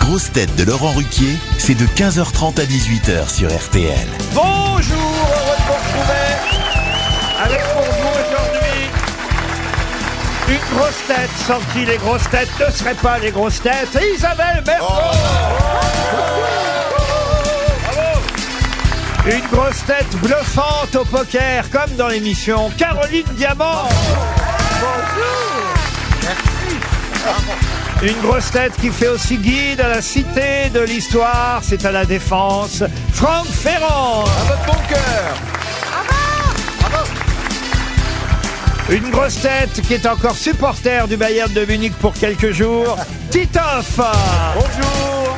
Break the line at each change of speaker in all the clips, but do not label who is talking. grosses têtes de Laurent Ruquier, c'est de 15h30 à 18h sur RTL.
Bonjour, heureux de vous retrouver avec pour vous aujourd'hui une grosse tête sans qui les grosses têtes ne seraient pas les grosses têtes. Isabelle Mergo. Bravo. Une grosse tête bluffante au poker, comme dans l'émission Caroline Diamant. Une grosse tête qui fait aussi guide à la cité de l'histoire, c'est à la défense. Franck Ferrand. Une grosse tête qui est encore supporter du Bayern de Munich pour quelques jours, Titoff Bonjour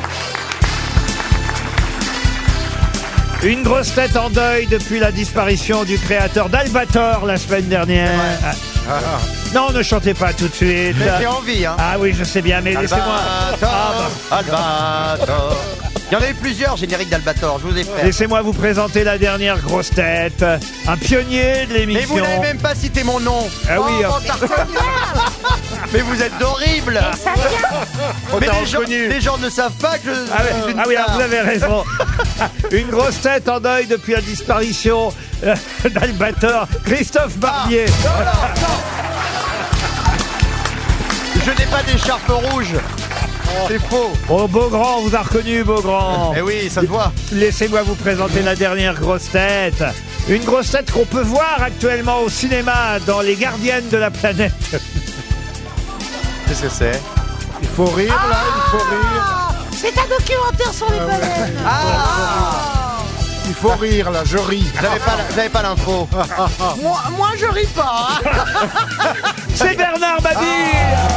Une grosse tête en deuil depuis la disparition du créateur d'Albator la semaine dernière. Ah. Non, ne chantez pas tout de suite.
J'ai envie, hein.
Ah oui, je sais bien, mais laissez-moi. Ah bah.
Albator, Albator. Il y en a eu plusieurs génériques d'Albator, je vous ai fait.
bah. Laissez-moi vous présenter la dernière grosse tête, un pionnier de
Mais
l'émission.
vous n'avez même pas cité mon nom.
Ah oui,
Oh,
hein.
Mais vous êtes horrible. Mais les gens, les gens ne savent pas que je
Ah,
je
oui,
suis une
ah oui,
star.
vous avez raison. Une grosse tête en deuil depuis la disparition euh, d'Albator, Christophe Barbier.
Je n'ai pas d'écharpe rouge. C'est faux.
Oh, Beaugrand, vous a reconnu, Beaugrand.
Eh oui, ça se voit.
Laissez-moi vous présenter la dernière grosse tête. Une grosse tête qu'on peut voir actuellement au cinéma dans Les Gardiennes de la Planète.
Qu'est-ce que c'est
Il faut rire là, il faut rire,
Ah, C'est un documentaire sur les baleines.
Ah
il faut rire là, je ris.
J'avais pas, la- j'avais pas l'info.
Ah.
Moi, moi, je ris pas. hein.
C'est Bernard Mabille.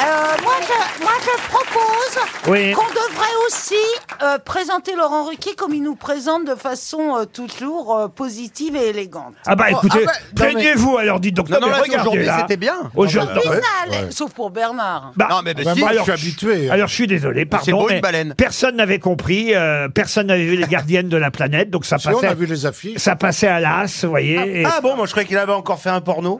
Euh, moi, je, moi, je propose
Oui.
qu'on devrait aussi euh, présenter Laurent Ruquier comme il nous présente de façon euh, toujours euh, positive et élégante.
Ah bah écoutez,
bah, non, mais-
plaignez-vous alors, dites donc.
Non, non,
mais
là,
regardez,
aujourd'hui,
là.
c'était bien.
Aujourd'hui,
Oui,
non,
ça allait, Sauf pour Bernard.
bah,
Non, mais, mais
Bah,
si.
moi,
alors,
je
je-
suis habitué.
Alors je suis désolé, pardon,
beau, une
mais
baleine.
personne n'avait compris, euh, personne n'avait vu les gardiennes de la planète, donc ça
Si on
passait,
a vu les affiches.
ça passait à l'as, vous voyez. et- Ah,
bon, moi je croyais qu'il avait encore fait un porno.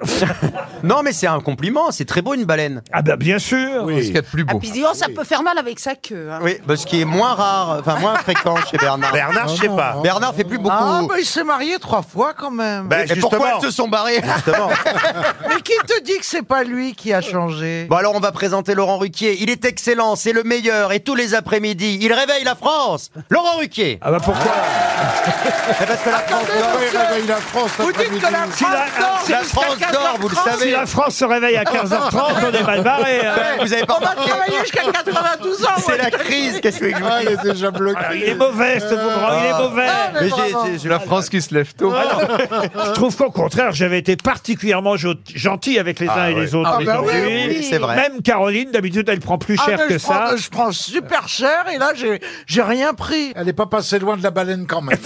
Non, mais c'est un compliment. C'est très beau une baleine.
bah bien sûr.
C'est ce qu'il y a de plus
Ah,
beau.
puis dis donc, ça peut faire mal avec sa queue. hein.
Oui, bah, ce qui est moins rare, enfin moins fréquent chez Bernard.
Bernard, je
Oh,
sais pas.
Bernard fait plus beaucoup.
Ah, mais il s'est marié trois fois quand même.
Ben,
Bah,
Et pourquoi
justement.
elles se sont barrées
Justement.
Mais qui te dit que c'est pas lui qui a changé
Bon alors on va présenter Laurent Ruquier. Il est excellent, c'est le meilleur et tous les après-midi, il réveille la France. Laurent Ruquier.
Ah bah pourquoi
Eh, parce que la France dort.
Pourquoi il réveille la France
Vous dites
l'après-midi
que la
Si la-
France dort
si la
jusqu'à
France dort, vous le
15h30.
savez.
Si la France se réveille à 15h30, on est mal barré. hein.
Eh, Vous avez pas
On va
remarqué
travailler jusqu'à 92 ans. moi.
C'est la crise, qu'est-ce que je vous
Ah, il est déjà
Alors,
bloqué.
il est mauvais, ce Beaugrand, il est mauvais.
Euh, ah,
Ah,
mais Mais j'ai- vraiment. j'ai-
la France qui se lève tôt.
Je trouve qu'au contraire, j'avais été particulièrement jo- gentil avec les uns et les autres
Ah bah oui,
aujourd'hui.
oui,
c'est vrai.
Même Caroline, d'habitude, elle prend plus
Ah,
cher
mais
que
je, prends,
ça.
je prends super cher et là j'ai j'ai rien pris.
Elle n'est pas passée loin de la baleine quand même.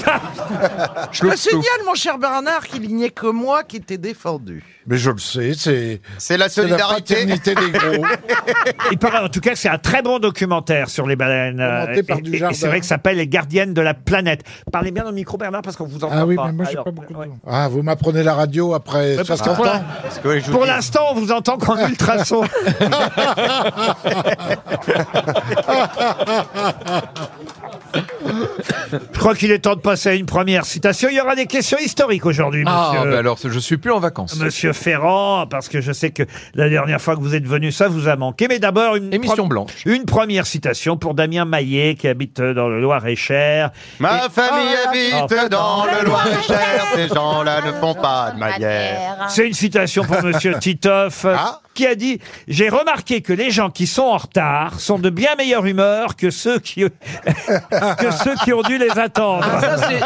Je me signale, mon cher Bernard, qu'il n'y ait que moi qui t'ai défendu.
Mais je le sais, c'est
C'est la
c'est la
solidarité.
fraternité des gros.
Il paraît en tout cas que c'est un très bon documentaire sur les baleines.
Commenté
Euh,
par
et- et-
Dujardin.
et c'est vrai que ça s'appelle Les gardiennes de la planète. Parlez bien dans le micro, Bernard, parce qu'on vous entend
Ah oui,
pas.
mais moi j'ai
Alors,
pas beaucoup de
ouais.
temps. Ah, vous m'apprenez la radio après
Ouais, parce
60
que pour la-
ans.
Parce que je vous
Pour
dis-
l'instant, on vous entend qu'en ultrason. Je crois qu'il est temps de passer à une première citation. Il y aura des questions historiques aujourd'hui, monsieur.
Ah, bah
ben
alors, je suis plus en vacances.
Monsieur Ferrand, parce que je sais que la dernière fois que vous êtes venu, ça vous a manqué. Mais d'abord, une,
Émission
pre-
blanche.
une première citation pour Damien Maillet, qui habite euh, dans le Loir-et-Cher.
Ma famille habite
Oh.
dans le Loir-et-Cher, ces gens-là ne font pas de manière.
C'est une citation pour Monsieur Titoff, euh, qui a dit « J'ai remarqué que les gens qui sont en retard sont de bien meilleure humeur que ceux qui, que ceux qui ont dû les attendre.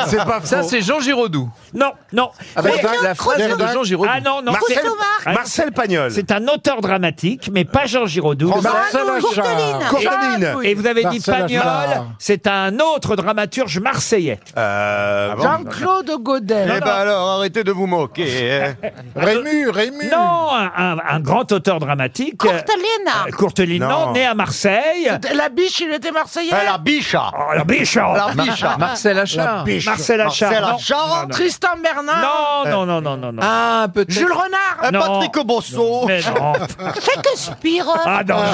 c'est pas Ah, Ça, c'est Jean Giraudoux.
Non, non. Mais-
la phrase de Jean Giraudoux.
ah non, non.
Marcel,
c'est-
Marc.
Marcel Pagnol.
C'est un auteur dramatique, mais pas Jean Giraudoux.
Marcel Achard.
Corinne.
Et vous avez dit
Marcel
Pagnol,
Achard.
c'est un autre dramaturge marseillais. Ah
Euh,
Ah
bon.
Jean-Claude Godet.
Eh ben alors, arrêtez de vous moquer. eh.
Rému, Rému.
Non, un, un- un grand auteur dramatique. euh,
Cortelena.
euh, Courteline, non,
Non.
né à Marseille.
Ben,
La biche, il était marseillais.
Ah, la bicha
Oh, la biche, hein.
La biche
Achard.
Marcel Achard.
Marcel Achard.
Marcel
non.
Achard.
Tristan Bernard.
Non, non, non, non, non, non.
Ah, peut-être.
Jules Renard.
Euh,
Non.
Patrick Bosso.
Mais non.
Fais que spire.
Ah non.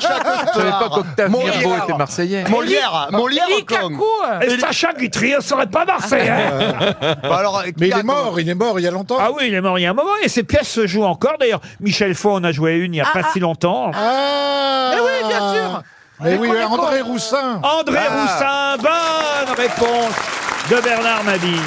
Je savais pas
Oh
qu'Octave
Molière.
Mirbeau était marseillais.
Molière. Molière
Élie
encore.
Kakou.
Et Sacha Guitry, on serait pas Marseille. hein.
Bah alors, euh,
Mais
qui
il
a-
est mort, il est mort il y a longtemps.
ah oui, il est mort il y a un moment. Et ces pièces se jouent encore. D'ailleurs, Michel Faux en a joué une il n'y a
Ah,
pas
ah.
si longtemps.
Ah
Eh oui, bien sûr.
Mais
Les
oui,
premiers
André
cons.
Roussin. Ah.
André Roussin, bonne réponse de Bernard Mabille.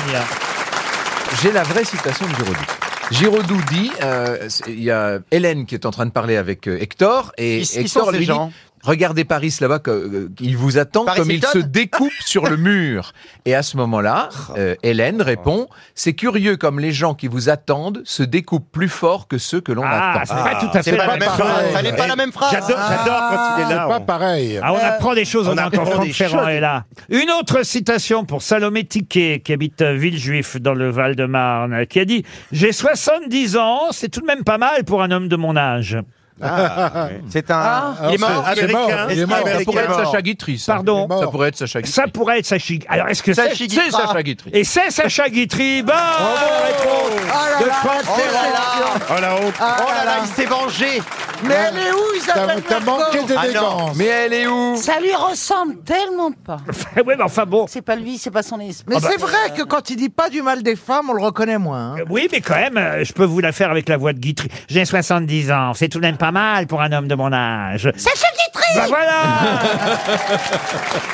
J'ai la vraie citation de Giraudoux. Giraudoux dit, euh, c'est- il y a Hélène qui est en train de parler avec euh, Hector, et
Ils- ils sont
Hector
ces
lui dit,
gens
regardez Paris là-bas, que- euh, il vous attend
Paris
comme
Hilton
il se découpe sur le mur. Et à ce moment-là,
Oh.
euh, Hélène répond, c'est curieux comme les gens qui vous attendent se découpent plus fort que ceux que l'on
Ah, c'est
attend.
pas tout à fait
C'est pas
la
la même phrase. Ça n'est pas
Et
la même phrase. Ah.
J'adore j'adore quand il est là.
Pas
on-
pareil.
Ah, on apprend des choses, on,
on
apprend
apprend
Franck
des
Ferrand
choses.
est là. Une autre citation pour Salomé Tiquet, qui habite euh, Villejuif dans le Val-de-Marne, qui a dit « J'ai 70 ans, c'est tout de même pas mal pour un homme de mon âge.
Ah,
C'est un.
Ah,
il est mort.
c'est- c'est mort,
Américain.
il est mort.
Ah,
Ça pourrait être
Mort.
Sacha Guitry, » ça.
Pardon,
mort.
Ça pourrait être Sacha Guitry.
ça pourrait être Sacha Guitry. Alors, est-ce que c'est...
Sacha Guitry.
C'est Sacha Guitry.
Et c'est Sacha Guitry Bonne réponse de Franck
Oh là
Ferrand. Ah.
là.
Oh la honte.
Oh là là, il s'est vengé.
Mais elle est où
T'as
Isabelle Ah
t'as manqué
Mergo
Ah
d'élégance.
Mais elle est où
Ça lui ressemble tellement pas.
Ouais, mais enfin bon...
C'est pas lui, c'est pas son esprit.
Mais c'est vrai que quand il dit pas du mal des femmes, on le reconnaît moins. hein.
Oui, mais quand même, euh, je peux vous la faire avec la voix de Guitry. J'ai 70 ans, c'est tout de même pas mal pour un homme de mon âge.
Sacha Guitry
Bah voilà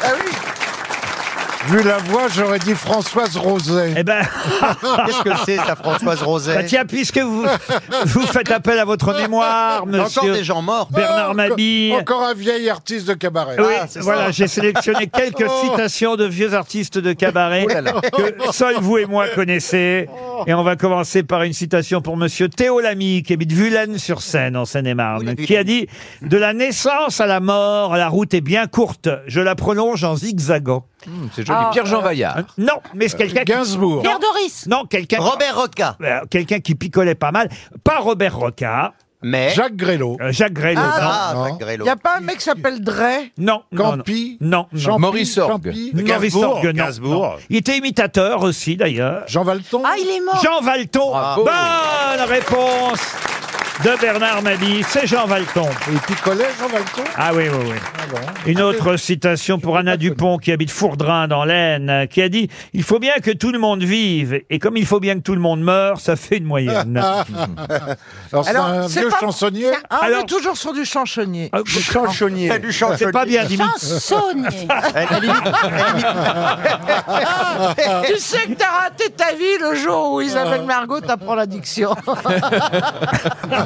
Ah
Vu la voix, j'aurais dit Françoise Roset.
Eh ben...
Qu'est-ce que c'est, ça, Françoise
Bah
Roset
tiens, puisque vous, vous faites appel à votre mémoire,
Encore
monsieur
des gens morts. Ah,
Bernard
Encore-
Mabille.
Ah, Encore un vieil artiste de cabaret. Oh,
Oui, voilà, j'ai sélectionné quelques citations de vieux artistes de cabaret que seuls vous et moi connaissez. Et on va commencer par une citation pour monsieur Théo Lamy, qui habite Vulaine-sur-Seine, en Seine-et-Marne, qui a dit « De la naissance à la mort, la route est bien courte. Je la prolonge en zigzagant. Euh,
Hum, C'est joli. Pierre-Jean Vaillard. »
Non, mais c'est quelqu'un qui...
Gainsbourg.
Pierre Doris
Non, quelqu'un
Robert Roca.
euh, quelqu'un qui picolait pas mal. Pas Robert Roca,
Mais.
Jacques Grélo.
euh, Jacques Grélot. non.
Ah,
Non.
Jacques Grélot.
Y a pas un mec qui s'appelle Drey
Non, non, non.
Campi.
Non, non.
Jean-
Maurice Orgue.
Campi.
Maurice
Gainsbourg,
Orgue, non,
Gainsbourg.
non. Il était imitateur aussi, d'ailleurs.
Jean Valton.
Ah, il est mort
Jean Valton.
Bravo.
Bonne réponse de Bernard Mabille. C'est Jean Valton.
Il picolait, Jean Valton.
Ah oui, oui, oui. Une autre citation pour Anna Dupont, qui habite Fourdrin dans l'Aisne, qui a dit « Il faut bien que tout le monde vive, et comme il faut bien que tout le monde meure, ça fait une moyenne.
Alors, c'est
Alors,
un
c'est
vieux
pas-
chansonnier.
Ah,
Alors-
On est toujours sur du chansonnier.
Ah,
Du chansonnier.
Du chanson.
C'est pas bien, Dimitri.
Chansonnier
tu sais que t'as raté ta vie le jour où Isabelle Margot t'apprend l'addiction.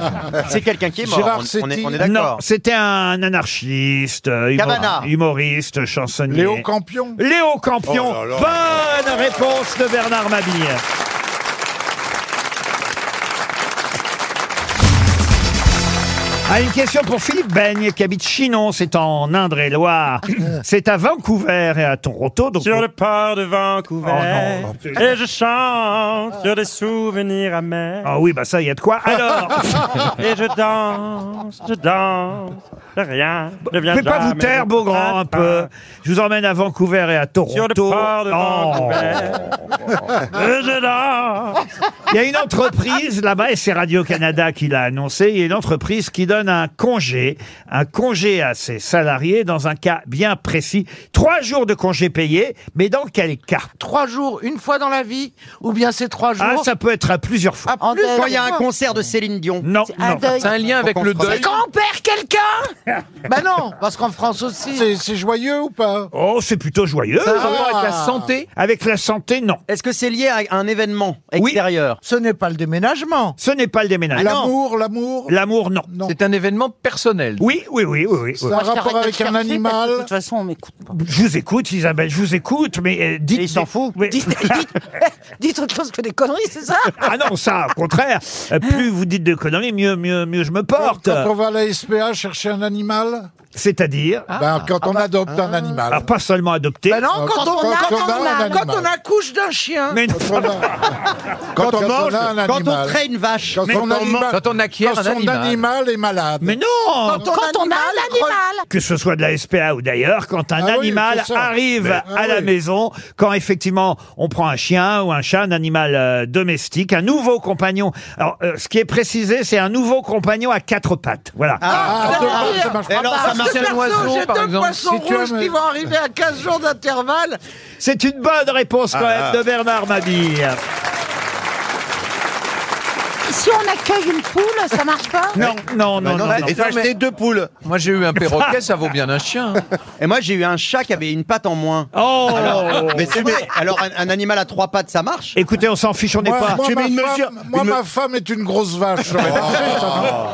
C'est quelqu'un qui est mort.
Gérard
on, on est, on est
Setti.
Non,
d'accord.
c'était un anarchiste, euh, humor-
Cavana.
humoriste, chansonnier.
Léo Campion.
Léo Campion.
Oh là là.
Bonne réponse de Bernard Mabille. Ah, une question pour Philippe Beigne, qui habite Chinon, c'est en Indre-et-Loire. C'est à Vancouver et à Toronto. Donc
Sur le port de Vancouver,
Oh
et je chante sur des souvenirs amers,
Ah oui, bah ça, il y a de quoi. Alors,
et je danse, je danse, rien ne
ne Ah,
vient
pouvez pas vous
jamais
taire,
de
Beaugrand, un
printemps.
peu. Je vous emmène à Vancouver et à Toronto. Oh.
Sur le port Ah, de
Non.
Vancouver, et je danse.
Il y a une entreprise là-bas, et c'est Radio-Canada qui l'a annoncé, il y a une entreprise qui donne un congé, un congé à ses salariés dans un cas bien précis. Trois jours de congé payé, mais dans quel cas
trois jours, une fois dans la vie, ou bien c'est trois jours.
Ah, ça peut être à plusieurs fois.
à plus
Quand il y a un
de-
concert de Céline Dion.
Non,
Un
non.
deuil.
C'est un lien avec
qu'on
le
se
deuil.
Quand on perd quelqu'un Ben non, parce qu'en France aussi.
C'est c'est joyeux ou pas
Oh, c'est plutôt joyeux.
Ça a un rapport avec la santé.
Avec la santé, non.
Est-ce que c'est lié à un événement
Oui.
extérieur Ah
Ce n'est pas le déménagement.
Ce n'est pas le déménagement.
L'amour, l'amour.
Ah, L'amour, non.
Non.
C'est un événement personnel.
Oui, oui, oui, oui, oui.
C'est un rapport avec un
De
animal.
toute façon, on m'écoute pas.
Je vous écoute, Isabelle, je vous écoute, mais euh, dites...
Et il s'en fout.
Mais-
Dites, dites, dites autre chose que des conneries, c'est ça
Ah non, ça, au contraire. euh, Plus vous dites de conneries, mieux, mieux, mieux je me porte.
Quand on va à la SPA chercher un animal
C'est-à-dire
Ah.
Ben, quand on adopte un animal.
Alors, pas seulement adopter.
Ben non, quand,
Euh, Quand-
on, a,
quand on a
quand on a-
un
quand on
animal.
accouche d'un chien.
mais non,
Quand on a- quand on mange, un
Quand on
animal.
crée une vache,
Quand son animal-
Quand on acquiert
quand
un
son
animal.
animal est malade.
mais non
Quand
Quand on a un animal
que ce soit de la SPA ou d'ailleurs, quand un
Ah oui,
animal
c'est ça.
arrive
Mais-
à
Ah
la
oui.
maison, quand effectivement on prend un chien ou un chat, un animal euh, domestique, un nouveau compagnon. Alors, euh, ce qui est précisé, c'est un nouveau compagnon à quatre pattes. Voilà.
Ah,
Ah,
deux
ah,
pattes, ça marche pas.
non, ça marche.
Perso,
Oiseau,
J'ai
par
deux
exemple,
poissons
si tu as-
rouges qui vont arriver à 15 jours d'intervalle.
C'est une bonne réponse quand même de Bernard Mabille.
Si on accueille une poule, ça marche pas
Non,
Bah
non,
Bah
non, non.
Ouais,
non.
et t'as
Non, mais-
acheté deux poules.
Moi, j'ai eu un perroquet, ça vaut bien un chien.
Et moi, j'ai eu un chat qui avait une patte en moins.
Oh
Mais c'est vrai. Alors, un, un animal à trois pattes, ça marche
Écoutez, on s'en fiche, on n'est
Moi,
pas.
moi,
Tu mets
ma,
une
femme,
mesure-
moi,
une me-
ma femme est une grosse vache.
Oh.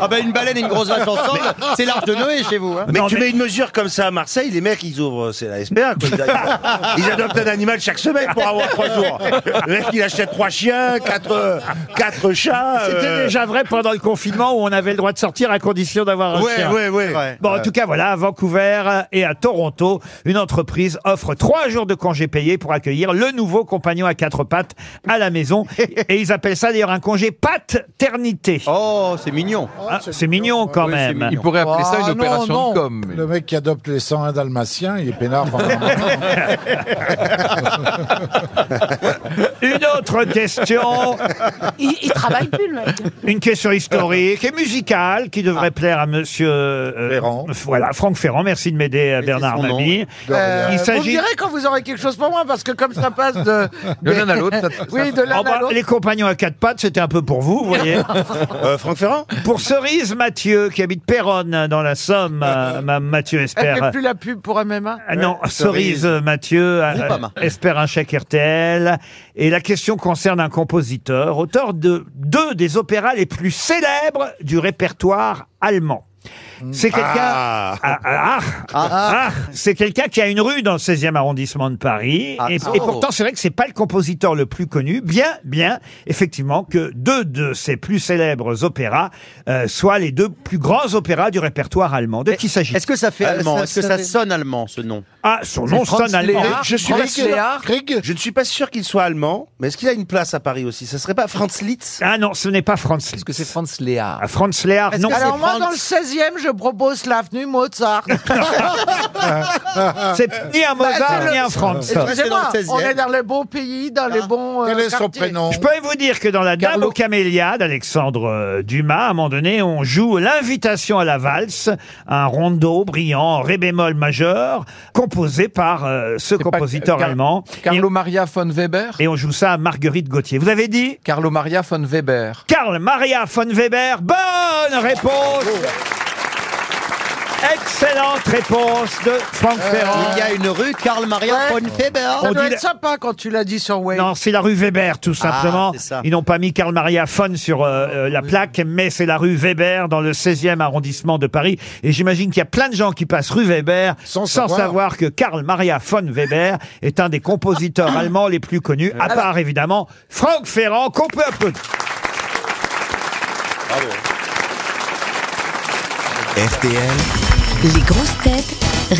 Ah bah une baleine et une grosse vache ensemble, c'est l'arche de Noé chez vous. hein.
Mais
Non,
tu
mais-
mets une mesure comme ça à Marseille, les mecs, ils ouvrent, c'est la SPA, quoi. Ils, adoptent- ils adoptent un animal chaque semaine pour avoir trois jours. Le mec, il achète trois chiens, quatre, quatre chats.
C'était
euh,
déjà vrai pendant le confinement où on avait le droit de sortir à condition
Ah,
d'avoir un
Ouais,
chien.
ouais, ouais.
Ouais.
Bon, en tout cas, voilà, à Vancouver euh, et à Toronto, une entreprise offre trois jours de congés payés pour accueillir le nouveau compagnon à quatre pattes à la maison. Et ils appellent ça d'ailleurs un congé paternité.
Oh, c'est mignon.
Ah, c'est mignon quand
oui, c'est
même.
Il pourrait appeler ça une
Ah, non,
opération
non.
de com. mais-
Le mec qui adopte les 101 dalmatiens, il est peinard. pendant un moment.
Une autre question,
il, il travaille plus, le mec.
une question historique et musicale qui devrait plaire à monsieur euh,
Ferrand.
Voilà, Franck Ferrand. Merci de m'aider, euh, Bernard
son nom.
Mabille.
De rien.
Euh, Il
Euh, Vous me
s'agit
direz quand vous aurez quelque chose pour moi, parce que comme ça passe de.
De l'un à l'autre, ça-
Oui, de l'un
Oh bah,
à l'autre.
les compagnons à quatre pattes, c'était un peu pour vous, vous voyez.
euh, Franck Ferrand
pour Cerise Mathieu, qui habite Péronne, hein, dans la Somme, euh, Mme Mathieu
Elle fait
espère.
plus la pub pour MMA.
euh, Ah non, Cerise euh, Mathieu euh,
Groupama.
espère un chèque RTL. Et la question concerne un compositeur, auteur de deux des opéras les plus célèbres du répertoire allemand.
Hmm.
C'est quelqu'un.
Ah.
Ah, ah, ah, ah, c'est quelqu'un qui a une rue dans le 16e arrondissement de Paris.
Ah,
et, et
oh.
pourtant, c'est vrai que c'est pas le compositeur le plus connu. Bien, bien, effectivement, que deux de ses plus célèbres opéras euh, soient les deux plus grands opéras du répertoire allemand. De qui s'agit-il
Est-ce que ça fait
Ah,
allemand
ça-
Est-ce que
ça
Euh, ça
fait-
sonne allemand ce nom
Ah, son nom
Franz
sonne allemand.
Lehrer.
Je suis
Franz
pas sûr-
Lehrer.
Krieg
Je ne suis pas sûr qu'il soit allemand, mais est-ce qu'il a une place à Paris aussi Ça serait pas Franz Liszt
Ah non, ce n'est pas Franz
Est-ce
Liszt.
que c'est Franz Léa
Ah, Franz Lehrer, non.
Alors
c'est
moi,
Franz-
dans le 16e, je propose l'avenue Mozart.
C'est ni un
Bah,
Mozart,
c'est le-
ni un Franz.
c'est-
Excusez-moi,
c'est dans
on
le 16e. Ah.
est dans les bons pays, dans les bons. euh,
Quel est son
quartiers.
prénom
Je peux vous dire que dans la Dame aux Camélias d'Alexandre euh, Dumas, à un moment donné, on joue l'invitation à la valse, un rondo brillant en ré bémol majeur, composé par euh, ce
pas
compositeur
Car-
allemand.
Carlo Maria von Weber
Et, et on joue ça à Marguerite Gauthier. Vous avez dit
Carlo Maria von Weber.
Karl Maria von Weber. Bonne réponse Excellente réponse de Franck
Euh,
Ferrand.
Il y a une rue Karl Maria
Ouais.
von Weber.
Ça
On
doit
dit
être sympa quand tu l'as dit sur Way.
Non, c'est la rue Weber, tout
Ah,
simplement.
c'est ça.
Ils n'ont pas mis Karl Maria Fon sur euh, euh, la plaque, mais c'est la rue Weber dans le 16e arrondissement de Paris. Et j'imagine qu'il y a plein de gens qui passent rue Weber sans,
Sans
savoir.
savoir.
que Karl Maria Fon Weber est un des compositeurs allemands les plus connus, à part évidemment Franck Ferrand, qu'on peut applaudir.
RTL,
Les grosses têtes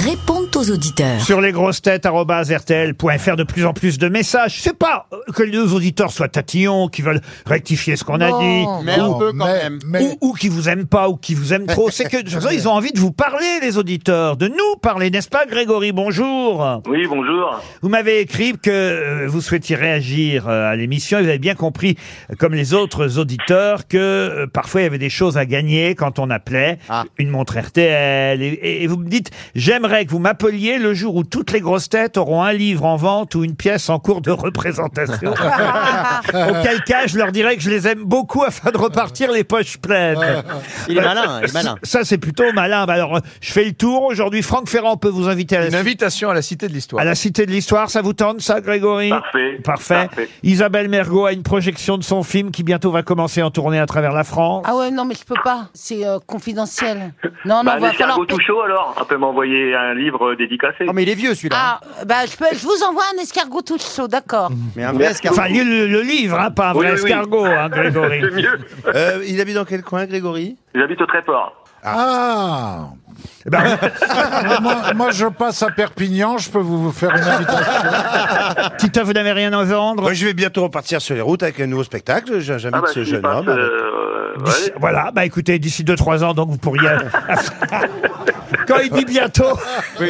répondent aux auditeurs.
Sur lesgrossetêtes.rtl.fr, de plus en plus de messages. C'est pas euh, que nos auditeurs soient tatillons, qui veulent rectifier ce qu'on a dit.
Mais un peu quand
mais-
même.
mais-
ou, ou qui vous aiment pas, ou qui vous aiment trop. C'est que de toute façon, ils ont envie de vous parler, les auditeurs, de nous parler, n'est-ce pas, Grégory Bonjour.
Oui, bonjour.
Vous m'avez écrit que euh, vous souhaitiez réagir euh, à l'émission. et Vous avez bien compris, euh, comme les autres auditeurs, que euh, parfois il y avait des choses à gagner quand on appelait.
Ah.
Une montre RTL. Et, et- et vous me dites, j'aimerais que vous m'appeliez le jour où toutes les grosses têtes auront un livre en vente ou une pièce en cours de représentation. Auquel cas, je leur dirais que je les aime beaucoup afin de repartir les poches pleines.
Il est malin, il est malin.
Ça, c'est plutôt malin. Bah alors, euh, je fais le tour. Aujourd'hui, Franck Ferrand peut vous inviter à
Une
la,
invitation à la Cité de l'Histoire.
à la Cité de l'Histoire. Ça vous tente, ça, Grégory
Parfait.
Parfait.
Parfait.
Isabelle Mergot a une projection de son film qui bientôt va commencer en tournée à travers la France.
Ah ouais, non, mais je peux pas. C'est euh, confidentiel. Non, non,
Bah,
va
Nescargot
falloir...
tout chaud alors. On peut m'envoyer un livre
euh,
Oh,
dédicacé.
mais il est vieux
hein.
celui-là.
Ah, bah, je, peux, je vous envoie un escargot tout chaud, d'accord.
Mm.
Mais un vrai escargot.
Enfin, lis le, le livre, hein, pas un
Oui,
vrai
oui, oui.
escargot, hein, Grégory.
C'est mieux.
Euh, il habite dans quel coin, Grégory
J'habite au Tréport.
Ah moi, moi, je passe à Perpignan, je peux vous faire une invitation.
Tita, vous n'avez rien à vendre
Moi, je vais bientôt repartir sur les routes avec un nouveau spectacle. J'ai- J'invite
Ah bah,
ce
s'il
jeune
passe,
homme.
euh,
D'ici-
ouais.
Voilà, bah écoutez, d'ici 2-3 ans, donc vous pourriez. Quand il dit bientôt, je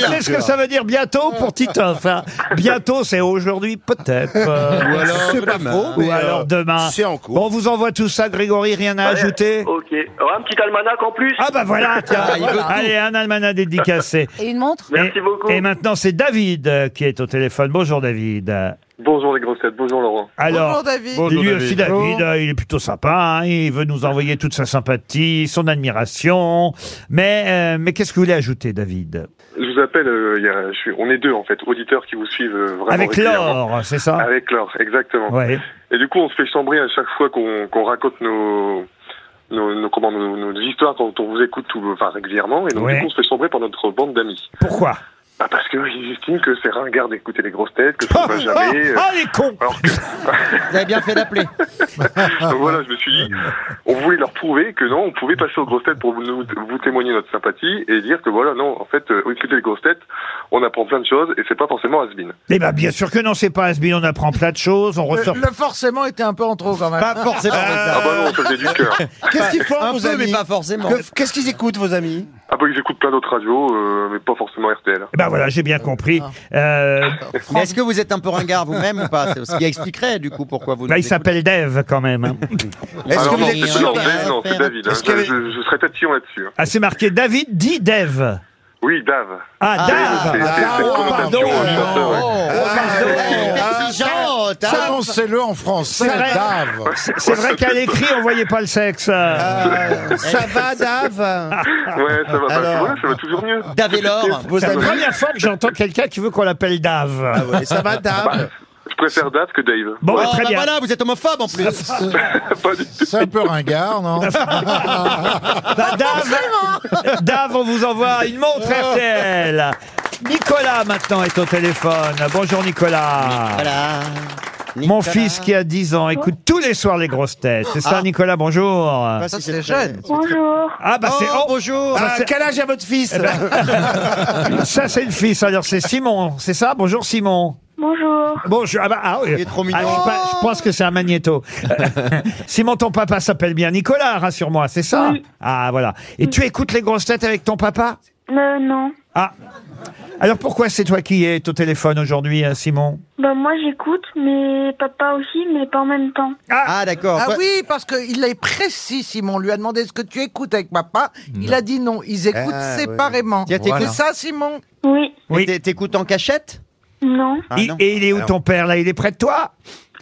sais ce que ça veut dire bientôt pour Titoff. hein. Bientôt, c'est aujourd'hui, peut-être. euh,
Ou alors
c'est pas
demain,
faux,
mais,
ou alors
euh,
demain.
c'est en cours.
Bon, on vous envoie tout ça, Grégory, rien à
Ouais,
ajouter
Ok.
Oh,
Alors, un petit almanach en plus
Ah bah voilà, tiens. Allez, un almanach dédicacé.
Et une montre
Merci
et,
beaucoup.
Et maintenant, c'est David euh, qui est au téléphone. Bonjour, David.
Bonjour les grossettes, bonjour Laurent.
Alors,
Bonjour, David.
lui
Bonjour,
aussi,
David.
David, euh, il est plutôt sympa. hein, il veut nous envoyer toute sa sympathie, son admiration. Mais, euh, mais qu'est-ce que vous voulez ajouter, David
Je vous appelle, euh, il y a- je suis- on est deux en fait, auditeurs qui vous suivent euh, vraiment.
Avec
régulièrement.
l'or, c'est ça
Avec l'or, exactement.
Ouais.
Et du coup, on se fait chambrer à chaque fois qu'on qu'on raconte nos, nos, nos- comment, nos, nos histoires dont on vous écoute tout, enfin, régulièrement. Et donc,
Ouais.
du coup, on se fait chambrer par notre bande d'amis.
Pourquoi
Bah, parce qu'ils estiment que c'est ringard d'écouter les grosses têtes, que
oh,
ça ne va jamais. euh,
oh, oh, les cons
alors que,
Vous avez bien fait d'appeler.
donc voilà, je me suis dit, on voulait leur prouver que non, on pouvait passer aux grosses têtes pour vous- nous, vous témoigner notre sympathie et dire que voilà, non, en fait, euh, écouter les grosses têtes, on apprend plein de choses et c'est pas forcément has
Eh ben, bien sûr que non, c'est pas Asbin. On apprend plein de choses. On ressort.
Le, le forcément était un peu en trop quand même.
Pas forcément.
Ah bah non, ça faisait du cœur.
Qu'est-ce qu'ils font,
Un
vos
peu, mais
amis
pas forcément.
Que- Qu'est-ce qu'ils écoutent, vos amis
Ah bah j'écoute plein d'autres radios, euh, mais pas forcément RTL.
Eh ben voilà, j'ai
Ah.
bien compris. Euh,
Mais est-ce que vous êtes un peu ringard vous-même ou pas C'est Ce qui expliquerait du coup pourquoi vous.
bah, il
nous écoutez.
s'appelle Dave quand même. hein.
Est-ce
Alors
que vous
Ah non,
êtes
c'est pas
sûr
Norvège, non, c'est David. hein.
Est-ce que-
Je, je- je serais tatillon là-dessus. hein.
Ah, c'est marqué David dit Dave.
Oui, Dave.
Ah, Dave
C'est- c'est- c'est une
oh,
connotation,
pardon.
euh, chanteur, ouais.
Ah,
Merci Jean. t'as-
hein.
Annoncez-le en français,
C'est vrai.
Dave.
C'est- C'est vrai qu'à l'écrit, on voyait pas le sexe.
Euh, Ça va, Dave
Ouais, ça va. bah, voilà, ça va toujours mieux.
Davelor.
Vous
C'est la première fois que j'entends quelqu'un qui veut qu'on l'appelle Dave.
Ah
Ah Et ça va,
Ah
Dave
Je préfère Dave que Dave.
Bon, bah,
Oh,
très
bah
bien.
voilà, vous êtes homophobe en plus.
Pas du tout.
C'est un peu ringard, non
Bah, Dave, Dave, on vous envoie une montre
Ah.
RTL. Nicolas, maintenant, est au téléphone. Bonjour, Nicolas.
Voilà.
Mon
Nicolas.
fils qui a 10 ans écoute tous les soirs les grosses têtes. C'est ça,
Ah.
Nicolas, bonjour. Ah,
Ah, si,
c'est jeune.
Bonjour.
Ah,
bah c'est.
Oh,
oh,
bonjour.
bah,
Ah,
c'est- Eh ben,
Quel âge a votre fils
ça, c'est le fils. Alors, c'est Simon, c'est ça Bonjour, Simon.
Bonjour.
Bonjour. Ah bah, ah oui.
Il est trop mignon.
Ah, je, pa- je pense que c'est un magnéto. Simon, ton papa s'appelle bien Nicolas, rassure-moi, c'est ça
Oui.
Ah, voilà. Et tu écoutes les grosses têtes avec ton papa
Euh, non.
Ah. Alors pourquoi c'est toi qui es au téléphone aujourd'hui, hein, Simon
Bah, moi, j'écoute, mais Euh, papa aussi, mais pas en même temps.
Ah d'accord.
Ah
Quoi-
oui, parce qu'il est précis, Simon. On lui a demandé ce que tu écoutes avec papa. Il a dit non. Ils écoutent
Ah, oui.
séparément.
Tiens, t'écoutes-
C'est ça, Simon
Oui.
Oui.
T'é- T'écoutes en cachette
Non.
Ah,
Il-
non.
Et il est où ton père là Il est près de toi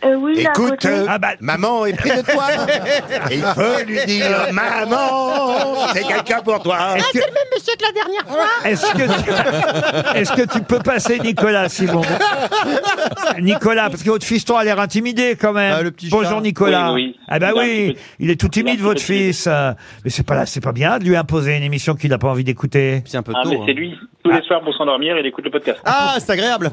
Euh, oui, là, à
Écoute,
côté.
euh,
Ah bah-
maman est prise de toi. Il faut lui
Euh,
dire, maman, c'est quelqu'un pour toi.
Est-ce que, tu... Est-ce que tu peux passer Nicolas, Simon Nicolas, parce que votre fiston a l'air intimidé quand même.
Ah, le petit
Bonjour
chat.
Nicolas.
Oui, oui.
Ah bah
Il a un petit
oui,
peu-
il est tout
il a un
timide
petit
votre
peu de
fils. euh, Mais c'est pas là, c'est pas bien de lui imposer une émission qu'il n'a pas envie d'écouter.
C'est un peu
Ah, mais
tôt.
c'est
hein.
lui. Tous les soirs, pour s'endormir, il écoute le podcast.
Ah, c'est agréable.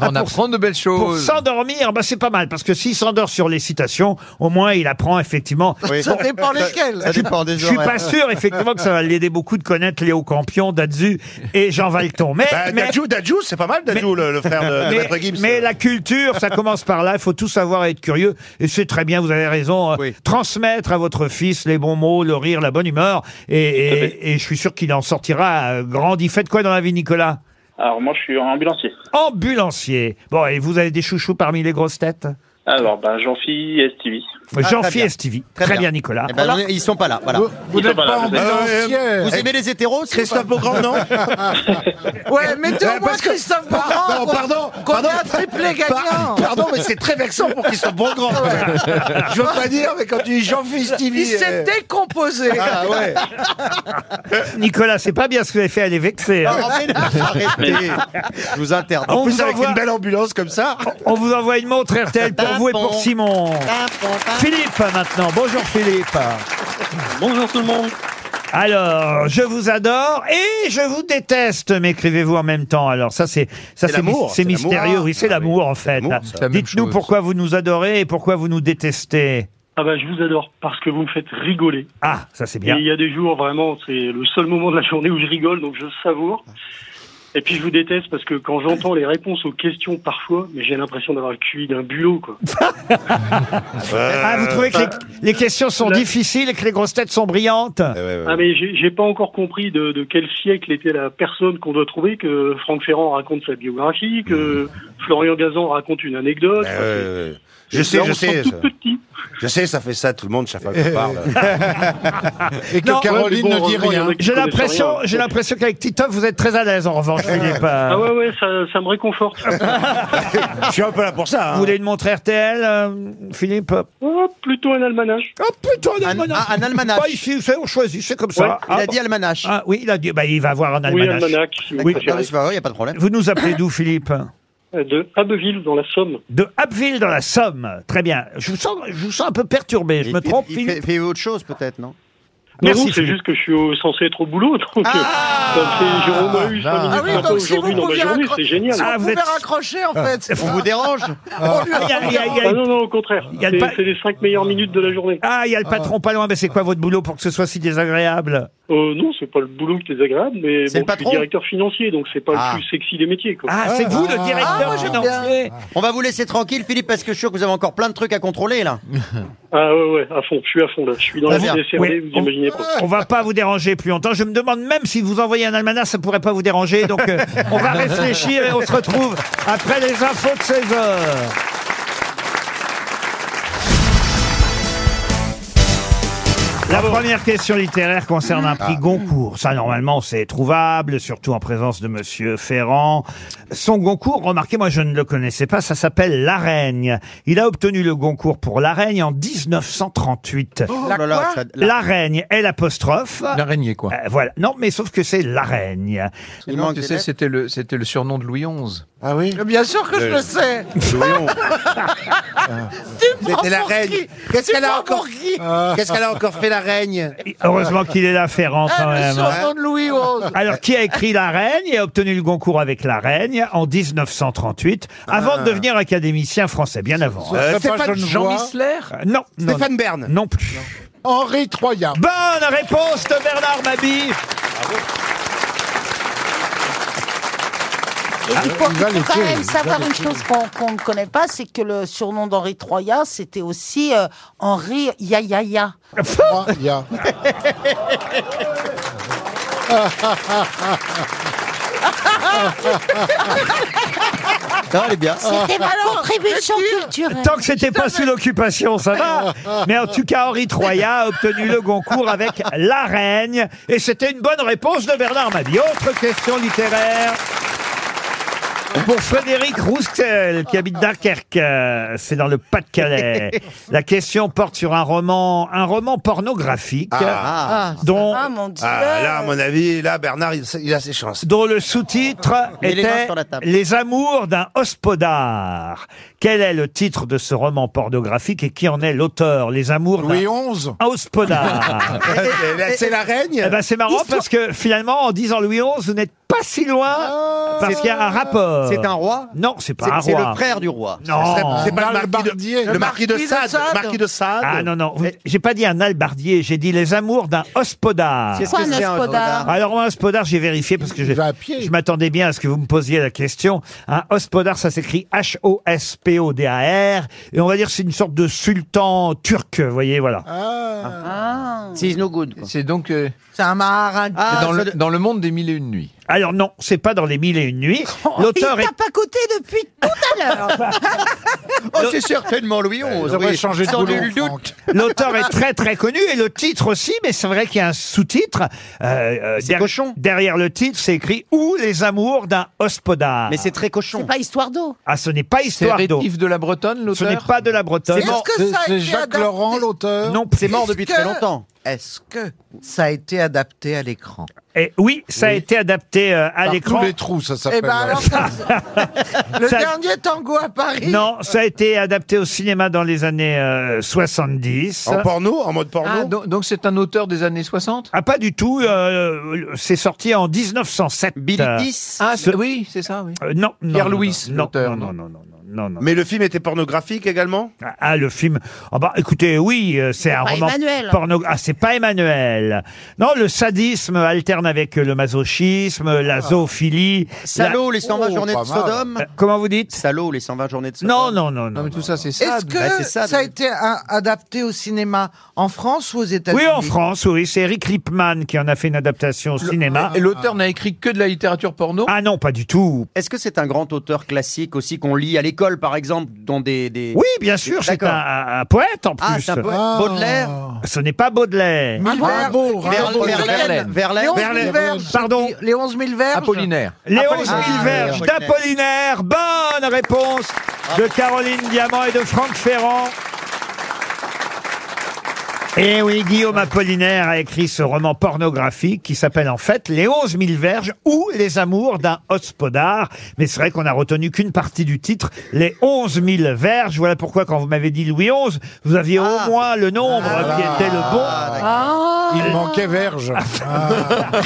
On apprend de belles
Pour
choses.
s'endormir, bah c'est pas mal parce que s'il s'endort sur les citations, au moins il apprend effectivement.
Oui.
Ça dépend lesquels.
Ça dépend des
Je suis
horaires.
pas sûr effectivement que ça va l'aider beaucoup de connaître Léo Campion, Dadzu et Jean Valton. Mais,
Bah,
mais-
Dadju, Dadju, c'est pas mal, Dadju, le, le frère de, de
Mais,
Maître Gims.
mais la culture, ça commence par là. Il faut tout savoir et être curieux. Et c'est très bien, vous avez raison. euh,
Oui.
Transmettre à votre fils les bons mots, le rire, la bonne humeur. Et, et- et je suis sûr qu'il en sortira euh, grandi. Faites quoi dans la vie, Nicolas
Alors, moi, je suis ambulancier.
Ambulancier. Bon, et vous avez des chouchous parmi les grosses têtes
Alors, ben, Jean-Philippe et Stevie.
Jean-Phi
bien.
et Stevie.
Bah,
Très,
Très
bien,
bien.
Nicolas.
Eh ben, on est- ils sont pas là.
Ah.
Voilà.
Vous, vous
Ils sont
n'êtes
pas
pas
là, vous êtes-
ambulancier.
Vous aimez les hétéros c'est
Christophe Beaugrand, non
Oh,
Euh,
Ouais, mettez au moins Christophe Morand.
Non, pardon,
Qu'on ait
pardon.
un triplé
Par-
gagnant.
Pardon, mais c'est très vexant pour Christophe Beaugrand. quand même. Je veux pas dire, mais quand tu dis Jean-Fils
Il
Stevie...
s'est décomposé.
Ah ouais.
Nicolas, c'est pas bien ce que vous avez fait, elle est vexée. hein.
Oh, mais non, arrêtez. Je vous interdis.
On
En plus,
vous,
avec
envoie,
une belle ambulance comme ça.
on vous envoie une montre RTL pour vous et pour
Tapon.
Simon. Philippe, maintenant. Bonjour, Philippe.
Bonjour tout le monde.
Alors, je vous adore et je vous déteste, m'écrivez-vous en même temps. Alors, ça, c'est
C'est
ça, c'est
l'amour,
mis- c'est
c'est l'amour. Ah,
mystérieux. Oui, c'est l'amour, en fait.
l'amour, ça. C'est la même
Dites-nous
chose.
pourquoi vous nous adorez et pourquoi vous nous détestez.
Ah bah je vous adore parce que vous me faites rigoler.
Ah, ça, c'est bien.
Et il y a des jours vraiment, c'est le seul moment de la journée où je rigole, donc je savoure. Et puis je vous déteste parce que quand j'entends les réponses aux questions parfois, mais j'ai l'impression d'avoir le QI d'un bulot quoi.
Euh.
bah,
Ah, vous trouvez que les, les questions sont difficiles et que les grosses têtes sont brillantes
Ah mais j'ai j'ai pas encore compris de, de quel siècle était la personne qu'on doit trouver que Franck Ferrand raconte sa biographie,
Mmh.
que Florian Gazan raconte une anecdote.
Bah
Ah, ouais, ouais, ouais. Je sais,
Là, on
je
se
sais.
sent
ça.
tout petit.
Je sais, ça fait ça tout le monde chaque fois qu'on parle.
Et
que Caroline ne dit rien.
J'ai l'impression, j'ai l'impression qu'avec Titoff, vous êtes très à l'aise. En revanche, Philippe.
Ah ouais ouais, ça, ça me réconforte.
Je suis un peu là pour ça. hein. Vous voulez une montre RTL, euh, Philippe
Oh, plutôt un almanach.
Oh, plutôt un almanach.
un- un almanach.
Pas Bah, ici, vous savez, on choisit, c'est comme
Ouais.
ça.
Il a dit
almanach. Ah, oui, il a dit, bah, il va avoir un
Oui, Ah,
almanach.
almanach. c'est mon préféré.
il n'y a pas de problème. Vous nous appelez d'où, Philippe
De Abbeville, dans la Somme.
De Abbeville, dans la Somme. Très bien. Je vous sens, je vous sens un peu perturbé. Je me trompe,
Il fait,
Philippe
fait autre chose peut-être, non ah,
Non,
Merci,
non, c'est
Philippe.
juste que je suis au- censé être au boulot, donc ah c'est Jérôme hein, a eu cinq
Ah
minutes
oui,
sympa
donc si
aujourd'hui
vous
dans ma
pouviez
journée,
raccro-
c'est génial. Euh,
si Ah, vous vous êtes- pouvez
raccrocher
en fait, c'est On ça. vous dérange
Ah.
On lui a-
Il y a- il y a- il y a-
Ah non, non, au contraire,
Il y a le
c'est
pa-
c'est les cinq meilleures minutes de la journée.
Ah, il y a le patron pas loin, mais c'est quoi votre boulot pour que ce soit si désagréable
Euh, non, c'est pas le boulot qui est désagréable, mais
C'est
bon,
le
je suis
patron
directeur financier, donc c'est pas
Ah.
le plus sexy des métiers. Quoi.
Ah,
Ah.
Ah,
On va vous laisser tranquille, Philippe, parce que je suis sûr que vous avez encore plein de trucs à contrôler là.
Ah ouais, ouais, à fond, je suis à fond là, je suis dans la
Très
vie
bien.
des cernées,
Oui,
vous imaginez pas.
On va pas vous déranger plus longtemps. Je me demande même si vous envoyez un almanach, ça pourrait pas vous déranger. Donc, euh, on va réfléchir et on se retrouve après les infos de 16 heures. La première question littéraire concerne un prix Goncourt. Ça, normalement, c'est trouvable, surtout en présence de Monsieur Ferrand. Son Goncourt, remarquez, moi, je ne le connaissais pas, ça s'appelle L'Araigne. Il a obtenu le Goncourt pour L'Araigne en 1938.
Oh là là, ça- la-
L'Araigne, L apostrophe.
L'araignée, quoi.
Euh, voilà. Non, mais sauf que c'est L'Araigne.
Non, tu sais, c'était le, c'était le surnom de Louis XI.
Ah oui
Bien sûr que je
Euh,
Le-
le sais.
C'était la reine. Qu'est-ce qu'elle a encore
Ah.
Qu'est-ce qu'elle a encore fait la reine
Ah, Heureusement qu'il est là, Ferrand,
Ah,
quand même. hein.
de Louis XI.
Alors, qui a écrit La Reine et a obtenu le Goncourt avec La Reine en 1938, avant de devenir académicien français, bien avant.
Ah. Ce
Euh,
serait pas Stéphane Jean Genevois Missler
Euh, Non.
Stéphane
Bern Non plus.
Henri Troya.
Bonne réponse de Bernard Mabille Ah,
Et puis, pour-
il va
il faut
les
quand
tuer,
même
il
savoir
va les
une
tuer.
chose qu'on qu'on ne connaît pas, c'est que le surnom d'Henri Troya, c'était aussi euh, Henri Yayaya.
Troya.
Ah,
Non, elle est bien.
C'était ma contribution culturelle.
Tant que c'était pas sous l'occupation, ça va. Mais en tout cas, Henri Troya a obtenu le Goncourt avec La Reine. Et c'était une bonne réponse de Bernard Mabie. Autre question littéraire. Pour Frédéric Roustel, qui habite Dunkerque, euh, c'est dans le Pas-de-Calais. La question porte sur un roman, un roman pornographique,
Ah.
dont,
Ah, mon Dieu.
Ah, là, à mon avis, là, Bernard, il, il a ses chances.
dont le sous-titre
Mets les mains
était
sur la table.
Les amours d'un hospodar. Quel est le titre de ce roman pornographique et qui en est l'auteur Les amours d'un
Louis XI.
hospodar.
Eh ben, C'est la reine
Eh ben, c'est marrant parce que finalement, en disant Louis XI, vous n'êtes pas si loin
Ah.
parce qu'il y a un rapport.
C'est un roi
Non, c'est pas
C'est-
un
C'est
roi.
le frère du roi.
Non.
C'est pas le
Mal
marquis
Bardier.
de, le marquis de
marquis de
Sade.
Sade.
le marquis de Sade.
Ah non, non, vous- j'ai pas dit un albardier, j'ai dit les amours d'un hospodar.
Qu'est-ce que c'est un
hospodar
Ah. Alors, un hospodar, j'ai vérifié parce que je, je m'attendais bien à ce que vous me posiez la question. Un hospodar, ça s'écrit H-O-S-P-O-D-A-R. Et on va dire que c'est une sorte de sultan turc, vous voyez, voilà.
C'est no good. quoi.
C'est donc euh,
C'est un marin.
c'est
Ah,
dans,
ça
le, dans le monde des mille et une nuits.
Alors non, c'est pas dans les mille et une nuits.
Il
L'auteur est...
tape à côté depuis tout à l'heure.
Oh, c'est certainement
Euh,
Louis XI.
Vous aurez
oui.
changé de
Sans
boulot,
nul doute.
Franck.
L'auteur est très très connu et le titre aussi, mais c'est vrai qu'il y a un sous-titre. Euh, euh, der-
cochon.
Derrière le titre, c'est écrit Ou les amours d'un hospodar.
Mais c'est très
C'est
cochon.
pas histoire d'eau.
Ah, ce n'est pas
C'est
histoire d'eau.
Rétif de la Bretonne,
Ce n'est
l'auteur
pas de la Bretonne.
C'est mort.
Est-ce que
C'est
ça a
c'est
été
Jacques
adapté
Laurent, l'auteur.
Non plus.
C'est mort
depuis très longtemps. Est-ce que ça a été adapté à l'écran
Et Eh oui, ça a été adapté euh, à
Par
l'écran.
tous les trous,
ça
Eh ben alors, le
Ça-
dernier tango à Paris.
Non, ça a été adapté au cinéma dans les années euh, 70.
En porno,
En mode
porno Ah,
donc, c'est un auteur des années 60 Ah, pas du tout. euh, c'est sorti en 1907. Billy
Ah, c'est- oui, c'est ça, oui.
Euh, non, non,
Pierre
non,
Louis,
non,
l'auteur.
non, non, non, non, Mais le film était pornographique également Ah, le film. Ah bah, écoutez, oui, euh, c'est un
pas
roman
Emmanuel.
porno. Ah, c'est pas Emmanuel. Non, le sadisme alterne avec le masochisme, la zoophilie.
Salaud,
la-
les 120 journées de Sodome.
Euh, Comment vous dites
Salaud, les 120 journées de
Sodome. Non, non, non, non. mais tout ça, c'est
sad.
ça.
Est-ce
que
Bah, c'est
ça,
ça a
donc.
été un- adapté au cinéma en France ou aux États-Unis
Oui, en France, oui. C'est Eric Lipman qui en a fait une adaptation au cinéma.
et l'auteur
n'a écrit que de la littérature porno Ah non, pas du tout.
Est-ce que c'est un grand auteur classique aussi qu'on lit à l'école, par exemple, dans des...
Oui, bien sûr, c'est un, un- un poète en plus.
Ah, c'est un poète. Ah. Baudelaire
Ce n'est pas Baudelaire.
Miller, Rimbaud, Rimbaud, Verlaine. Verlaine.
Les 11 000
Verlaine.
verges.
Pardon.
Les 11 000
Les
verges. Apollinaire.
11 000
Ah,
verges
Apollinaire.
d'Apollinaire. Bonne réponse de Caroline Diamant et de Franck Ferrand. Et Eh oui, Guillaume Apollinaire a écrit ce roman pornographique qui s'appelle en fait Les 11 000 verges ou Les amours d'un hospodar. Mais c'est vrai qu'on a retenu qu'une partie du titre, Les 11 000 verges. Voilà pourquoi quand vous m'avez dit Louis XI, vous aviez au moins le nombre qui était le bon. Ah.
Il manquait verge.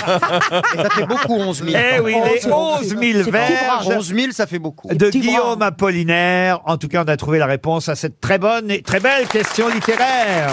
Ça fait beaucoup, 11 000.
Eh oui, les 11 000 verges.
11 000, ça fait beaucoup.
de Guillaume Apollinaire. En tout cas, on a trouvé la réponse à cette très bonne et très belle question littéraire.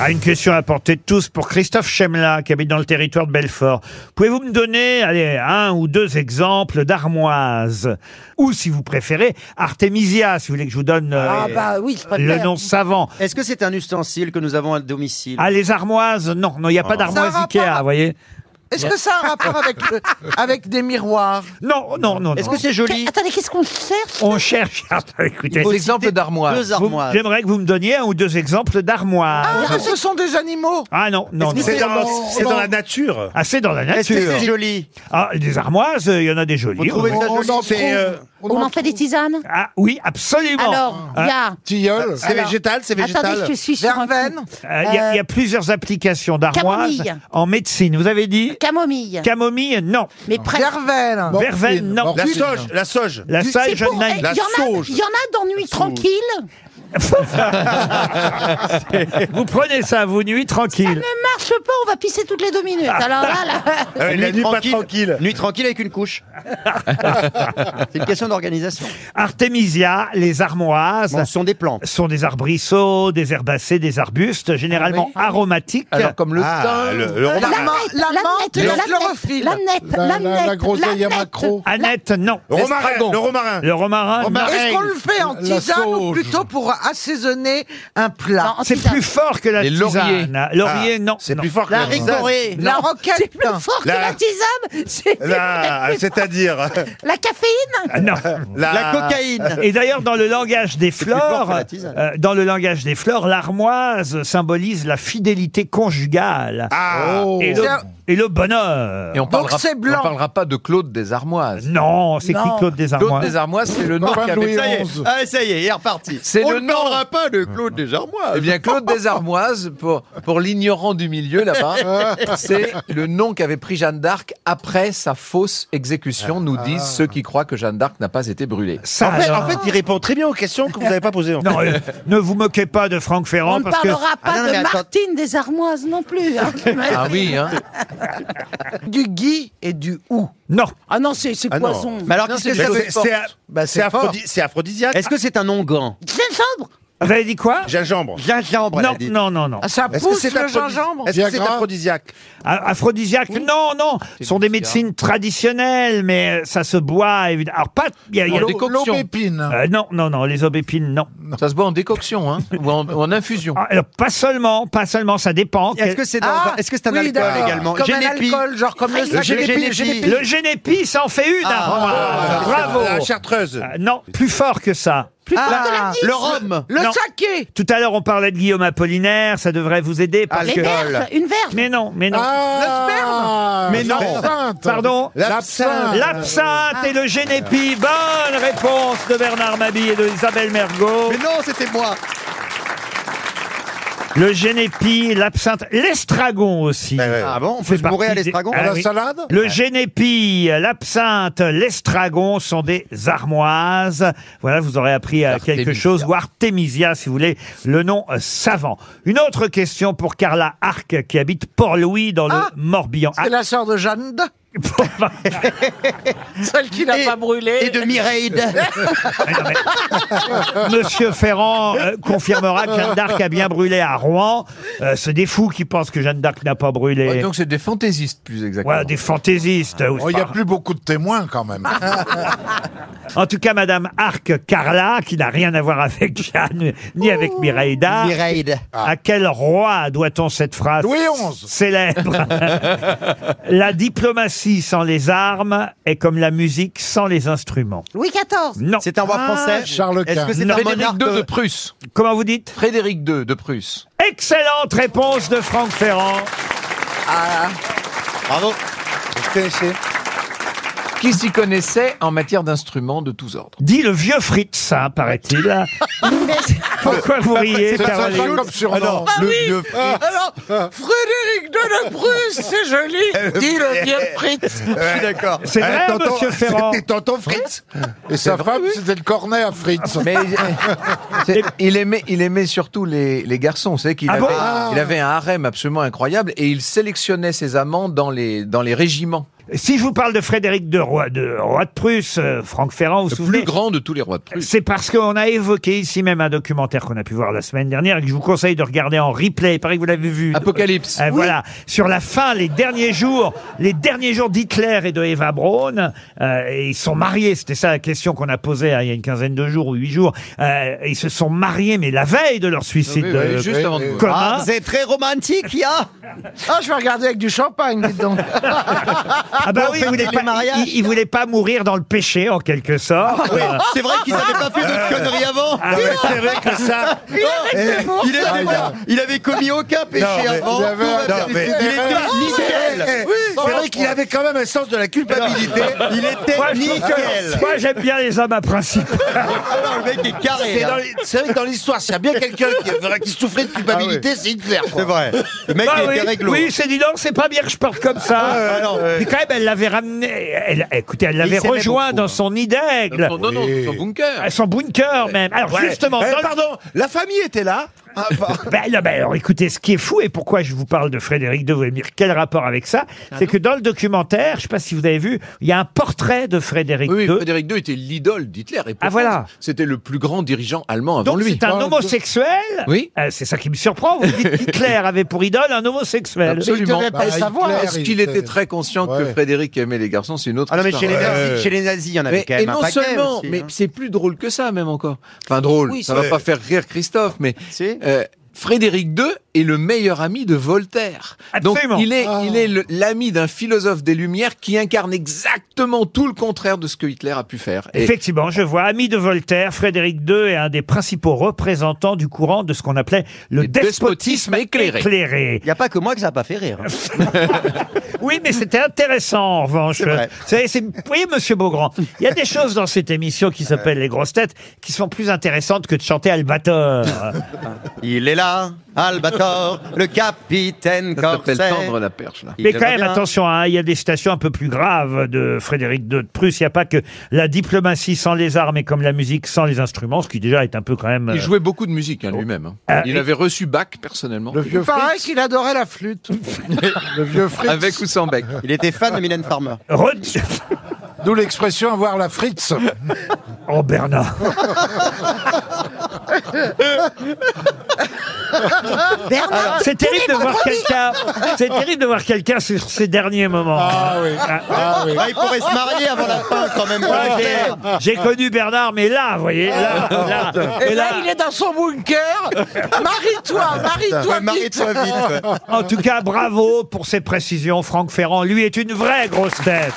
Ah, une question à portée de tous pour Christophe Chemla, qui habite dans le territoire de Belfort. Pouvez-vous me donner allez, un ou deux exemples d'armoise Ou, si vous préférez, Artemisia, si vous voulez que je vous donne euh,
Ah, bah
le nom savant.
Est-ce que c'est un ustensile que nous avons à domicile
Ah, les armoises Non, non, il n'y a pas
Ça a
d'armoise
rapport
Ikea, vous voyez
Est-ce que ça a un rapport avec, le- avec des miroirs
Non, non, non. non.
Attendez, qu'est-ce qu'on cherche
On cherche. Attends, écoutez,
Il faut citer
deux
Vous-
armoises.
J'aimerais que vous me donniez un ou deux exemples d'armoires.
Ah, ce sont des animaux
Ah non, non, non.
Est-ce que c'est dans- c'est dans la
nature. Ah, c'est dans la
Est-ce que
nature.
c'est joli
Ah, des armoises, euh, il y en a des jolies.
trouvez ça On joli en C'est, trouve. euh,
On, en fait des tisanes
Ah oui, absolument. Ah.
Alors, il y a- Tilleul. C'est végétal, c'est végétal. Attendez, je suis sur un
Euh, Verveine. Euh, Il y, a- il y a plusieurs applications d'armoises
Camomille.
en médecine. Vous avez dit
Camomille.
Camomille, non.
Mais presque.
Verveine.
Verveine, non.
La soge, la soge.
La
C'est
soge,
pour-
non.
eh, Il y, en a- il y en a dans Nuit Tranquille.
vous prenez ça, vous, nuit tranquille.
Ne marche pas, on va pisser toutes les deux minutes. Alors là, là.
nuit tranquille. Nuit tranquille avec une couche. c'est une question d'organisation.
Artemisia, les armoises.
Bon, ce sont des plantes.
sont des arbrisseaux, des herbacées, des arbustes, généralement
Ah
aromatiques.
Alors, comme le Ah, thym. le- le
Euh,
romarin.
La menthe et le chlorophylle.
La nette, la, nette, la nette.
Annette, non.
Le romarin, le romarin.
Le romarin.
Est-ce qu'on le fait en tisane ou plutôt pour assaisonner un plat
C'est plus fort que la
Les lauriers.
tisane. hein. Laurier,
Ah,
non.
c'est
non.
plus fort que La la tisane.
Ricorée. La roquette.
C'est plus fort que
La-
la tisane. C'est-
La- C'est-à-dire.
La caféine
Ah, Non.
La- La cocaïne.
Et d'ailleurs, dans le langage des
fort
fleurs,
que la tisane.
euh, dans le langage des fleurs, l'armoise symbolise la fidélité conjugale
Ah. Oh.
et, le, et le bonheur.
Et on parlera, on parlera pas de Claude des Armoises.
Non, Oh, c'est qui Non. Claude des Armoises
Claude des Armoises, c'est le nom
Papa
qu'avait...
Louis
Ça y est.
XI.
Ah, ça y est, il est reparti.
C'est
On
le
ne
nom.
parlera pas de Claude Desarmois.
Eh bien, Claude des Armoises, pour, pour l'ignorant du milieu là-bas, c'est le nom qu'avait pris Jeanne d'Arc après sa fausse exécution, nous disent ceux qui croient que Jeanne d'Arc n'a pas été brûlée.
Ça,
en, fait,
alors.
en fait, il répond très bien aux questions que vous n'avez pas posées. en
Non,
fait.
euh, ne vous moquez pas de Franck Ferrand.
On ne
parce
parlera
Ah,
que...
pas
Ah
de Martine des Armoises non plus. hein.
Du gui et du ou.
Non.
Ah non, c'est c'est
Ah non.
poison.
Mais alors, qu'est-ce que ça fait
c'est- bah, c'est aphrodis- c'est aphrodisiaque.
Est-ce que c'est un onguent
Gingembre
Vous avez dit quoi
Gingembre.
Gingembre, elle
Non,
a dit.
non, non, non.
Ah,
ça
Est-ce que pousse, c'est le aphrodis- gingembre est-ce que c'est Viagra aphrodisiaque
Ah, Aphrodisiaque, non, non. Ce sont des médecines traditionnelles, mais euh, ça se boit, évidemment. Alors, pas. il y a- il y a-
En décoction.
Euh, non, non, non, les aubépines, non.
Ça se boit en décoction, hein, ou en, ou en infusion.
Ah, alors, pas seulement, pas seulement, ça dépend.
Est-ce que c'est dans- Ah, est-ce que c'est un oui, alcool d'accord. également
Comme un alcool, genre comme le
le
sac-
génépi.
Génépi.
Le génépi, ça en fait une.
Ah,
hein.
ah,
Bravo.
La chartreuse.
Euh, non, plus fort que ça.
Plutôt que l'indice.
le rhum.
Le
Non.
saké.
Tout à l'heure, on parlait de Guillaume Apollinaire, ça devrait vous aider. Parce
les
que...
verges,
une verge.
Mais non, mais non.
Ah,
mais non.
l'absinthe.
Pardon
L'absinthe.
L'absinthe et le génépi. Bonne réponse de Bernard Mabille et de Isabelle Mergot. Mais non, c'était moi. Le génépi, l'absinthe, l'estragon aussi.
Ah bon, on
Fait
peut se bourrer à
partie des- Ah
l'estragon À la salade
Le génépi, l'absinthe, l'estragon sont des armoises. Voilà, vous aurez appris euh, quelque chose. Ou artémisia, si vous voulez, le nom euh, savant. Une autre question pour Carla Arc, qui habite Port-Louis dans le Morbihan.
Ah,
Ah.
C'est la sœur de Jeanne d'Arc. Celle qui n'a pas brûlé. Et de Mireille.
Monsieur Ferrand euh, confirmera que Jeanne d'Arc a bien brûlé à Rouen. Euh, c'est des fous qui pensent que Jeanne d'Arc n'a pas brûlé.
donc c'est des fantaisistes plus exactement.
Voilà, des fantaisistes. euh, ou
Oh, Il n'y a
pas-
plus beaucoup de témoins quand même.
En tout cas, Madame Arc Carla, qui n'a rien à voir avec Jeanne, ni avec Mireille d'Arc. À quel roi doit-on cette phrase
Ah. Louis XI.
Célèbre. la diplomatie sans les armes est comme la musique sans les instruments.
Louis XIV.
Non.
C'est un roi
Ah,
français.
Charles
Est-ce que c'est
Non.
un monarque
Frédéric II de Prusse.
Comment vous dites
Frédéric II de Prusse.
Excellente réponse de Franck Ferrand.
Ah.
Bravo. Qui s'y connaissait en matière d'instruments de tous ordres Ah
Dit le vieux Fritz, hein, paraît-il. Pourquoi vous riez,
C'est pas
Caroline
sympa comme surnom.
Ah non,
Bah
le
oui.
vieux Fritz.
Alors, Frédéric de la Prusse, c'est joli. Dis le vieux Fritz.
C'est vrai, monsieur Ferrand.
Eh, C'était tonton Fritz. Et sa femme, c'était le cornet à Fritz.
Mais euh, C'est- il, aimait, il aimait surtout les, les garçons. Vous savez qu'il
Ah
avait,
bon Ah.
il avait un harem absolument incroyable et il sélectionnait ses amants dans les, dans les régiments.
Si je vous parle de Frédéric de Roi de, roi de Prusse, euh, Franck Ferrand, vous vous
Le
souvenez
plus grand de tous les rois de Prusse.
C'est parce qu'on a évoqué ici même un documentaire qu'on a pu voir la semaine dernière et que je vous conseille de regarder en replay. Il paraît que vous l'avez vu.
Apocalypse.
Euh, Voilà. Sur la fin, les derniers jours, les derniers jours d'Hitler et de Eva Braun. euh, et ils sont mariés. C'était ça la question qu'on a posée hein, il y a une quinzaine de jours ou huit jours. Euh, ils se sont mariés, mais la veille de leur suicide.
Oui, oui,
euh,
juste avant de
commun.
mourir.
Ah, vous êtes très romantique, ya
Ah, je vais regarder avec du champagne, dites donc.
Ah bah oui, ils voulaient pas- ils- ils voulaient pas mourir dans le péché, en quelque sorte. Euh,
C'est vrai qu'ils n'avaient pas fait d'autres conneries avant.
Ah ouais, c'est vrai que ça-
Il avait, il avait-
Ah, il a-
il avait commis aucun péché
Non, mais
avant.
il avait-
Tout va
non,
bien.
mais-
Il
Ah,
était
Eh, eh,
nickel.
c'est vrai qu'il avait quand même un sens de la culpabilité.
Il était
Moi, je trouve
nickel.
que- moi, j'aime bien les hommes à principe.
le mec est carré.
C'est
hein.
dans les- C'est vrai que dans l'histoire, s'il y a bien quelqu'un qui, qui souffrait de culpabilité, c'est Hitler. quoi.
Ah C'est vrai. Le mec
Bah
il
oui,
était réglo.
oui, c'est dit non, c'est pas bien que je parte comme ça.
Ah, non, ouais.
Mais quand même, elle l'avait ramené. Elle, écoutez, elle l'avait
s'aimait
rejoint
beaucoup,
dans
hein.
son nid d'aigle.
Son- non, non,
Oui.
son bunker.
Ah, Son bunker même. Alors
Ouais.
justement,
Eh,
dans-
pardon, la famille était là.
Ah,
Ben, non, ben, alors, écoutez, ce qui est fou et pourquoi je vous parle de Frédéric de vous allez me dire quel rapport avec ça,
Ah
c'est que dans le documentaire, je sais pas si vous avez vu, il y a un portrait de Frédéric
Oui,
II.
Frédéric II était l'idole d'Hitler. Et pourtant,
Ah, voilà.
C'était le plus grand dirigeant allemand avant
Donc
lui.
c'est un homosexuel.
Oui.
Euh, c'est ça qui me surprend. Vous dites qu'Hitler avait pour idole un homosexuel.
Absolument. Bah,
devait pas le savoir.
Est-ce qu'il était très conscient que
Ouais.
Frédéric aimait les garçons C'est une autre
Ah non, mais
histoire.
chez les, nazis,
Ouais.
chez les nazis, il y en avait
Mais-
quand
et
même
non
un paquet.
seulement,
aussi,
mais
hein.
c'est plus drôle que ça même encore. Enfin drôle,
Oui,
ça
c'est-
va pas faire rire Christophe, mais euh, Frédéric II est le meilleur ami de Voltaire.
Absolument.
Donc il est, il
Ah.
est le- l'ami d'un philosophe des Lumières qui incarne exactement tout le contraire de ce que Hitler a pu faire. Et
Effectivement, je vois, ami de Voltaire, Frédéric II est un des principaux représentants du courant de ce qu'on appelait le despotisme,
despotisme
éclairé.
éclairé.
Il n'y a pas que moi que ça n'a pas fait rire. hein.
Oui, mais c'était intéressant en revanche.
C'est vrai.
Vous savez, c'est- vous voyez, monsieur Beaugrand, il y a des choses dans cette émission qui s'appelle Les Grosses Têtes qui sont plus intéressantes que de chanter Albator.
Il est là, Ah, Albator, le capitaine
ça s'appelle
Corsair.
tendre la perche là.
Il
Mais
le
quand
va
même,
bien.
attention, hein, il y a des citations un peu plus graves de Frédéric II de Prusse. Il n'y a pas que la diplomatie sans les armes et comme la musique sans les instruments, ce qui déjà est un peu quand même...
Il
euh,
jouait beaucoup de musique hein, lui-même. hein.
Euh,
Ah,
il
et-
avait reçu Bach personnellement.
Le vieux
Il paraît
Fritz.
qu'il adorait la flûte.
Le vieux Fritz.
Avec ou sans Bach.
Il était fan de Mylène Farmer.
Re-
D'où l'expression avoir la Fritz.
Oh Bernard
Bernard,
C'est
tous
terrible
les
de voir
vendredis.
quelqu'un. C'est terrible de voir quelqu'un sur ces derniers moments.
Ah oui. Ah oui.
Ah, il pourrait se marier avant la fin quand même.
Moi, ah, j'ai- J'ai connu Bernard, mais là, vous voyez, là,
Ah.
là,
Et
et
là,
là.
il est dans son bunker. Marie-toi, marie-toi,
Ouais,
vite.
Marie-toi vite. ouais.
En tout cas, bravo pour ces précisions. Franck Ferrand, lui, est une vraie grosse tête.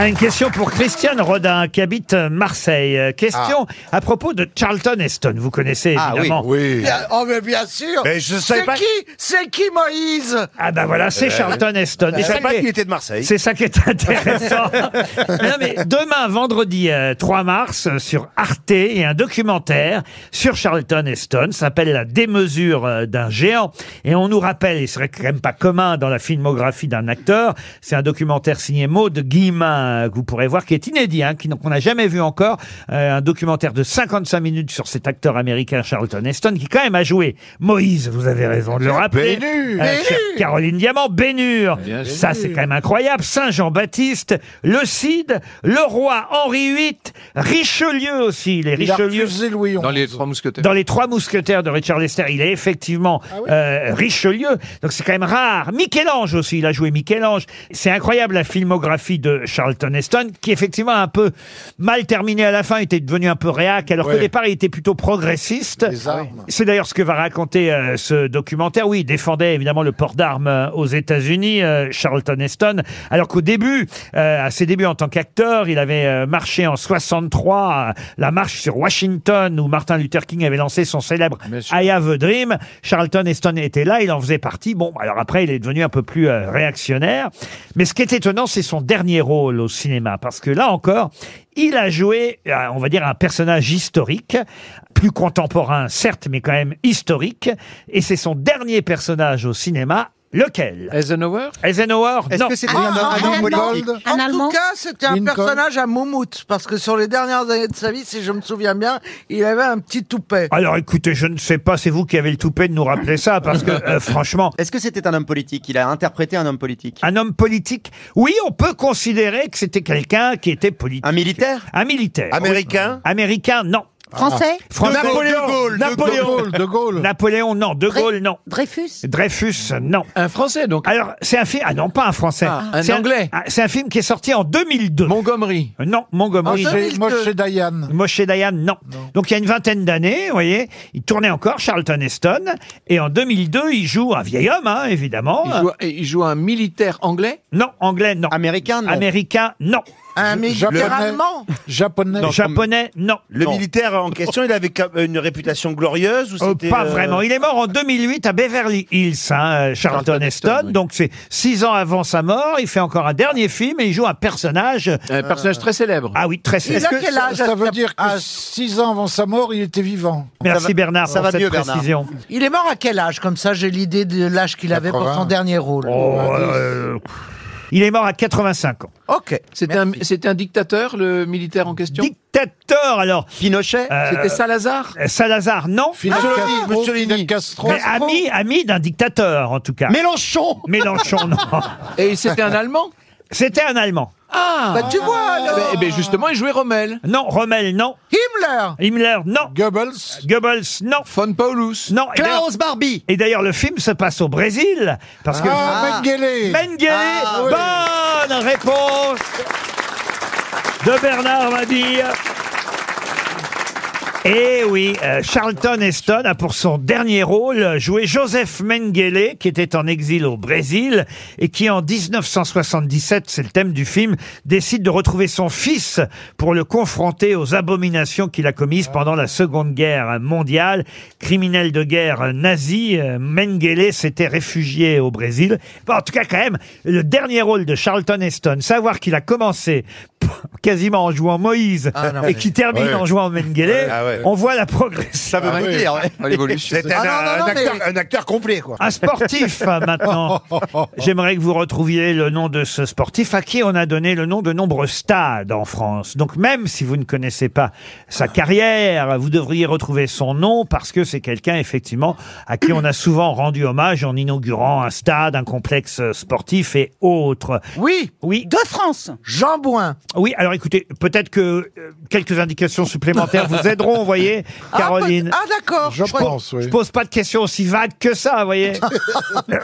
Ah, une question pour Christiane Rodin qui habite euh, Marseille. Euh, Question à propos de Charlton Heston. Vous connaissez
Ah, oui,
évidemment. Euh,
oui. Bien- oh, mais bien sûr.
Mais je sais
C'est
pas-
qui C'est qui Moïse
Ah bah
Eh
voilà,
ben,
c'est Charlton Heston.
Je
Et ça
savais pas
qui est-
qu'il était de Marseille.
C'est ça qui est intéressant. non mais demain, vendredi euh, 3 mars, euh, sur Arte, il y a un documentaire sur Charlton Heston. Ça s'appelle La démesure euh, d'un géant. Et on nous rappelle, et ce serait quand même pas commun dans la filmographie d'un acteur, c'est un documentaire signé Maud Guillemin euh, que vous pourrez voir, qui est inédit, hein, qui- qu'on n'a jamais vu encore. Euh, un documentaire de 55 minutes sur cet acteur américain Charlton Heston, qui quand même a joué Moïse, vous avez raison de le rappeler.
Bénu.
Euh, chère
Bénu.
Caroline Diamant, Bénure.
Bien
Ça,
sûr.
c'est quand même incroyable. Saint Jean-Baptiste, le Cid, le roi Henri VIII, Richelieu aussi. Les
Il a
Richelieu.
refusé Louis
Dans les trois mousquetaires.
Dans les trois mousquetaires de Richard Lester, il est effectivement euh, Richelieu. Donc c'est quand même rare. Michel-Ange aussi, il a joué Michel-Ange. C'est incroyable la filmographie de Charlton Heston, qui effectivement a un peu mal terminé à la fin, Il était devenu un peu réac, alors qu'au
Ouais.
départ il était plutôt progressiste. Ah C'est d'ailleurs ce que va raconter euh, ce documentaire. Oui, il défendait évidemment le port d'armes euh, aux États-Unis, euh, Charlton Heston. Alors qu'au début, euh, à ses débuts en tant qu'acteur, il avait euh, marché en 63 euh, la marche sur Washington où Martin Luther King avait lancé son célèbre I Have a Dream. Charlton Heston était là, il en faisait partie. Bon, alors après, il est devenu un peu plus euh, réactionnaire. Mais ce qui est étonnant, c'est son dernier rôle au cinéma parce que là encore, il a joué, euh, on va dire, un personnage historique, plus contemporain, certes, mais quand même historique. Et c'est son dernier personnage au cinéma. Lequel
Eisenhower
Eisenhower
Est-ce
non.
que c'était Ah, un- un un Allemand Gold En tout cas, c'était un
Lincoln.
personnage à moumoute, parce que sur les dernières années de sa vie, si je me souviens bien, il avait un petit toupet.
Alors écoutez, je ne sais pas, c'est vous qui avez le toupet de nous rappeler ça, parce que euh, franchement...
Est-ce que c'était un homme politique Il a interprété un homme politique.
Un homme politique Oui, on peut considérer que c'était quelqu'un qui était politique. Un
militaire
Un militaire.
Américain
oui. Américain, non.
Français
Ah. Français.
De Gaulle, de Gaulle, de
Napoléon.
Gaulle, de Gaulle.
Napoléon, non. De Gaulle, non.
Dreyfus
Dreyfus, non.
Un Français, donc
Alors, c'est un film... Ah non, pas un Français.
un
C'est
Anglais.
ah, C'est un film qui est sorti en 2002.
Montgomery.
Non, Montgomery.
En 2002. Moshe
Dayan. Moshe Dayan, non. Donc, il y a une vingtaine d'années, vous voyez, il tournait encore Charlton Heston. Et en 2002, il joue un vieil homme, hein, évidemment.
Il joue- il joue un militaire anglais
Non, anglais, non. Américain, non. Américain, non.
Un militaire allemand
Japonais. Japonais, Eh, non.
Le
Non.
militaire en question, il avait comme une réputation glorieuse ou
Oh,
c'était
pas
euh,
vraiment. Il est mort en 2008 à Beverly Hills, hein, euh, Charlton Heston. Donc c'est six ans avant sa mort. Il fait encore un dernier film et il joue un personnage.
Un personnage très célèbre.
Ah oui, très célèbre.
Est-ce que ça, ça veut dire que six ans avant sa mort, il était vivant.
Merci Bernard pour cette précision.
Il est mort à quel âge Comme ça, j'ai l'idée de l'âge qu'il avait pour son
80.
dernier rôle.
Oh, euh, il est mort à 85 ans.
Ok.
C'était un, c'était un dictateur, le militaire en question
Dictateur, alors.
Pinochet C'était Salazar
Euh, Salazar, non.
Fidel Ah Castro, Mussolini. Fidel Castro.
Mais ami, ami d'un dictateur, en tout cas.
Mélenchon
Mélenchon, non.
Et c'était un Allemand
C'était un Allemand.
Ah Bah tu vois alors Eh ben justement, il jouait Rommel.
Non, Rommel, non.
Himmler
Himmler, non.
Goebbels
Goebbels, non.
Von Paulus
Non. Et d'ailleurs-
Barbie
Et d'ailleurs, le film se passe au Brésil. Parce que.
Ah, Mengele
Mengele
Ah,
Bonne réponse de Bernard Mabille. Et oui, euh, Charlton Heston a pour son dernier rôle joué Joseph Mengele, qui était en exil au Brésil et qui en 1977, c'est le thème du film, décide de retrouver son fils pour le confronter aux abominations qu'il a commises pendant la Seconde Guerre mondiale. Criminel de guerre nazi, euh, Mengele s'était réfugié au Brésil. Bon, en tout cas, quand même, le dernier rôle de Charlton Heston, savoir qu'il a commencé quasiment en jouant Moïse
Ah, non,
et
mais-
qui termine
Ouais.
en jouant en Mengele,
Ah ouais.
on voit la progression. Ça
veut Ah tout ouais. dire, ouais. Ah, l'évolution. C'était un- un acteur- un acteur complet, quoi.
Un sportif, euh, maintenant. J'aimerais que vous retrouviez le nom de ce sportif à qui on a donné le nom de nombreux stades en France. Donc même si vous ne connaissez pas sa carrière, vous devriez retrouver son nom parce que c'est quelqu'un, effectivement, à qui on a souvent rendu hommage en inaugurant un stade, un complexe sportif et autres.
Oui
Oui.
De France
Jean Bouin
Oui, alors écoutez, peut-être que euh, quelques indications supplémentaires vous aideront, vous voyez, Caroline.
Ah, peut- ah, d'accord. Je
Je pose-
pense, oui.
Je pose pas de questions aussi vagues que ça, vous voyez.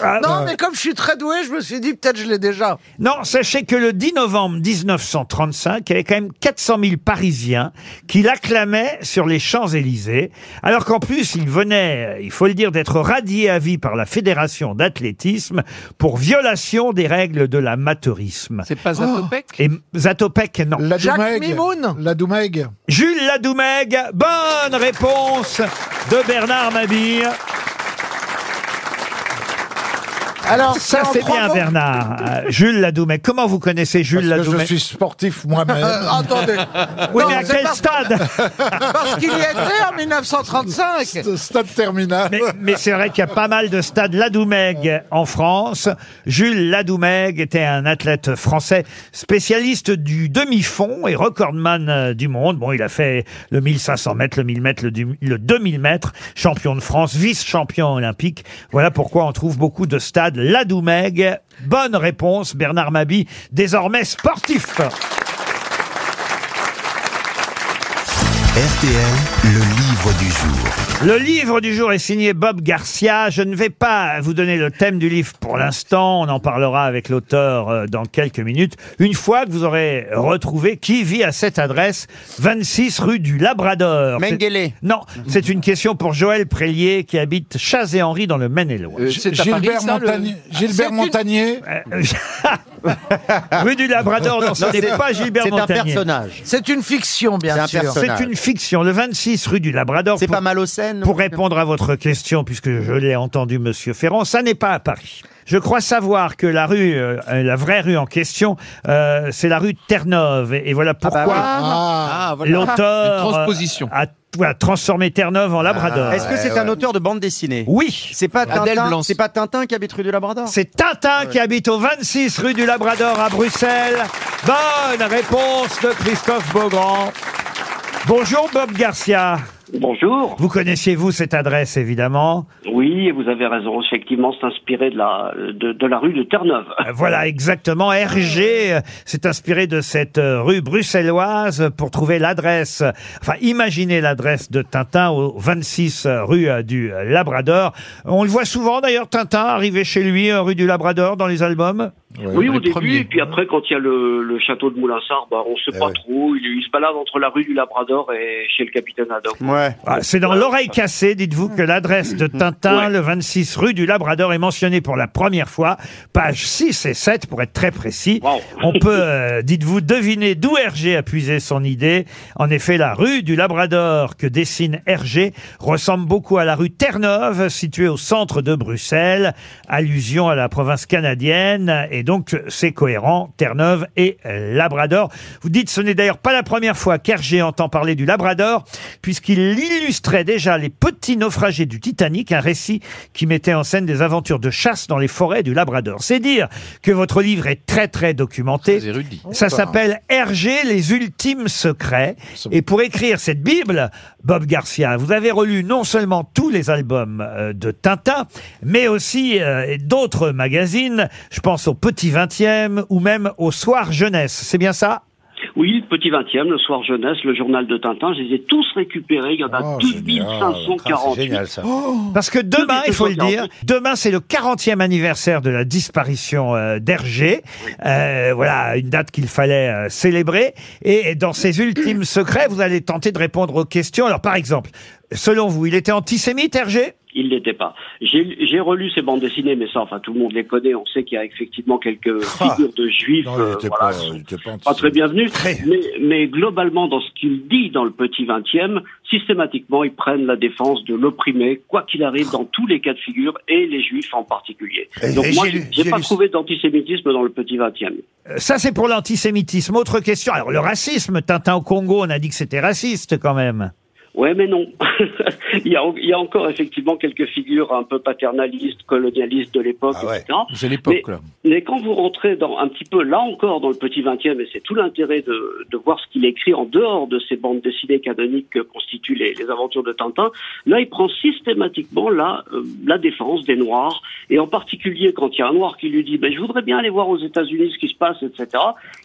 Ah,
non, mais comme je suis très doué, je me suis dit peut-être je l'ai déjà.
Non, sachez que le 10 novembre 1935, il y avait quand même 400 000 Parisiens qui l'acclamaient sur les Champs-Élysées, alors qu'en plus, il venait, il faut le dire, d'être radié à vie par la Fédération d'athlétisme pour violation des règles de l'amateurisme. C'est pas
Zatopek
Et Zatopek, non.
La Doumègue.
Jules Ladoumègue, bonne réponse de Bernard Mabille.
Alors,
ça
c'est en
c'est
trois
bien
mots.
Bernard. Euh, Jules Ladoumègue, comment vous connaissez
Parce
Jules
que
Ladoumègue
je suis sportif moi-même.
Euh, attendez.
Oui,
Non,
mais à
c'est
quel
parce-
stade
Parce qu'il y était en 1935.
Stade terminal.
Mais, mais c'est vrai qu'il y a pas mal de stades Ladoumègue en France. Jules Ladoumègue était un athlète français spécialiste du demi-fond et recordman euh, du monde. Bon, il a fait le 1500 mètres, le 1000 mètres, le, du- le 2000 mètres, champion de France, vice-champion olympique. Voilà pourquoi on trouve beaucoup de stades Ladoumègue. Bonne réponse, Bernard Mabi, désormais sportif.
RTL, le livre du jour.
Le livre du jour est signé Bob Garcia. Je ne vais pas vous donner le thème du livre pour l'instant. On en parlera avec l'auteur euh, dans quelques minutes. Une fois que vous aurez retrouvé qui vit à cette adresse, 26 rue du Labrador. C'est-
Mengele.
Non, c'est une question pour Joël Prélier qui habite Chaz et Henri dans le Maine-et-Loire.
Gilbert, Montagnier. Gilbert Montagnier.
Euh, Rue du Labrador, non, ce
Non,
n'est
c'est-
pas Gilbert
c'est un
Montagnier.
personnage.
C'est une fiction, bien sûr.
C'est une fiction. Le 26 rue du Labrador. C'est pas mal au Seine. Pour répondre à votre question, puisque je l'ai entendu, Monsieur Ferrand, ça n'est pas à Paris. Je crois savoir que la rue, euh, euh, la vraie rue en question, euh, c'est la rue Terre-Neuve. Et, et voilà pourquoi
voilà. bah Ah, voilà.
l'auteur
Une
euh,
transposition.
a voilà, transformé Terre-Neuve en Labrador.
Ah. Est-ce que c'est un auteur de bande dessinée
Oui.
C'est pas
Adèle
Tintin.
Blanc.
C'est pas Tintin qui habite rue du Labrador.
C'est Tintin qui habite au 26 rue du Labrador à Bruxelles. Bonne réponse de Christophe Beaugrand. Bonjour Bob Garcia.
Bonjour.
Vous connaissiez vous cette adresse évidemment
Oui, et vous avez raison, effectivement, c'est inspiré de la, de, de la rue de Terre-Neuve.
Euh, Voilà exactement. RG euh, s'est inspiré de cette euh, rue bruxelloise pour trouver l'adresse. Enfin, imaginez l'adresse de Tintin au 26 rue euh, du euh, Labrador. On le voit souvent d'ailleurs Tintin arriver chez lui euh, rue du Labrador dans les albums.
oui, au début, et puis après, quand il y a le, le château de Moulinsart, bah, on sait
Eh
pas trop, il, il se balade entre la rue du Labrador et chez le capitaine Haddock.
Ouais. Ah, c'est dans l'oreille cassée, dites-vous, que l'adresse de Tintin, le 26 rue du Labrador, est mentionnée pour la première fois, page 6 et 7 pour être très précis. On peut, euh, dites-vous, deviner d'où Hergé a puisé son idée. En effet, la rue du Labrador que dessine Hergé ressemble beaucoup à la rue Terre-Neuve, située au centre de Bruxelles, allusion à la province canadienne, et donc c'est cohérent, Terre-Neuve et euh, Labrador. Vous dites, ce n'est d'ailleurs pas la première fois qu'Hergé entend parler du Labrador, puisqu'il illustrait déjà les petits naufragés du Titanic, un récit qui mettait en scène des aventures de chasse dans les forêts du Labrador. C'est dire que votre livre est très très documenté. Ça
Enfin.
s'appelle Hergé, les ultimes secrets. Et pour écrire cette Bible, Bob Garcia, vous avez relu non seulement tous les albums euh, de Tintin, mais aussi euh, d'autres magazines. Je pense au Petit 20e ou même au Soir Jeunesse. C'est bien ça
Oui, petit 20e, le soir jeunesse, le journal de Tintin, je les ai tous récupérés, il y en
Oh,
a
Ah,
ah,
2548. Oh.
Parce que demain, il faut le dire, demain c'est le 40e anniversaire de la disparition euh, d'Hergé. Euh, voilà, une date qu'il fallait euh, célébrer. Et dans ses ultimes secrets, vous allez tenter de répondre aux questions. Alors par exemple, selon vous, il était antisémite, Hergé
Il l'était pas. J'ai j'ai relu ces bandes dessinées, mais ça, enfin, tout le monde les connaît. On sait qu'il y a effectivement quelques
Ah.
figures de juifs,
Non, il
euh,
était
voilà,
pas-
sont
il était pas antisémite.
pas très bienvenues. Mais, mais globalement, dans ce qu'il dit dans le petit 20e, systématiquement, ils prennent la défense de l'opprimé, quoi qu'il arrive, dans tous les cas de figure, et les juifs en particulier.
Et-
Donc
et
moi,
j'ai lu-
j'ai
j'ai
pas
lu-
trouvé d'antisémitisme dans le petit 20e.
Euh, Ça c'est pour l'antisémitisme. Autre question. Alors le racisme, Tintin au Congo, on a dit que c'était raciste quand même.
Ouais, mais non. il, y a, il y a encore effectivement quelques figures un peu paternalistes, colonialistes de l'époque, etc.
C'est l'époque, là.
Euh, Mais quand vous rentrez dans un petit peu, là encore, dans le petit 20e, et c'est tout l'intérêt de, de voir ce qu'il écrit en dehors de ces bandes dessinées canoniques que constituent les, les aventures de Tintin, là, il prend systématiquement la, euh, la défense des Noirs, et en particulier quand il y a un Noir qui lui dit ben, « je voudrais bien aller voir aux États-Unis ce qui se passe, etc. »,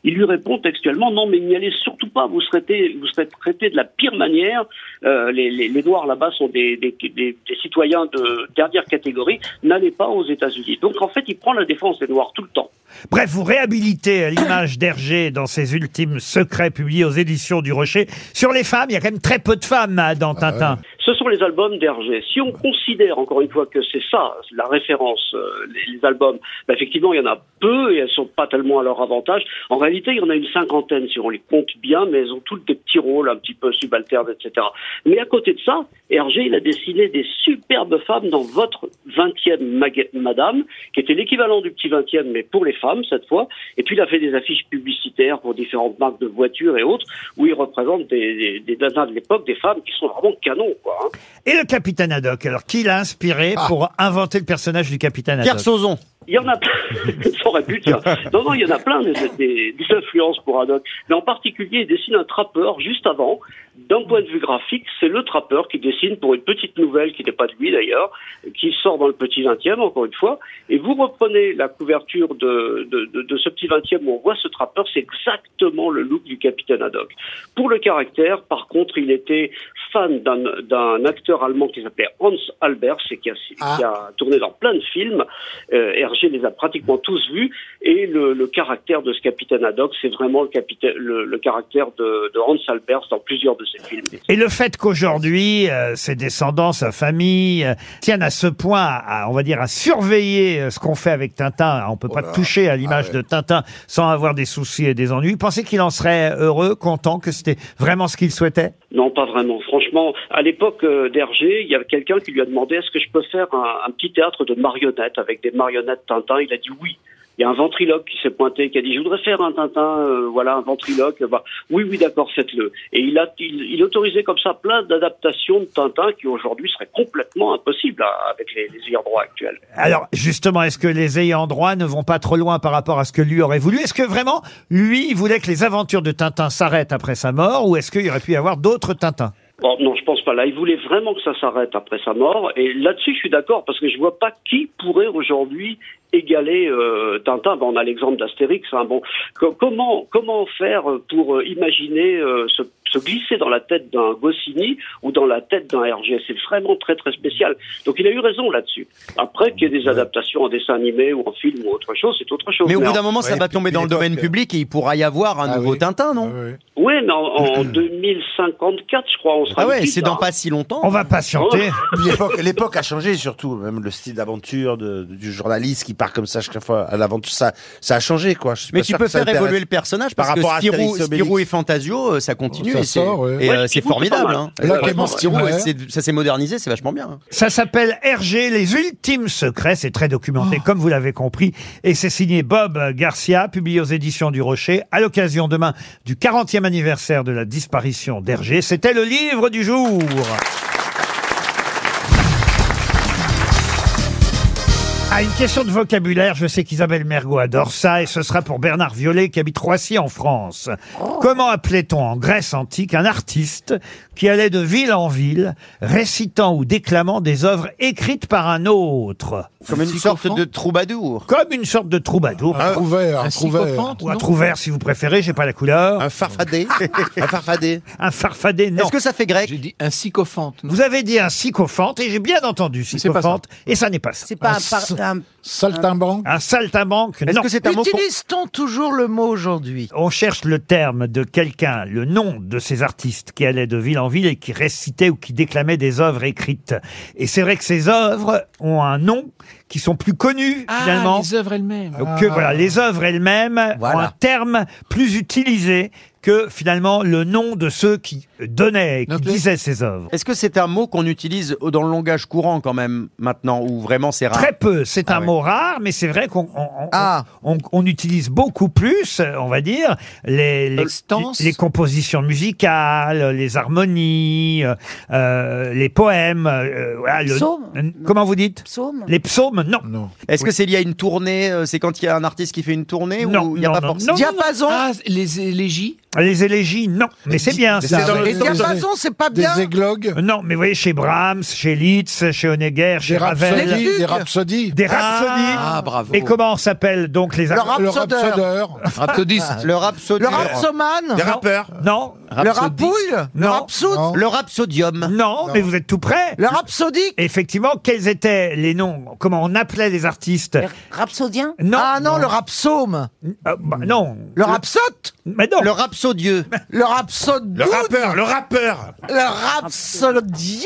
il lui répond textuellement « non, mais n'y allez surtout pas, vous serez, traité- vous serez traité de la pire manière, Euh, les, les, les Noirs là-bas sont des, des, des- des citoyens de dernière catégorie, n'allez pas aux États-Unis ». Donc, en fait, il prend la défense des Noirs tout le temps.
Bref, vous réhabilitez à l'image d'Hergé dans ses ultimes secrets publiés aux éditions du Rocher. Sur les femmes, il y a quand même très peu de femmes hein, dans Tintin.
Ce sont les albums d'Hergé. Si on considère encore une fois que c'est ça, la référence, euh, les, les albums, bah, effectivement, il y en a peu et elles sont pas tellement à leur avantage. En réalité, il y en a une cinquantaine si on les compte bien, mais elles ont toutes des petits rôles un petit peu subalternes, etc. Mais à côté de ça, Hergé, il a dessiné des superbes femmes dans votre 20e maga- Madame, qui était l'équivalent du petit 20e, mais pour les femmes cette fois. Et puis, il a fait des affiches publicitaires pour différentes marques de voitures et autres, où il représente des, des, des nanas de l'époque, des femmes qui sont vraiment canons, quoi. hein.
Et le capitaine Haddock, alors qui l'a inspiré pour inventer le personnage du capitaine Haddock
Pierre Sauzon. Il y en a plein. Ça aurait pu, tiens. Non, non, il y en a plein des, des- des influences pour Haddock. Mais en particulier, il dessine un trappeur juste avant. D'un point de vue graphique, c'est le trappeur qui dessine pour une petite nouvelle qui n'est pas de lui d'ailleurs, qui sort dans le petit 20e, encore une fois. Et vous reprenez la couverture de, de, de- de ce petit 20e où on voit ce trappeur, c'est exactement le look du capitaine Haddock. Pour le caractère, par contre, il était fan d'un- d'un acteur allemand qui s'appelait Hans Albers et qui a, qui a tourné dans plein de films. Euh, Hergé les a pratiquement tous vus. Et le, le caractère de ce capitaine Haddock, c'est vraiment le, capitaine, le, le caractère de, de Hans Albers dans plusieurs de ses films.
Et le fait qu'aujourd'hui, euh, ses descendants, sa famille, euh, tiennent à ce point, à, à, on va dire, à surveiller euh, ce qu'on fait avec Tintin. Ah, On peut pas toucher à l'image de Tintin sans avoir des soucis et des ennuis. Pensez qu'il en serait heureux, content, que c'était vraiment ce qu'il souhaitait
Non, pas vraiment. Franchement, à l'époque euh, d'Hergé, il y a quelqu'un qui lui a demandé est-ce que je peux faire un, un petit théâtre de marionnettes avec des marionnettes Tintin Il a dit oui. Il y a un ventriloque qui s'est pointé, qui a dit je voudrais faire un Tintin, euh, voilà un ventriloque. Bah, oui, oui, d'accord, faites-le. Et il a, il, il autorisait comme ça plein d'adaptations de Tintin qui aujourd'hui seraient complètement impossibles à- avec les, les ayants droit actuels.
Alors, justement, est-ce que les ayants droit ne vont pas trop loin par rapport à ce que lui aurait voulu Est-ce que vraiment, lui, il voulait que les aventures de Tintin s'arrêtent après sa mort ou est-ce qu'il y aurait pu y avoir d'autres Tintins
Bon, Oh, non, je pense pas. Là, il voulait vraiment que ça s'arrête après sa mort. Et là-dessus, je suis d'accord parce que je vois pas qui pourrait aujourd'hui égaler euh, Tintin. Bon, on a l'exemple d'Astérix. Hein. Bon, co- comment comment faire pour euh, imaginer euh, se, se glisser dans la tête d'un Goscinny ou dans la tête d'un Hergé C'est vraiment très très spécial. Donc, il a eu raison là-dessus. Après qu'il y ait des adaptations en dessin animé ou en film ou autre chose, c'est autre chose.
Mais au bout
en-
d'un moment, ça va tomber dans le domaine public et il pourra y avoir un nouveau Tintin, non
Oui, mais en, en 2054, je crois, on sera.
Ah ouais,
petite,
c'est dans
hein. Oh.
pas si longtemps.
On va patienter.
L'époque- L'époque a changé surtout, même le style d'aventure de- du journaliste qui part comme ça chaque fois à l'aventure, ça, ça a changé quoi. Je suis
Mais
pas
tu
sûr
peux
que ça
faire
intéresse.
évoluer le personnage parce que Spirou,
Astérix, Obélix.
Spirou et Fantasio, euh, ça continue
Ça
et c'est
sort, ouais.
et,
Ouais,
euh,
Spirou,
c'est
c'est pas
formidable.
mal.
hein.
Là,
Vraiment,
Clément
Spirou,
Spirou,
ouais,
ouais.
c'est- ça s'est modernisé, c'est vachement bien. hein.
Ça s'appelle RG, les ultimes secrets. C'est très documenté, comme vous l'avez compris. Et c'est signé Bob Garcia, publié aux éditions du Rocher, à l'occasion demain du 40e anniversaire de la disparition d'Hergé. C'était le livre du jour. À Ah, une question de vocabulaire, je sais qu'Isabelle Mergo adore ça, et ce sera pour Bernard Violet qui habite Roissy en France.
Oh.
Comment appelait-on en Grèce antique un artiste qui allait de ville en ville, récitant ou déclamant des œuvres écrites par un autre
Comme une sorte de troubadour.
Comme une sorte de troubadour.
Un trouvère, un Un trouvère. sycophante,
Ou Ah, un
non
trouvère, si vous préférez, j'ai pas la couleur. Un farfadet.
Un farfadet.
un farfadet, non.
Est-ce que ça fait grec
J'ai dit un sycophante.
Vous avez dit un sycophante, et j'ai bien entendu sycophante, et ça n'est pas ça. C'est
pas un par- un-
saltimbanque
Un saltimbanque, non.
Utilise-t-on toujours le mot aujourd'hui
On cherche le terme de quelqu'un, le nom de ces artistes qui allaient de ville en ville et qui récitaient ou qui déclamaient des œuvres écrites. Et c'est vrai que ces œuvres ont un nom qui sont plus connus finalement.
les Ah, œuvres Ah. elles-mêmes.
Donc que voilà, les œuvres elles-mêmes ont un terme plus utilisé que finalement le nom de ceux qui donnaient, et qui disaient ces œuvres.
Est-ce que c'est un mot qu'on utilise dans le langage courant quand même maintenant ou vraiment c'est rare
Très peu, c'est un mot rare, mais c'est vrai qu'on on- on- on- on utilise beaucoup plus, euh, on va dire, les, les,
stances.
les compositions musicales, les harmonies, euh, euh, les poèmes. euh, voilà, le-
Psaumes
euh, Comment vous dites
Psaumes
Les psaumes, non.
Est-ce
Oui.
que c'est lié à une tournée euh, C'est quand il y a un artiste qui fait une tournée ou il n'y a pas forcément
Diapason.
Ah,
Ah,
les élégies.
Les élégies, non. Mais c'est bien.
Mais
ça.
c'est dans le- Les dans le- diapasons, c'est pas des bien.
églogues Non, mais vous voyez, chez Brahms, chez Liszt, chez Honegger, chez
rhapsodies,
Ravel.
Les des rhapsodies.
Des rhapsodies.
Ah, bravo.
Et comment s'appellent donc les...
Le rhapsodeur. Le rhapsodeur.
Rhapsodiste.
Ah, Le rhapsodeur.
Le rhapsomane.
Les
Non.
rappeurs.
Non.
Le rapouille.
Le rhapsode.
Le rhapsodium.
Non, mais vous êtes tout près.
Le rhapsodique.
Effectivement, quels étaient les noms Comment on appelait les artistes
Rhapsodien
Non. Euh, bah,
Ah non, le rhapsaume.
non.
Le rhapsote
Mais non.
Le rhapsodieux. Le rhapsode.
Le rappeur, le rappeur.
Le rhapsodion.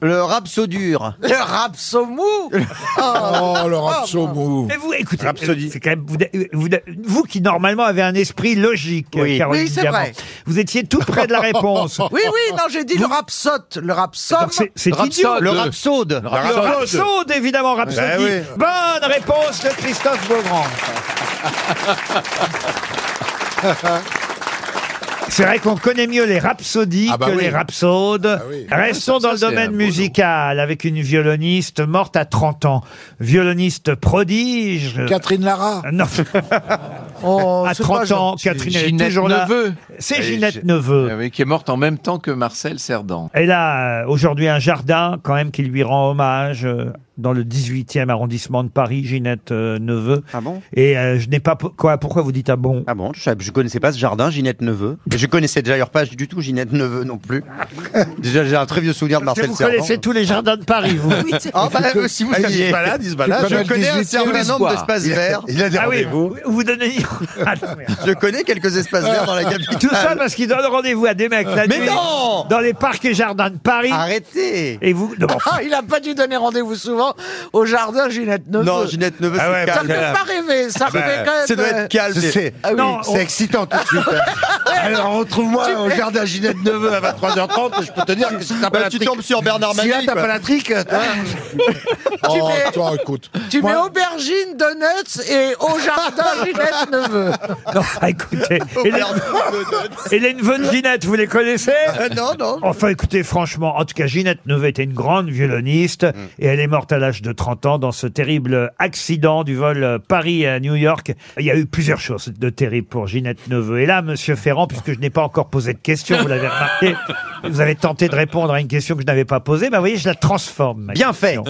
Le rhapsodure.
Le rhapsomou.
Oh, le rhapsomou.
Mais vous, écoutez, euh, c'est quand même, vous, vous- vous qui normalement avez un esprit logique,
Oui.
euh, Caroline
Oui, c'est
Diamant,
vrai.
vous étiez tout près de la réponse.
Oui, oui, non, j'ai dit le rhapsote. Le rhapsome.
Donc c'est- c'est idiot. Le rhapsode. Le
Le
rhapsode, évidemment, Rhapsody.
Ben oui.
Bonne réponse de Christophe Beaugrand.
Ah.
C'est vrai qu'on connaît mieux les rhapsodies
Ah bah
que
oui.
les rhapsodes.
oui.
Restons
Ah, ça,
dans le
c'est un
domaine
beau
musical avec une violoniste morte à 30 ans. Violoniste prodige.
Catherine Lara.
Non.
Oh,
à
c'est
30
pas
ans,
gentil.
Catherine elle est
Ginette
toujours là.
Neveu.
C'est
Et
Ginette
Gi-
Neveu.
Ah oui, qui est morte en même temps que Marcel Cerdan.
Elle a euh, aujourd'hui un jardin quand même qui lui rend hommage euh, dans le 18e arrondissement de Paris, Ginette euh, Neveu.
Ah bon
Et euh, je n'ai pas po- quoi pourquoi vous dites ah bon
Ah bon, je, savais- je connaissais pas ce jardin, Ginette Neveu. Et Je connaissais déjà d'ailleurs pas du tout Ginette Neveu non plus. Déjà, j'ai un très vieux souvenir de
Parce que
Marcel
vous
Cerdan.
connaissez tous les jardins de Paris, vous.
Oui, c'est- Ah bah, euh, si vous
Ah, il se
saviez.
balade, il se balade.
Je connais un certain nombre d'espaces
Il a-
verts.
Il a des
Ah oui,
rendez-vous.
vous donnez. Ah
Je connais quelques espaces verts dans la capitale.
Tout ça parce qu'il donne rendez-vous à des mecs la
Mais
nuit,
Oh
non
dans les parcs et jardins de Paris.
Arrêtez
Et vous, non, bon,
Ah, il a pas dû donner rendez-vous souvent au jardin Ginette Neveu.
Non, Ginette Neveu,
Ah ouais,
c'est
Ça ne
calme.
fait pas rêver,
Ah
ça
bah,
fait quand même.
ça doit
euh,
être calme.
C'est- c'est-
Ah oui.
non, on-
C'est excitant tout de suite. hein. Alors retrouve-moi au jardin Ginette Neveu à 23h30, je peux te dire que si t'as pas
Bah,
la
tu
trique-
tombes sur Bernard
Si là
Mabille,
t'as
quoi.
pas la trique, Ah.
Oh,
mets-
toi, écoute.
Tu
Moi-
mets aubergine, donuts et au jardin Ginette Neveu.
non, ah, écoutez.
Oh,
Et les, et les neveux de Ginette, vous les connaissez
Euh,
non, non.
Enfin, écoutez, franchement, en tout cas, Ginette Neveu était une grande violoniste et elle est morte à l'âge de 30 ans dans ce terrible accident du vol euh, Paris à New York. Il y a eu plusieurs choses de terribles pour Ginette Neveu. Et là, Monsieur Ferrand, puisque je n'ai pas encore posé de question, vous l'avez remarqué, vous avez tenté de répondre à une question que je n'avais pas posée. Bah, vous voyez, je la transforme. ma
Bien fait.
question.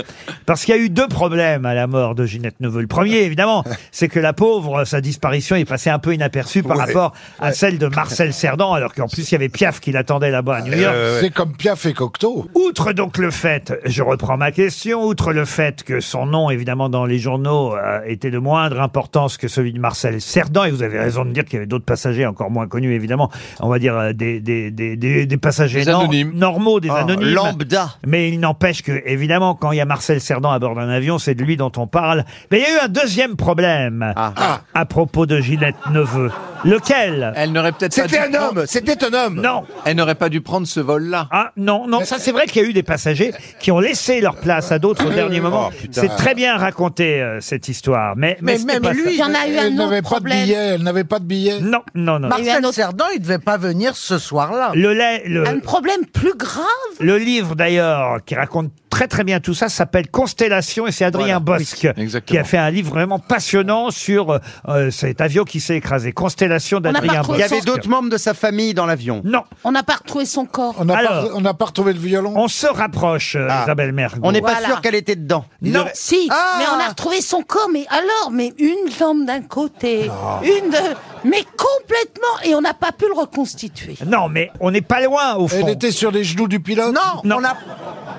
Parce qu'il y a eu deux problèmes à la mort de Ginette Neveu. Le premier, évidemment, c'est que la pauvre, sa disparition est passée un peu inaperçue par
Ouais.
rapport à celle de Marcel Cerdan, alors qu'en plus, il y avait Piaf qui l'attendait là-bas à New York.
Euh,
C'est comme Piaf et Cocteau.
Outre donc le fait, je reprends ma question, outre le fait que son nom, évidemment, dans les journaux, euh, était de moindre importance que celui de Marcel Cerdan, et vous avez raison de dire qu'il y avait d'autres passagers encore moins connus, évidemment, on va dire euh, des, des, des, des, des passagers
Des
nor-
anonymes.
normaux, des
Ah,
anonymes.
lambda.
Mais il n'empêche que, évidemment, quand il y a Marcel Cerdan à bord d'un avion, c'est de lui dont on parle. Mais il y a eu un deuxième problème
Ah.
à propos de Ginette Neveu. Lequel
Elle n'aurait peut-être pas dû
c'était un
prendre-
homme, c'était un homme.
Non.
Elle n'aurait pas dû prendre ce vol-là.
Ah non, non, ça c'est vrai qu'il y a eu des passagers qui ont laissé leur place à d'autres au dernier moment.
Oh, putain.
c'est très bien raconté euh, cette histoire, mais
Mais
c'était
même
pas
lui,
Il y en a eu
Elle
un autre
n'avait pas de billet,
problème.
elle n'avait pas de billet.
ça. Non, non, non.
Il y a eu un
Marcel
autre-
Cerdan, il devait pas venir ce soir-là.
Le, lait- le,
Un problème plus grave
le livre d'ailleurs qui raconte très très bien tout ça s'appelle Constellation et c'est Adrien Bosc qui
exactement.
a fait un livre vraiment passionnant sur euh, euh, cet avion qui s'est écrasé. Constellation
a pas
d'Adrien
retrouvé
Bosc.
Il y avait d'autres membres de sa famille dans l'avion.
Non,
On n'a pas retrouvé son corps.
On n'a pas,
Alors.
on n'a pas retrouvé le violon.
on se rapproche, euh,
Ah.
Isabelle Mergo.
On n'est pas
Voilà.
sûr qu'elle était dedans. Il
Non.
devait-
Si,
Ah.
mais on a retrouvé son corps, mais alors, mais une jambe d'un côté, une de... Mais complètement, et on n'a pas pu le reconstituer.
Non, mais on n'est pas loin au fond.
Elle était sur les genoux du pilote.
Non,
Non.
On, a,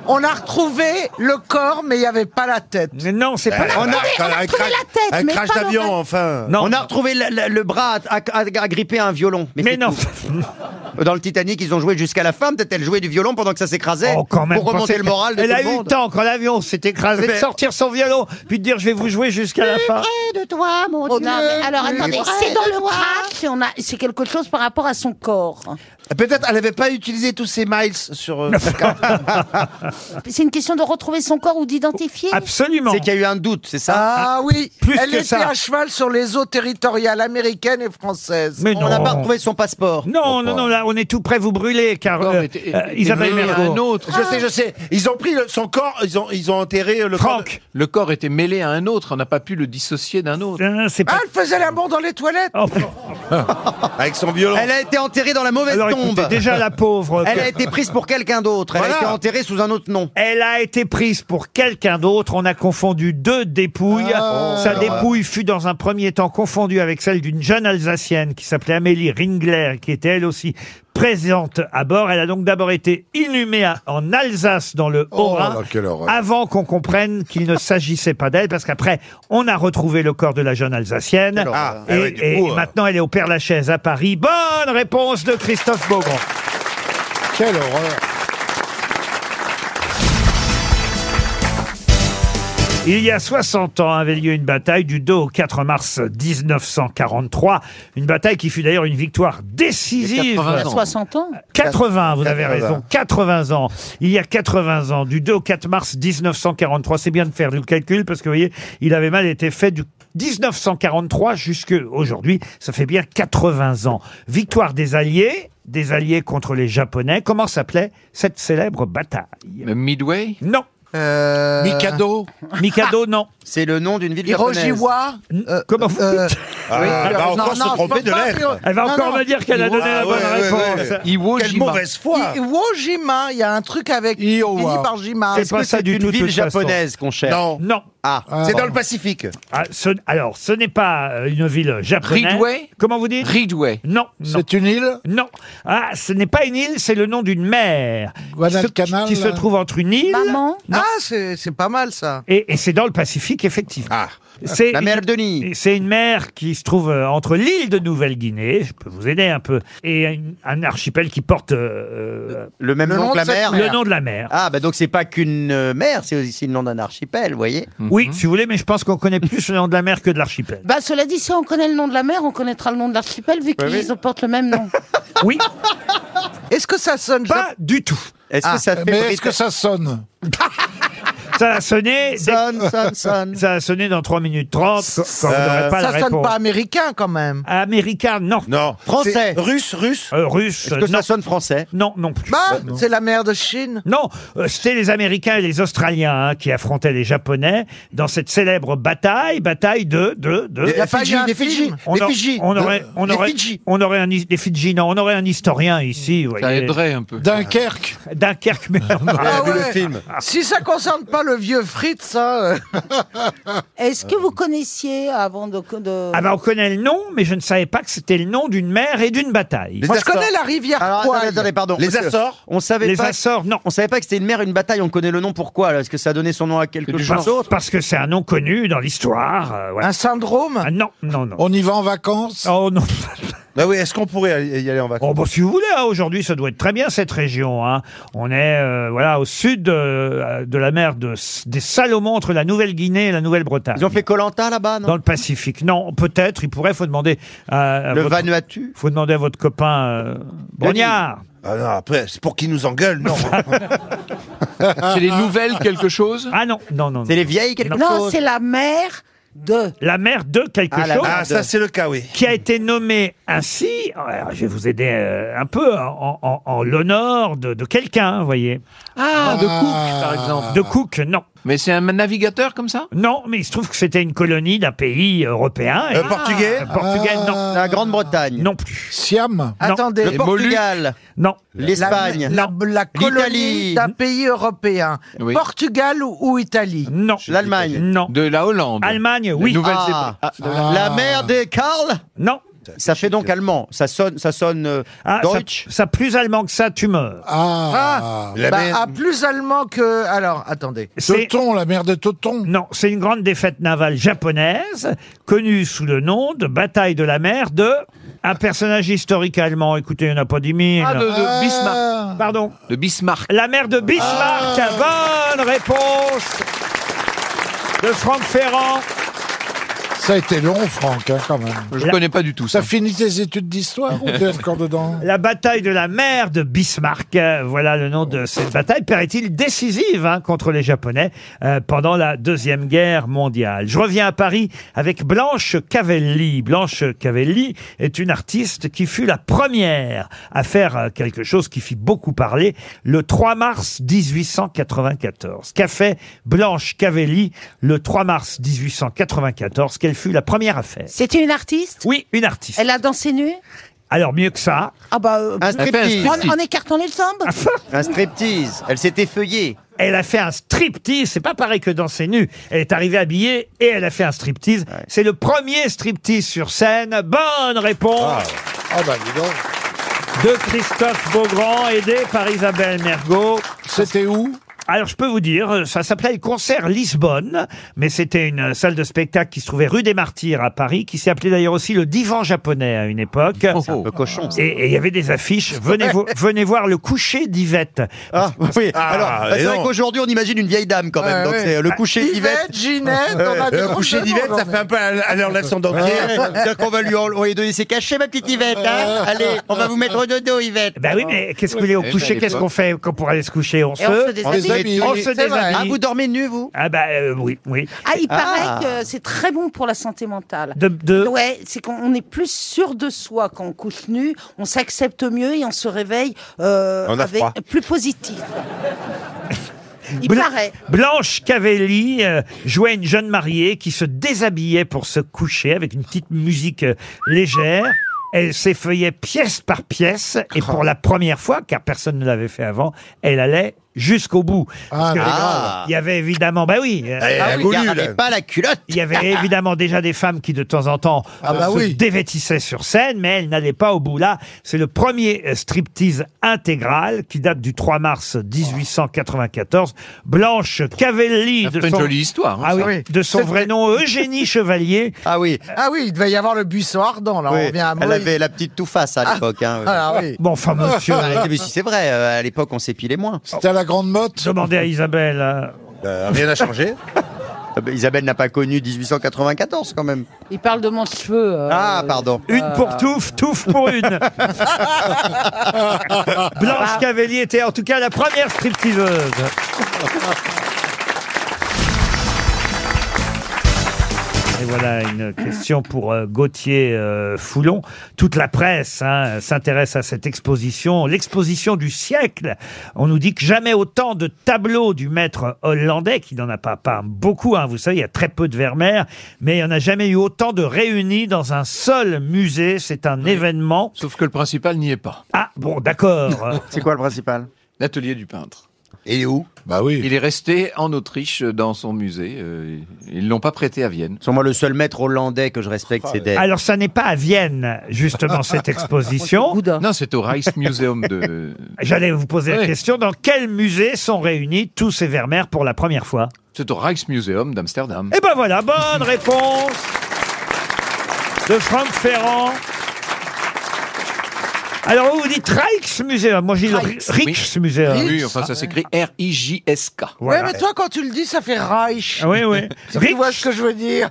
on a retrouvé le corps, mais il n'y avait pas la tête.
Mais non, c'est pas.
On a,
on a
un
trouvé
crash-
la tête,
un
mais
crash
pas le
d'avion,
reste.
enfin.
bah, Non.
On a retrouvé la- la- le bras à- à- à- agrippé à un violon.
Mais
c'est
non.
tout. Dans le Titanic, ils ont joué jusqu'à la fin. Peut-être elle jouait du violon pendant que ça s'écrasait.
Oh, quand même,
Pour remonter
pensez-
le moral de
Elle
tout
a
le
eu le
monde.
temps quand l'avion s'est écrasé de
Mais-
sortir son violon, puis de dire je vais vous jouer jusqu'à la fin.
de toi, mon
Dieu,
Oh, alors
plus
attendez,
près
c'est dans
de
le crack, c'est- on a- c'est quelque chose par rapport à son corps.
Peut-être elle n'avait pas utilisé tous ses miles sur. euh,
C'est une question de retrouver son corps ou d'identifier
Absolument.
C'est qu'il y a eu un doute, c'est ça
Ah oui,
Plus
elle
que
était
ça.
à cheval sur les eaux territoriales américaines et françaises.
Mais non.
On n'a pas
retrouvé son passeport.
Non, non, non, là, on est tout prêt, vous brûler, car euh, euh, Isabelle Mergo.
Je sais, je sais. Ils ont pris le- son corps, ils ont, ils ont enterré le corps.
euh, Le corps était mêlé à un autre, on n'a pas pu le dissocier d'un autre.
Euh,
Ah, elle faisait l'amour dans les toilettes
Oh,
Avec son violon.
Elle a été enterrée dans la mauvaise
Alors, écoutez,
tombe.
déjà, la pauvre.
Elle a été prise pour quelqu'un d'autre. Elle
Voilà.
a été enterrée sous un autre nom.
Elle a été prise pour quelqu'un d'autre. On a confondu deux dépouilles.
Ah. Oh,
Sa dépouille fut dans un premier temps confondue avec celle d'une jeune Alsacienne qui s'appelait Amélie Ringler, qui était elle aussi présente à bord. Elle a donc d'abord été inhumée à- en Alsace, dans le
Oh
Haut-Rhin,
là, quelle horreur.
avant qu'on comprenne qu'il ne s'agissait pas d'elle, parce qu'après, on a retrouvé le corps de la jeune Alsacienne.
horreur.
et
Ah, ouais, du
et
coup, euh.
maintenant, elle est au Père-Lachaise à Paris. Bonne réponse de Christophe Beaugrand.
Quelle horreur.
Il y a 60 ans avait lieu une bataille du 2 au 4 mars 1943. Une bataille qui fut d'ailleurs une victoire décisive.
Il y a 60 ans
80, vous avez
80.
raison. 80 ans. Il y a 80 ans, du 2 au 4 mars 1943. C'est bien de faire le calcul parce que vous voyez, il avait mal été fait du 1943 jusque aujourd'hui. Ça fait bien 80 ans. Victoire des Alliés, des Alliés contre les Japonais. Comment s'appelait cette célèbre bataille Midway Non.
Mikado
Mikado, non.
Euh, C'est le nom d'une ville
Hirojiwa
japonaise. Comment Bah, vous dites
Ah, elle va encore se tromper
faut
de
pas
lettre.
priori-
Elle va
Non,
encore
non.
me dire qu'elle a donné la bonne réponse.
Quelle mauvaise foi. Iwo Jima, il y a un truc avec qui finit par Jima.
C'est pas ça du tout. de toute façon. Non. Non. Ah,
C'est dans le Pacifique.
alors, ce n'est pas euh, une ville japonaise.
Ridway
Comment vous dites Ridway. Non. C'est
une île
Non. Ah, ce n'est pas une île, c'est le nom d'une mer.
Guadalcanal
Qui se, qui se trouve entre une île.
Maman Ah, c'est c'est pas mal ça.
Et, et c'est dans le Pacifique, effectivement. C'est
La mer
de C'est une mer qui se trouve euh, entre l'île de Nouvelle-Guinée, je peux vous aider un peu, et une- un archipel qui porte euh,
Le même
le
nom
nom
que la
de cette
mer.
mer. Le nom de la mer.
Ah, bah donc c'est pas qu'une euh, mer, c'est aussi le nom d'un archipel, vous voyez
Oui, si vous voulez, mais je pense qu'on connaît plus le nom de la mer que de l'archipel.
Bah cela dit, si on connaît le nom de la mer, on connaîtra le nom de l'archipel vu qu'ils portent le même nom. Bah,
oui.
Est-ce que ça sonne
Pas du tout.
Est-ce que ça fait
Mais est-ce que ça sonne
Ça a sonné. dès-
Sonne, sonne, sonne.
Ça a sonné dans 3 minutes 30. Quand quand vous n'aurez pas la
Euh, ça sonne
réponse.
pas américain quand même.
Américain, non.
Non.
Français.
Russe, russe.
Euh, russe.
Est-ce que ça
sonne français Non, non. plus.
Bah, c'est la mer de Chine.
Non, euh, c'était les Américains et les Australiens hein, qui affrontaient les Japonais dans cette célèbre bataille, bataille de de de.
Des- Il y a pas Fidji, eu un des Fidji, film.
On,
des
a-
Fidji.
on aurait,
De-
on
des
aurait,
Fidji.
on aurait un his- des Fidji, non, on aurait un historien ici. vous
Ça
voyez.
aiderait un peu.
Dunkerque.
Dunkerque, mais
Ah ouais. Ah Si ça concerne pas le vieux Fritz, ça.
Est-ce que vous connaissiez avant de... de-
Ah bah on connaît le nom, mais je ne savais pas que c'était le nom d'une mer et d'une bataille.
Moi, je connais la rivière
Alors,
Kouai.
attendez, attendez, pardon. Parce que On savait
Les
pas.
Açores, non.
On savait pas que c'était une mer, une bataille. On connaît le nom pourquoi là Est-ce que ça a donné son nom à quelque
Parce,
chose d'autre
parce que c'est un nom connu dans l'histoire. euh, voilà.
Un syndrome
Ah Non, non, non.
On y va en vacances
Oh non.
Bah oui, est-ce qu'on pourrait y aller en vacances
Oh, bah, si vous voulez, hein, aujourd'hui, ça doit être très bien cette région. hein. On est euh, voilà au sud euh, de la mer de, des Salomon, entre la Nouvelle-Guinée et la Nouvelle-Bretagne.
Ils ont fait Colanta là-bas, non
Dans le Pacifique. Non, peut-être. Il pourrait. Faut demander. À, à
Le
votre-
Vanuatu
Faut demander à votre copain euh, Brognard.
Bah Ah non, après, c'est pour qu'ils nous engueulent, non
C'est les nouvelles quelque chose
Ah non, non, non.
C'est les vieilles quelque
Non,
chose
c'est la mer de...
La mer de quelque
Ah, la
chose.
mer Ah, de- ça, c'est
le cas, oui.
Qui a été nommé ainsi. alors, je vais vous aider euh, un peu en, en- en l'honneur de, de quelqu'un, vous voyez.
Ah, de Cook, par exemple.
De Cook, non.
Mais c'est un navigateur comme ça
Non, mais il se trouve que c'était une colonie d'un pays européen. Et-
Le portugais
Ah, Portugais, non.
La Grande-Bretagne.
Non plus.
Siam
Attendez,
Le Portugal.
Non.
L'Espagne.
La, la colonie
L'Italie.
d'un pays européen.
Oui.
Portugal ou, ou Italie
Non.
L'Allemagne.
Non.
De la Hollande.
Allemagne, oui.
Ah. La mer de Karl
Non.
Ça fait donc allemand. Ça sonne, ça sonne euh,
Ah, ça,
Deutsch.
ça plus allemand que ça, tu meurs.
Ah,
Ah, bah, à plus allemand que. Alors, attendez.
C'est-
Toton, la mer de Toton.
Non, c'est une grande défaite navale japonaise, connue sous le nom de bataille de la mer de Un personnage historique allemand, écoutez, il n'y en a pas dix mille.
Ah, de-
Euh,
de Bismarck.
Pardon
De Bismarck.
La mère de Bismarck,
Ah.
bonne réponse de Franck Ferrand.
Ça a été long, Franck, hein, quand même.
Je connais pas du tout ça.
Ça finit tes études d'histoire ou t'es encore dedans
La bataille de la mer de Bismarck, euh, voilà le nom de cette bataille, paraît-il décisive hein, contre les Japonais euh, pendant la Deuxième Guerre mondiale. Je reviens à Paris avec Blanche Cavelli. Blanche Cavelli est une artiste qui fut la première à faire euh, quelque chose qui fit beaucoup parler le 3 mars 1894. Qu'a fait Blanche Cavelli le 3 mars 1894 Qu'elle fut la première à faire
C'était une artiste
Oui, une artiste.
Elle a dansé nue
Alors mieux que ça,
Ah bah, euh,
Un striptease.
en, en écartant les jambes
Ah, Un striptease. Elle s'est effeuillée. Elle a fait un striptease. C'est pas pareil que danser nu. Elle est arrivée habillée et elle a fait un striptease. C'est le premier striptease sur scène. Bonne réponse. Ah, bah, De Christophe Beaugrand, aidé par Isabelle Mergot. C'était où alors je peux vous dire, ça s'appelait le concert Lisbonne, mais c'était une salle de spectacle qui se trouvait rue des Martyrs à Paris, qui s'appelait d'ailleurs aussi le divan japonais à une époque. cochon. Et et il y avait des affiches. Venez, vo- venez voir le coucher d'Yvette. Ah
Oui, alors, bah, c'est vrai qu'aujourd'hui, on imagine une vieille dame quand même.
Ouais,
donc,
ouais.
c'est euh, le
Ah,
coucher d'Yvette.
Yvette, Ginette, on a des
Le
grosses
coucher d'Yvette,
demandes,
ça
mais-
fait un peu à à l'heure de la
Ouais.
sandandière. C'est-à-dire qu'on va lui en- on va lui donner ses cachets, ma petite Yvette. hein. Allez, on va vous mettre au dodo, Yvette.
Ben oui, mais qu'est-ce qu'on est au
Eh,
coucher
ça,
Qu'est-ce
il est
qu'on
pas.
fait quand pour aller se coucher On
Et
se
on se déshabille.
On se
C'est vrai.
déshabille.
Ah, vous
dormez nu, vous Ah bah euh, oui, oui.
Ah, il paraît que c'est très bon pour la santé mentale.
De- de-
Ouais, c'est qu'on on est plus sûr de soi quand on couche nu, on s'accepte mieux et on se réveille euh,
On a
avec-
froid.
plus positif. Il
Bla-
paraît.
Blanche Cavelli euh, jouait une jeune mariée qui se déshabillait pour se coucher avec une petite musique euh, légère. Elle s'effeuillait pièce par pièce
Ah.
et pour la première fois, car personne ne l'avait fait avant, elle allait jusqu'au bout. Parce
Ah,
que
mais
les-
grave.
il y avait évidemment, bah oui, euh,
Elle
ah
a
oui,
voulu,
il y avait
là. pas la culotte.
Il y avait évidemment déjà des femmes qui de temps en temps
Ah
euh,
bah
se
oui.
dévêtissaient sur scène, mais elles n'allaient pas au bout. Là, c'est le premier euh, striptease intégral qui date du 3 mars 1894. Blanche Cavelli, de
fait une
son,
jolie histoire, hein,
Ah
ça.
oui, de son
C'est-
vrai nom Eugénie Chevalier.
Ah oui. Ah oui, il devait y avoir le buisson ardent, là.
Oui,
On revient à
Elle
Moïse.
avait la petite tout face à l'époque. hein, oui.
Ah, oui.
Bon, enfin, monsieur.
Arrêtez, mais si c'est vrai, euh, à l'époque, on s'épilait moins.
C'était à la grande motte
Demandez à Isabelle. euh,
Euh, rien n'a changé. Euh, Isabelle n'a pas connu 1894 quand même.
Il parle de mon cheveu. euh,
Ah, pardon.
Une pour touffe, touffe pour une. Blanche Cavelli était en tout cas la première stripteaseuse. Et voilà une question pour euh, Gauthier euh, Foulon. Toute la presse hein, s'intéresse à cette exposition, l'exposition du siècle. On nous dit que jamais autant de tableaux du maître hollandais, qui n'en a pas, pas beaucoup, hein, vous savez, il y a très peu de Vermeer, mais il n'y en a jamais eu autant de réunis dans un seul musée. C'est un événement.
Sauf que le principal n'y est pas.
Ah bon, d'accord.
C'est quoi le principal L'atelier du peintre.
Et où
Bah oui. Il est resté en Autriche euh, dans son musée. euh, Ils l'ont pas prêté à Vienne. Ah,
Sur moi, le seul maître hollandais que je respecte,
Ah,
c'est Dave.
Alors, ça n'est pas à Vienne, justement, cette exposition.
Non, c'est au Rijksmuseum de.
J'allais vous poser la
Oui.
question, dans quel musée sont réunis tous ces Vermeer pour la première fois
C'est au Rijksmuseum d'Amsterdam.
Et ben voilà, bonne réponse de Franck Ferrand. Alors, vous vous dites Rijksmuseum. Moi, j'ai le Rijksmuseum. Ah.
Oui, enfin, ça s'écrit R-I-J-S-K.
Voilà.
Ouais, mais toi, quand tu le dis, ça fait Reich.
Ah Oui, oui.
Tu vois ce que je veux dire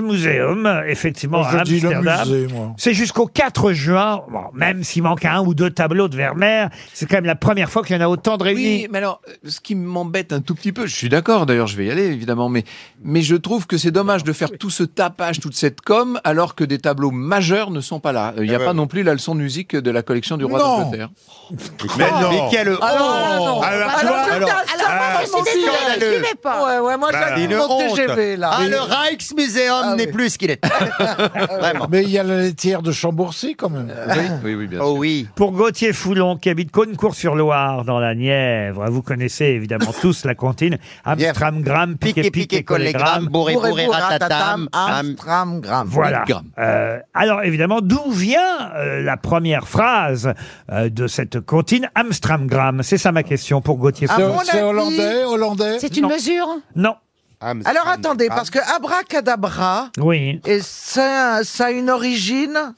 Rijksmuseum, effectivement,
Moi, je
à
dis le
Amsterdam.
musée, moi.
C'est jusqu'au 4 juin. Bon, même s'il manque un ou deux tableaux de Vermeer, c'est quand même la première fois qu'il y en a autant de réunis.
Oui, mais alors, euh, ce qui m'embête un tout petit peu, je suis d'accord, d'ailleurs, je vais y aller, évidemment, mais, mais je trouve que c'est dommage de faire tout ce tapage, toute cette com, alors que des tableaux majeurs ne sont pas là. Euh, Il n'y a
Eh ouais.
pas non plus la leçon de musique de la collection du roi
Non.
d'Angleterre. Ah,
Mais non.
Mais quelle honte.
Ah,
Alors,
Alors, tu vois,
alors,
alors,
alors,
moi, je suis désolée, je suivais
pas.
Euh,
Ouais, ouais, moi,
Bah,
j'ai
une
mon
honte.
TGV, là.
Ah, le Rijksmuseum
Ah,
n'est plus ce qu'il est. Vraiment.
Ah, Mais il y a la laitière de Chambourcy quand même.
Euh, Oui, oui, bien
Oh oui.
Pour Gauthier Foulon, qui habite Caunecourt-sur-Loire, dans la Nièvre, vous connaissez évidemment tous la cantine. Amstram, gramme, piqué,
Piqué,
piqué,
piqué,
collé,
collé,
gramme.
gramme, bourré, bourré, ratatam.
Amstram, gramme.
Voilà.
Gramme.
Euh, alors évidemment, d'où vient euh, la première phrase euh, de cette cantine Amstram, gramme C'est ça ma question pour Gauthier
C'est
Foulon.
c'est hollandais, hollandais.
C'est une mesure
Non.
Alors, attendez, parce que abracadabra,
Oui.
et ça, ça a une origine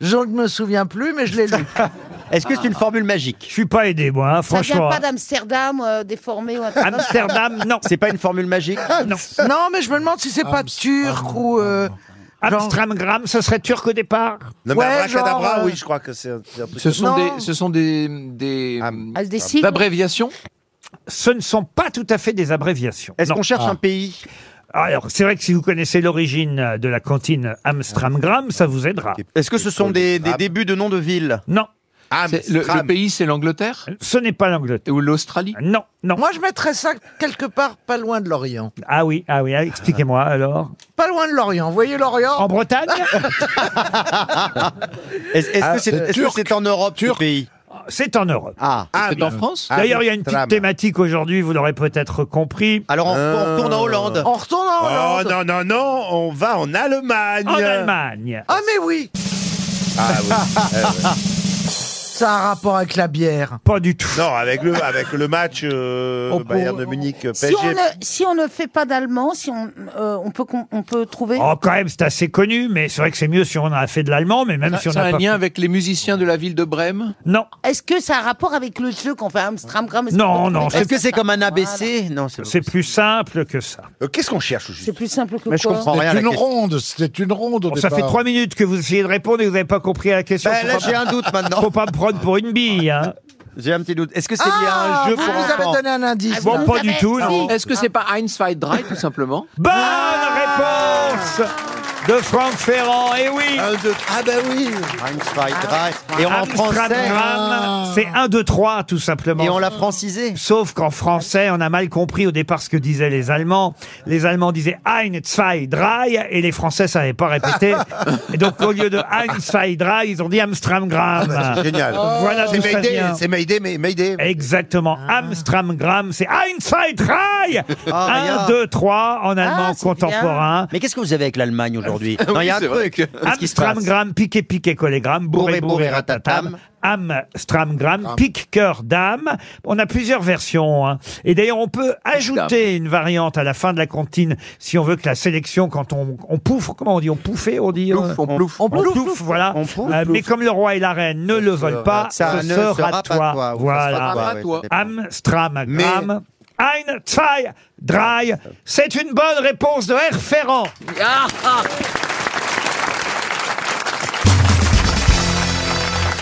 Je ne me souviens plus, mais je l'ai lu.
Est-ce que c'est une formule magique Je suis pas aidé, moi, hein,
Ça vient
franchement.
pas d'Amsterdam euh, déformé ou un truc comme ça
Amsterdam, non. C'est pas une formule magique Non.
Non, mais je me demande si c'est pas turc ou. euh,
Amstramgram, ce serait turc au départ
Non, mais
Ouais,
abracadabra,
genre, euh,
oui, je crois que c'est un, c'est un truc
Ce sont
comme ça.
des, ce sont des, des,
Ah, des signes
abréviations.
Ce ne sont pas tout à fait des abréviations.
Est-ce
Non.
qu'on cherche
Ah.
un pays
Alors, c'est vrai que si vous connaissez l'origine de la cantine Amstramgram, ça vous aidera.
Est-ce que ce sont des, des débuts de noms de villes
Non.
C'est- le- le pays, c'est l'Angleterre
Ce n'est pas l'Angleterre.
Ou l'Australie
Non, non.
Moi, je mettrais ça quelque part pas loin de l'Orient.
Ah oui, ah oui, ah, expliquez-moi alors.
Pas loin de l'Orient. Vous voyez l'Orient
En Bretagne
Est-ce est-ce
Ah,
que c'est
euh,
est-ce que c'est en Europe ce pays
C'est en Europe.
Ah,
c'est en France
D'ailleurs, il y a une petite thématique aujourd'hui, vous l'aurez peut-être compris. Euh.
Alors,
on- on retourne en Hollande.
On retourne en
Oh
Hollande.
non, non, non, on va en Allemagne.
En Allemagne.
Ah, mais oui
Ah oui. eh ouais.
Ça a un rapport avec la bière.
Pas du tout.
Non, avec le, avec le match euh,
Oh,
Bayern
pour-
de Munich, PSG.
Si on, ne, si on ne fait pas d'allemand, si on, euh, on, peut, con- on peut trouver.
Oh, quand même, c'est assez connu, mais c'est vrai que c'est mieux si on a fait de l'allemand, mais même
Ça
si on
ça
n'a
a
pas
un lien
fait-
avec les musiciens de la ville de Brême
Non.
Est-ce que ça a rapport avec le jeu qu'on fait à Amsterdam
Non, non,
Est-ce que c'est comme un ABC Non, c'est
C'est plus simple que ça.
Euh, Qu'est-ce qu'on cherche au juste
C'est plus simple que
Mais
quoi
je comprends rien à
C'était une
la question.
ronde, c'était une ronde au
Bon, ça fait
départ.
trois minutes que vous essayez de répondre et vous n'avez pas compris la question.
Ben,
Faut
là,
pas-
j'ai un doute maintenant.
Faut pas me prendre pour une bille. hein.
J'ai un petit doute. Est-ce que c'est lié à
Ah,
un jeu
vous
pour
nous avez
enfants
donné un indice.
Bon,
Vous
pas
avez-
du tout,
Ah,
non.
Est-ce que c'est pas Heinz Fight Dry, tout simplement
Bonne réponse de Franck Ferrand. Et oui,
Un, deux, Ah ben oui
Heinz Feidreich. bah Et en français
Amstradram, c'est 1, 2, 3, tout simplement.
Et on l'a francisé
Sauf qu'en français, on a mal compris au départ ce que disaient les Allemands. Les Allemands disaient Ein, zwei, drei, et les Français savaient pas répéter. Et donc, au lieu de Ein, zwei, drei, ils ont dit Amstramgram.
C'est génial.
Voilà
c'est
d'où ça
Mayday,
vient.
c'est Mayday, mais Mayday.
Exactement. Amstramgram, c'est Ein, zwei, drei.
Ah,
Un,
regarde. Ah,
deux, trois, en allemand
c'est
contemporain.
Mais qu'est-ce que vous avez avec l'Allemagne aujourd'hui Non, il y a un
c'est vrai
truc. Qu'est-ce qui se passe
Amstramgram, piqué, piqué, collégramme, bourré,
Bourré,
bourré,
bourré,
ratatam. Amstramgram, pique, cœur, dame. On a plusieurs versions. hein. Et d'ailleurs, on peut ajouter une variante à la fin de la comptine si on veut que la sélection, quand on, on pouffe, comment on dit On pouffait, on dit
Plouf,
euh,
on plouffe.
on plouffe, voilà.
On plouffe.
Euh, mais comme le roi et la reine ne le veulent pas,
Ça
ce
ne
sera,
sera pas
toi.
toi, ou ça sera
Voilà.
toi,
Ah,
ouais,
toi.
ça dépend.
Amstramgram.
Mais-
Ein, zwei, drei. C'est une bonne réponse de R. Ferrand.
Ah,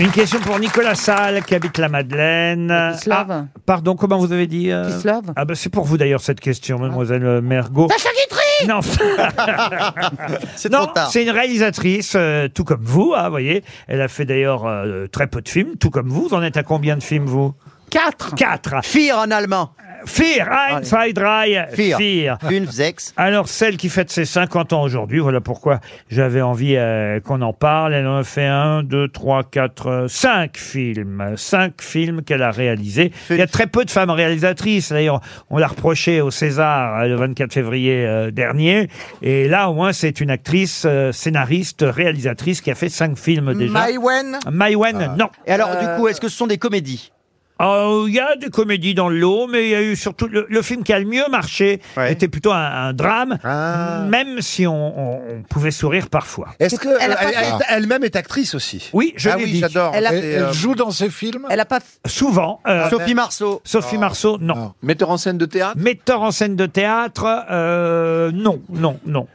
Une question pour Nicolas Salle qui habite la Madeleine.
Bratislava.
Ah, pardon, comment vous avez dit euh
Bratislava.
Ah bah c'est pour vous d'ailleurs cette question, mademoiselle euh, Mergot.
Sacha Guitry
Non,
C'est
non,
trop tard.
c'est une réalisatrice, euh, tout comme vous, hein, voyez. Elle a fait d'ailleurs euh, très peu de films, tout comme vous. Vous en êtes à combien de films, vous
4
Quatre.
Fire en allemand.
Fear, Ein, zwei, drei,
Fear.
Fear.
Une zex.
Alors, celle qui fête ses 50 ans aujourd'hui, voilà pourquoi j'avais envie euh, qu'on en parle. Elle en a fait un, deux, trois, quatre, euh, cinq films. Cinq films qu'elle a réalisés. Il y a très peu de femmes réalisatrices. D'ailleurs, on l'a reproché au César euh, le 24 février euh, dernier. Et là, au moins, c'est une actrice, euh, scénariste, réalisatrice qui a fait cinq films déjà. Ah,
Maïwen
Maïwen,
Ah.
non.
Et alors,
Euh.
du coup, est-ce que ce sont des comédies
Oh, Il y a des comédies dans le lot, mais il y a eu surtout le, le film qui a le mieux marché
Ouais.
était plutôt un, un drame,
Ah.
même si on, on- on pouvait sourire parfois.
Est-ce que euh,
Elle a pas
elle-
fait-
elle- elle-même est actrice aussi
Oui, je
Ah
l'ai
oui,
dit.
j'adore.
Elle a-
C'est,
Elle, elle
euh,
joue dans ses films
Elle a pas. f-
Souvent.
Ah,
euh,
Sophie Marceau.
Sophie Marceau, non.
Non.
Metteur en scène de théâtre
Metteur en scène de théâtre, euh, non, non, non.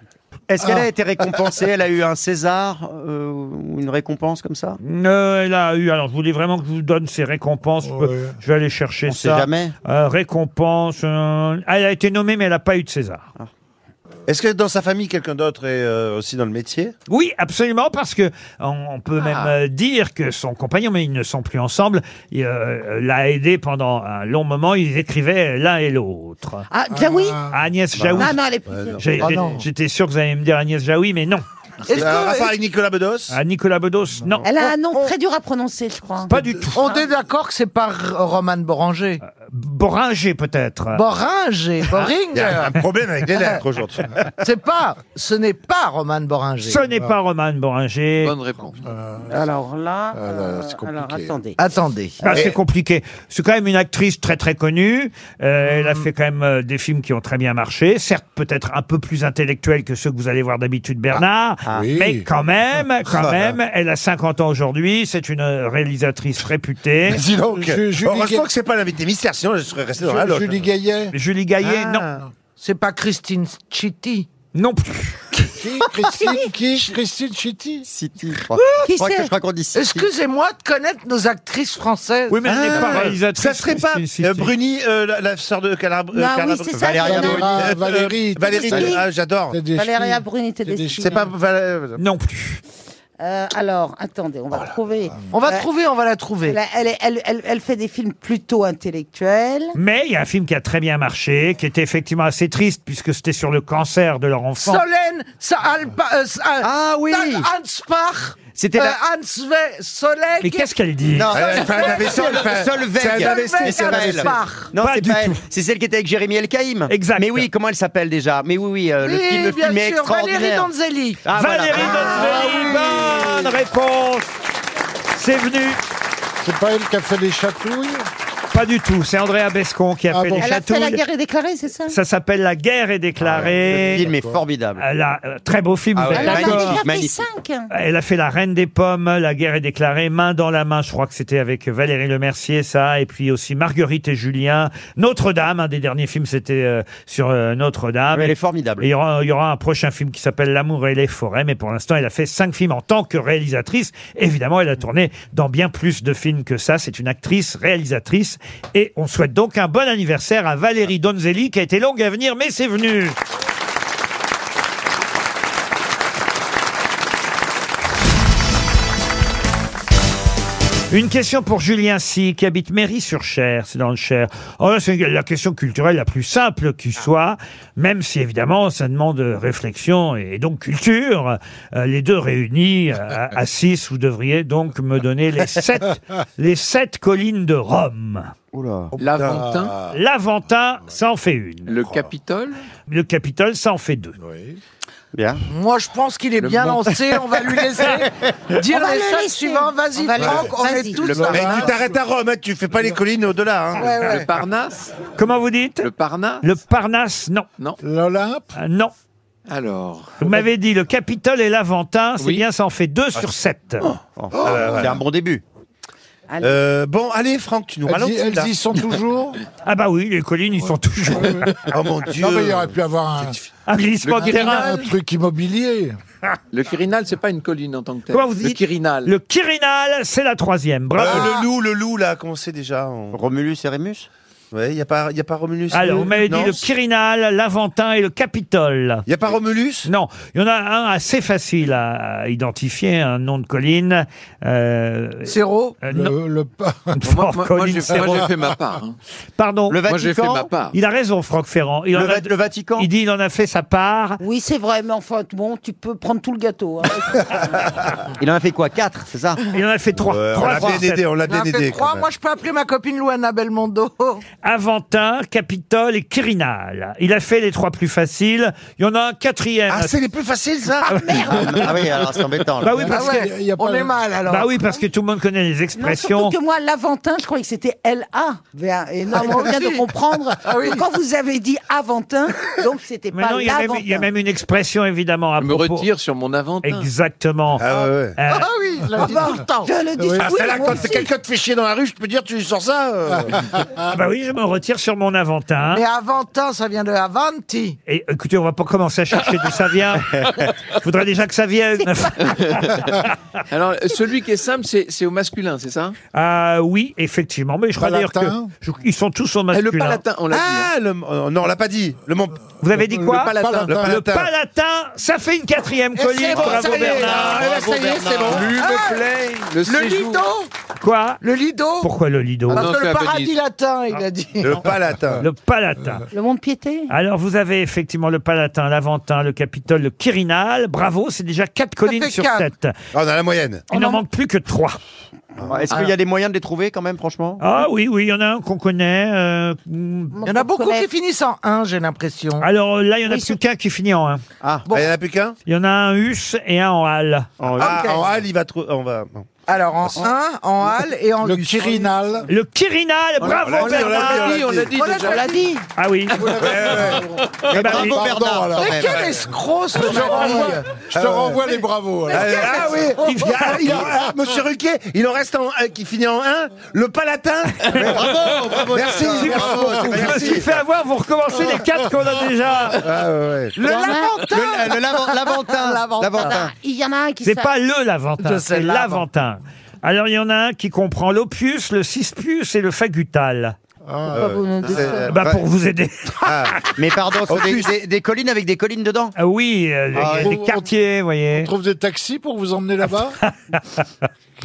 Est-ce qu'elle a été récompensée Elle a eu un César euh, ou une récompense comme ça
Euh, elle a eu, alors je voulais vraiment que je vous donne ses récompenses. Je peux-
Ouais.
Je vais aller chercher
On sait
ça.
jamais.
Euh, récompense. euh, elle a été nommée, mais elle n'a pas eu de César.
Ah. Est-ce que dans sa famille, quelqu'un d'autre est euh, aussi dans le métier
Oui, absolument, parce que on on peut même euh, dire que son compagnon, mais ils ne sont plus ensemble, il, euh, l'a aidé pendant un long moment. Ils écrivaient l'un et l'autre.
Ah, bien oui
Agnès Jaoui.
Non, non, elle est plus.
J'ai-
Ah
j'ai-
non.
J'étais sûr que vous allez me dire Agnès Jaoui, mais non.
Euh,
Est-ce que-
Raphaël Nicolas Bedos
À Nicolas Bedos, non.
Elle a un nom très dur à prononcer, je crois.
Pas du tout. Euh,
On est d'accord que c'est pas R- Roman Boranger.
Boringer peut-être.
Boringer,
Ah.
Boringer.
Il y a un problème avec les lettres aujourd'hui.
C'est pas, ce n'est pas Roman Boringer.
Ce
Ah.
n'est pas Roman Boringer.
Bonne réponse.
Euh,
Euh,
Alors là,
Euh, là, c'est
euh, alors
compliqué.
attendez.
Attendez.
Ah, c'est compliqué. C'est quand même une actrice très très connue. Euh, Elle a
Mm.
fait quand même euh, des films qui ont très bien marché. Certes, peut-être un peu plus intellectuel que ceux que vous allez voir d'habitude, Bernard.
Ah, ah. Oui.
Mais quand même, quand
Ah.
même, elle a 50 ans aujourd'hui. C'est une euh, réalisatrice réputée.
Mais dis donc,
Ju- Julie
heureusement
Gaillet-
que c'est pas l'invité mystère, sinon je serais resté dans la loge.
Gaillet. Julie Gaillet,
Ah,
non.
C'est pas Christine Chitty.
Non plus.
Qui Christine, qui Christine Chitty
City, je crois.
Qui
Je crois que
c'est
je crois qu'on dit City.
Excusez-moi de connaître nos actrices françaises. Ah.
Oui, mais elle n'est pas réalisatrice.
Ah. Ça serait pas
Christine
euh,
City.
Bruni, euh, la, la sœur de euh, Calab...
Ah oui, c'est ça, Valéria Bruni.
Ah, Valérie,
Valérie. Euh, Valérie,
Tedeschi.
ah, j'adore.
Euh, Valéria Bruni
C'est
Tedeschi.
pas Val-
Non plus.
Euh, alors, attendez,
Oh
on va trouver.
On va
Euh,
trouver, on va la trouver.
Elle, elle- elle- elle- elle fait des films plutôt intellectuels.
Mais il y a un film qui a très bien marché, qui était effectivement assez triste puisque c'était sur le cancer de leur enfant.
Solène, ça, Alba- euh, ça-
Ah oui.
Dan- Hans Bach,
C'était la-
euh, Hans Ve- Solègue.
Mais qu'est-ce qu'elle dit
Non,
Elle avait
c'est
sol-
le seul
c'est un
vague.
investi-
Mais c'est pas elle.
Spar.
Non,
Pas
c'est
du
pas elle.
tout.
C'est celle qui était avec Jérémy Elkaïm.
Exact.
Mais oui, comment elle s'appelle déjà Mais oui, oui, euh, le
Oui,
film, le
bien
film est
sûr, Valérie
extraordinaire.
Donzelli.
Ah, voilà.
Valérie Donzelli, bonne réponse. C'est venu.
C'est pas elle qui a fait les chatouilles
Pas du tout. C'est Andrea Bescon qui a
Ah
fait
bon.
les
Elle a fait La
chatouilles.
guerre est déclarée, c'est ça
Ça s'appelle La guerre est déclarée.
Ah Le film est formidable.
Elle a- euh, très beau film,
Ah
vous
ouais,
êtes
Elle en a
d'accord.
déjà fait
Magnifique.
cinq.
Elle a fait La Reine des Pommes, La guerre est déclarée, main dans la main, je crois que c'était avec Valérie Lemercier, ça, et puis aussi Marguerite et Julien, Notre-Dame, un des derniers films, c'était euh, sur euh, Notre-Dame.
Mais elle est
Et il
formidable.
y, aura, il y aura un prochain film qui s'appelle L'amour et les forêts, mais pour l'instant, elle a fait cinq films en tant que réalisatrice. Évidemment, elle a tourné dans bien plus de films que ça. C'est une actrice, réalisatrice, et on souhaite donc un bon anniversaire à Valérie Donzelli, qui a été longue à venir, mais c'est venu. Une question pour Julien Si, qui habite Méry-sur-Cher, c'est dans le Cher. Oh là, c'est la question culturelle la plus simple qui
Ah.
soit, même si évidemment ça demande réflexion et donc culture. Euh, les deux réunis euh, à 6, vous devriez donc me donner les sept, les sept collines de Rome.
Oula.
Oh,
L'Aventin,
L'Aventin, ça en fait une.
le Capitole.
Le Capitole, ça en fait deux.
Bien.
Moi, je pense qu'il est bien
mont-
lancé. On va lui laisser dire
On va
les
le
cinq
laisser.
suivants. Vas-y,
On va le
Franck,
laisser.
on est
Vas-y.
tous
Le
là.
Mais tu t'arrêtes à Rome, hein, tu fais pas les collines au-delà. Hein.
Ouais, ouais.
Le Parnasse
Comment vous dites
Le Parnasse
Le Parnasse, non.
L'Olympe
Ah, Non.
Alors,
Vous m'avez dit le Capitole et l'Aventin, c'est
Oui.
bien, ça en fait deux sur sept.
Oh, C'est un bon début.
Euh, bon, allez, Franck, tu nous
elles,
ralentis.
y- elles
là.
y sont toujours
Ah bah oui, les collines, ils sont toujours...
Oh mon Dieu.
Non, mais il aurait pu avoir un,
Un glissement de terrain.
un truc immobilier.
le Quirinal, c'est pas une colline en tant que telle.
Comment vous
le
dites
Quirinal.
Le Quirinal, c'est la troisième.
Euh,
Bravo.
Le loup, le loup, là, comment c'est déjà on-
Romulus et Rémus
Ouais, il a pas, y a pas Romulus. euh,
Alors, vous m'avez Ah, dit
Non,
le
c'est-
Quirinal, l'Aventin et le Capitole.
Y a pas Romulus
Non, il y en a un assez facile à identifier, un nom de colline. Euh,
Zéro.
euh, non.
Le, le pa-
Moi, moi- moi,
Colline,
j'ai
c'est
moi,
bon.
j'ai fait ma part. hein.
Pardon.
Le
Moi, j'ai fait
Vatican
ma part.
Il a raison, Franck Ferrand. Il, en
le,
a-
Va- le Vatican
il dit il en a fait sa part.
Oui, c'est vrai, mais enfin, bon, tu peux prendre tout le gâteau. hein.
Il en a fait quoi 4, c'est ça
Il en a fait trois.
Ouais, on
Trois
l'a
sur
bien
sept.
aidé, on l'a
J'en
bien
ai
aidé.
fait
quand
trois.
même.
Moi, je peux appeler ma copine Luana Belmondo.
Aventin, Capitole et Quirinal. Il a fait les trois plus faciles. Il y en a un quatrième.
Ah, c'est les plus faciles, ça
Ah oui, alors c'est embêtant. là.
bah oui, parce
Ah
que-
ouais,
qu'il y a pas
on
le-
est mal alors.
bah oui, parce que tout le monde connaît les
Non,
expressions.
surtout que moi, l'Aventin, je croyais que c'était L-A. Et non, on vient
Ah
de comprendre.
oui.
Quand vous avez dit Aventin, donc c'était
Mais
pas
non, il y, a même, il y a
l'Aventin.
même une expression, évidemment, à
Je me
propos.
retire sur mon Aventin.
Exactement.
Ah ouais. ouais.
Euh,
Ah oui, je l'ai dit
bah,
tout le temps.
Je le dis,
Ah,
oui,
celle-là,
moi
quand
aussi.
quelqu'un te fait chier dans la rue, je peux dire, tu sors ça euh.
ah bah oui, hein. je me retire sur mon Aventin.
Mais ah. Aventin, ça vient de Avanti.
Et écoutez, on va pas commencer à chercher d'où ça vient. Il faudrait déjà que ça vienne.
Alors, celui qui est simple, c'est c'est au masculin, c'est ça
Ah oui, effectivement. Mais je crois d'ailleurs que
Palatin.
je- ils sont tous au
Eh, Le
masculin.
palatin, on l'a dit. hein.
Ah, le... euh, non, on l'a pas dit. Le mont...
Vous avez dit quoi
le palatin.
Le palatin. Le palatin, ça fait une quatrième colline.
c'est bon,
Bravo
ça y est,
Bernard.
là, Eh ben, ça y est, c'est bon.
Plus
Ah,
le play, le
Le
séjour.
Lido
Quoi
Le Lido
Pourquoi le lido
Ah
Parce
non,
que
c'est
le
à
paradis
Venise.
latin, il a dit.
Le palatin.
Le palatin.
Le monde piété
Alors vous avez effectivement le palatin, l'aventin, le capitole, le quirinal. Bravo, c'est déjà quatre collines
fait
sur
quatre.
sept.
Ah, on a la moyenne.
Il n'en manque plus que trois.
Est-ce qu'il y a des moyens de les trouver quand même, franchement
Ah oui, oui, il y en a un qu'on connaît. euh, il
y en a beaucoup qui finissent en 1, j'ai l'impression.
Alors euh, là, il y en a plus qu'un qui finit en 1.
Ah, il n'y en a plus qu'un
Il y en a un us et un en hal.
Ah, en hal, il va trou- on va. bon.
Alors en 1, en hal et en
Le
us.
Quirinal. Le Quirinal,
On l'a-
bravo
on l'a dit, on l'a
Bernard.
dit, on l'a dit, on l'a dit déjà.
Ah oui. Eh ben oui.
Mais
Ah
quel escroc ce
Je te renvoie-
mec
Je te renvoie les bravos. alors.
Ah oui, il- ah, il en- ah, Monsieur Ruquier, il en reste en, un qui finit en 1, le palatin.
Bravo, bravo,
merci,
Nicolas.
merci beaucoup,
Je me
merci.
suis fait avoir, vous recommencez les quatre qu'on a déjà.
Ah, ouais, ouais.
Le Laventin.
Le- le Laven- Laventin. Laventin.
Ah, Il y en a un qui
C'est
s'a-
pas le Laventin, c'est l'Aventin. Alors il y en a un qui comprend l'opius, le cispius et le fagutal.
Pourquoi vous nous dites ça euh,
bah,
bah-
pour vous aider.
Mais pardon, ce sont des,
Opus.
des- des collines avec des collines dedans
Ah oui, euh, des-
Ah,
des
on-
quartiers, vous voyez. Ah,
On trouve des taxis pour vous emmener là-bas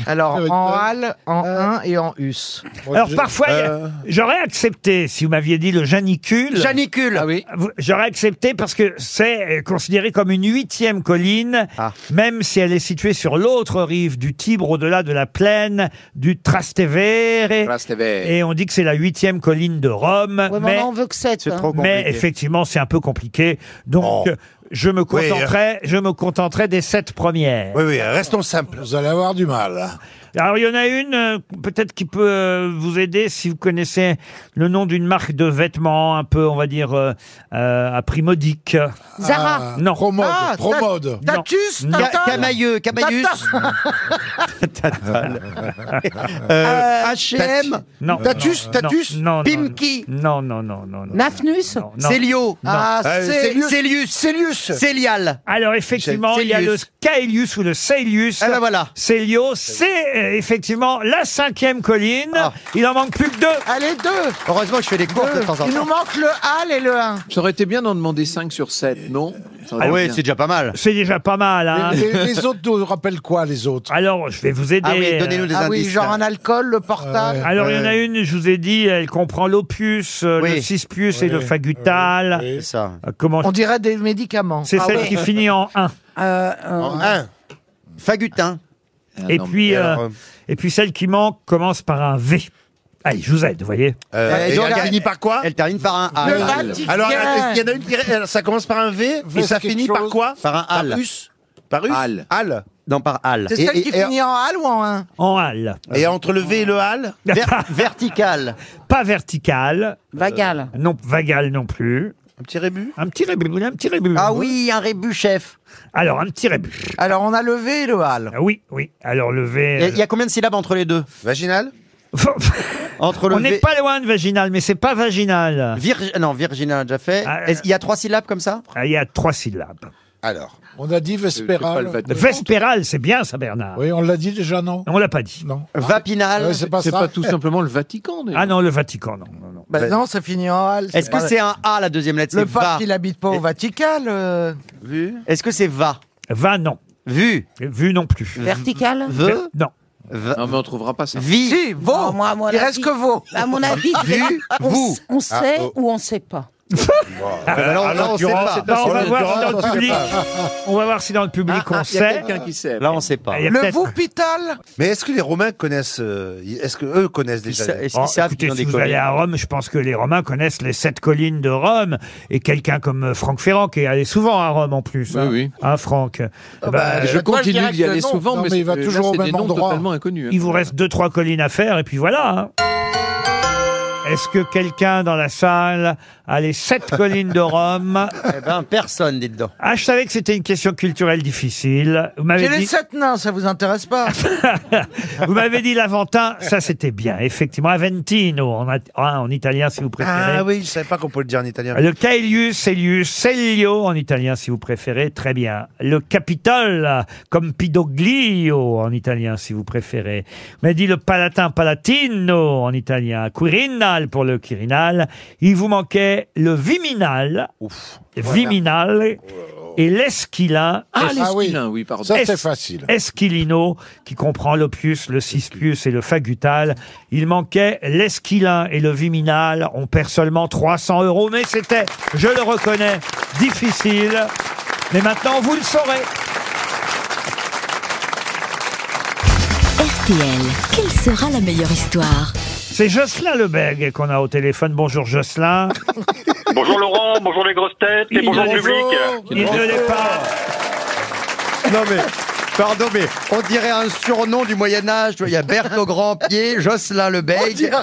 Alors
Avec
en
quoi
hal, en
Euh.
1 et en us.
Alors parfois, il y a-
Euh.
j'aurais accepté si vous m'aviez dit le janicule. Euh,
Janicule.
Ah
Vous- J'aurais accepté parce que c'est euh, considéré comme une huitième colline,
Ah.
même si elle est située sur l'autre rive du Tibre, au-delà de la plaine du Trastevere. Et on dit que c'est la huitième colline de Rome.
Ouais, mais on en veut que sept, C'est hein. trop
mais
compliqué.
effectivement, c'est un peu compliqué. Donc, je me
Oui, hein.
contenterai, je me contenterai des sept premières.
Oui, oui, restons simples. Vous allez avoir du mal.
Alors, il y en a une, euh, peut-être qui peut euh, vous aider si vous connaissez le nom d'une marque de vêtements, un peu, on va dire, euh, euh, à prix modique.
Zara.
Non.
Promode, Ah, Promode. Ta-
Tatus,
Camailleux, Camaillus.
Euh,
H&M.
Non.
Tatus,
non,
Tatus.
non, non,
Pimki.
Non, non, non, non. non.
Nafnus
Non.
Célio. Ah,
Non. Euh, Célius.
Célius. Célial.
Alors effectivement, il y a le
Célius.
Caelius ou le Caelius.
Ah ben voilà.
Célio, c'est euh, effectivement la cinquième colline. Il en manque plus que deux.
Allez, deux
Ah. Heureusement que je fais des courses de temps en
Il nous
temps.
manque le hal et le 1.
Ça aurait été bien d'en demander 5 sur 7, non Ça aurait
Ah
été
ouais,
bien.
c'est déjà pas mal.
C'est déjà pas mal. Hein.
Les, les- les autres nous rappellent quoi, les autres
Alors, je vais vous aider. euh,
Ah oui, donnez-nous
Ah oui, genre un alcool, le
Euh,
portable.
Alors il y en a une, je vous ai dit, elle comprend l'opus, euh, le
Oui.
cispius et le
Oui.
fagutal.
C'est ça.
Euh, Comment
On dirait des médicaments. Ah Euh,
C'est celle qui finit en 1.
En un. Fagutin.
Et
non,
puis
mais alors,
euh,
euh,
et puis celle qui manque commence par un V. Allez, je vous aide, vous voyez.
Euh, et donc,
Euh, elle
elle-
finit par quoi
Elle termine par un A.
Alors, il y en a une qui alors, ça commence par un V et ça finit par quoi
Par un
Par
Al.
us. Par us.
Al. Non, par Al.
C'est
Et-
celle
et-
qui
et-
finit en hal ou en 1
En hal.
Et entre le V et le hal
Ver- vertical.
Pas vertical. Euh,
Vagal.
Non, vagal non plus.
Un petit rébut
Un petit rébut, vous voulez un petit rébut.
Ah oui, un rébut chef.
Alors, un petit rébut.
Alors on a le V et le hal.
Ah Oui, oui. Alors, le
Et Il
V.
y a combien de syllabes entre les deux
Vaginal
Entre le
On
V-
n'est pas loin de vaginal, mais c'est pas vaginal.
Virg- Non, Virginia a déjà fait.
Ah,
Est-ce- Il y a trois syllabes comme ça
Ah, Il y a trois syllabes.
Alors.
On a dit Vespéral.
Vespéral, c'est bien ça, Bernard.
Oui, on l'a dit déjà, non
On l'a pas dit.
Non.
Vapinal.
Ouais, c'est pas
C'est
ça.
pas tout simplement le Vatican. déjà.
Ah non, le Vatican, non. non, non.
Bah non, ça finit en hal.
Est-ce que
pas-
c'est un A la deuxième lettre
Le
C'est va.
pape, il habite pas au Vatican. le-
Est-ce que c'est va
Va, non.
Vu.
Vu non plus.
Vertical
Ve.
Non.
va-
Non, mais on trouvera pas ça.
Vi.
Si, veau.
Ah, moi, à mon
il
avis-
reste que veau.
À mon avis,
Vu.
on,
Vous.
on sait
Ah, oh.
ou on sait pas.
Ah, non, non, on sait pas.
Bah, on, va
le
voir si
Doran,
dans le public, on va voir si dans le public on
Ah, Il y a
sait.
quelqu'un qui sait.
Là, on sait pas.
Ah, Il y a
Le
peut-être-
voupital.
Mais est-ce que les Romains connaissent euh, Est-ce que eux connaissent
Ils
déjà
sa-
les- Ah
Est-ce
Oh,
qu'ils savent
écoutez,
qu'ils ont
si
des
vous allez à
collègues
Rome, je pense que les Romains connaissent les sept collines de Rome. Et quelqu'un comme euh, Franck Ferrand, qui est allé souvent à Rome en plus.
Oui,
hein.
oui. Ah, bah,
Hein, Franck Eh ben,
je continue
dirais
d'y
que
aller
non.
souvent,
Non,
mais,
mais il va
euh,
toujours
là,
au
c'est
même
des noms
endroit.
totalement inconnus. hein.
Il vous reste deux, trois collines à faire, et puis voilà. hein. Est-ce que quelqu'un dans la salle a les sept collines de Rome
Eh ben, personne, dit dedans.
Ah, je savais que c'était une question culturelle difficile. Vous m'avez
J'ai les
dit,
sept nains, ça vous intéresse pas
vous m'avez dit l'Aventin, ça c'était bien, effectivement. Aventino, en, at- ah, en italien si vous préférez.
Ah oui, je savais pas qu'on pouvait le dire en italien.
Le Caelius, Celius, Cellio en italien si vous préférez, très bien. Le Capitole, comme Pidoglio en italien si vous préférez. Mais dit le Palatin, Palatino en italien. Quirinal pour le Quirinal. Il vous manquait le Viminal, Viminal et l'Esquilin,
Ah,
Ah
les
oui.
Spilins, oui, pardon.
Ça, c'est
Est-
facile.
Esquilino, qui comprend l'opius, le cispius et le fagutal. Il manquait l'esquilin et le viminal. On perd seulement 300 euros, mais c'était, je le reconnais, difficile. Mais maintenant, vous le saurez.
RTL.
RTL, quelle sera la meilleure histoire
C'est Jocelyn Lebègue qu'on a au téléphone. Bonjour Jocelyn.
Bonjour Laurent, bonjour les grosses têtes et
Il
bonjour le
bonjour.
public.
Il ne l'est pas.
Non mais, pardon, mais on dirait un surnom du Moyen-Âge. Il y a Berthe au grand pied, Jocelyn le
On
bec.
dirait,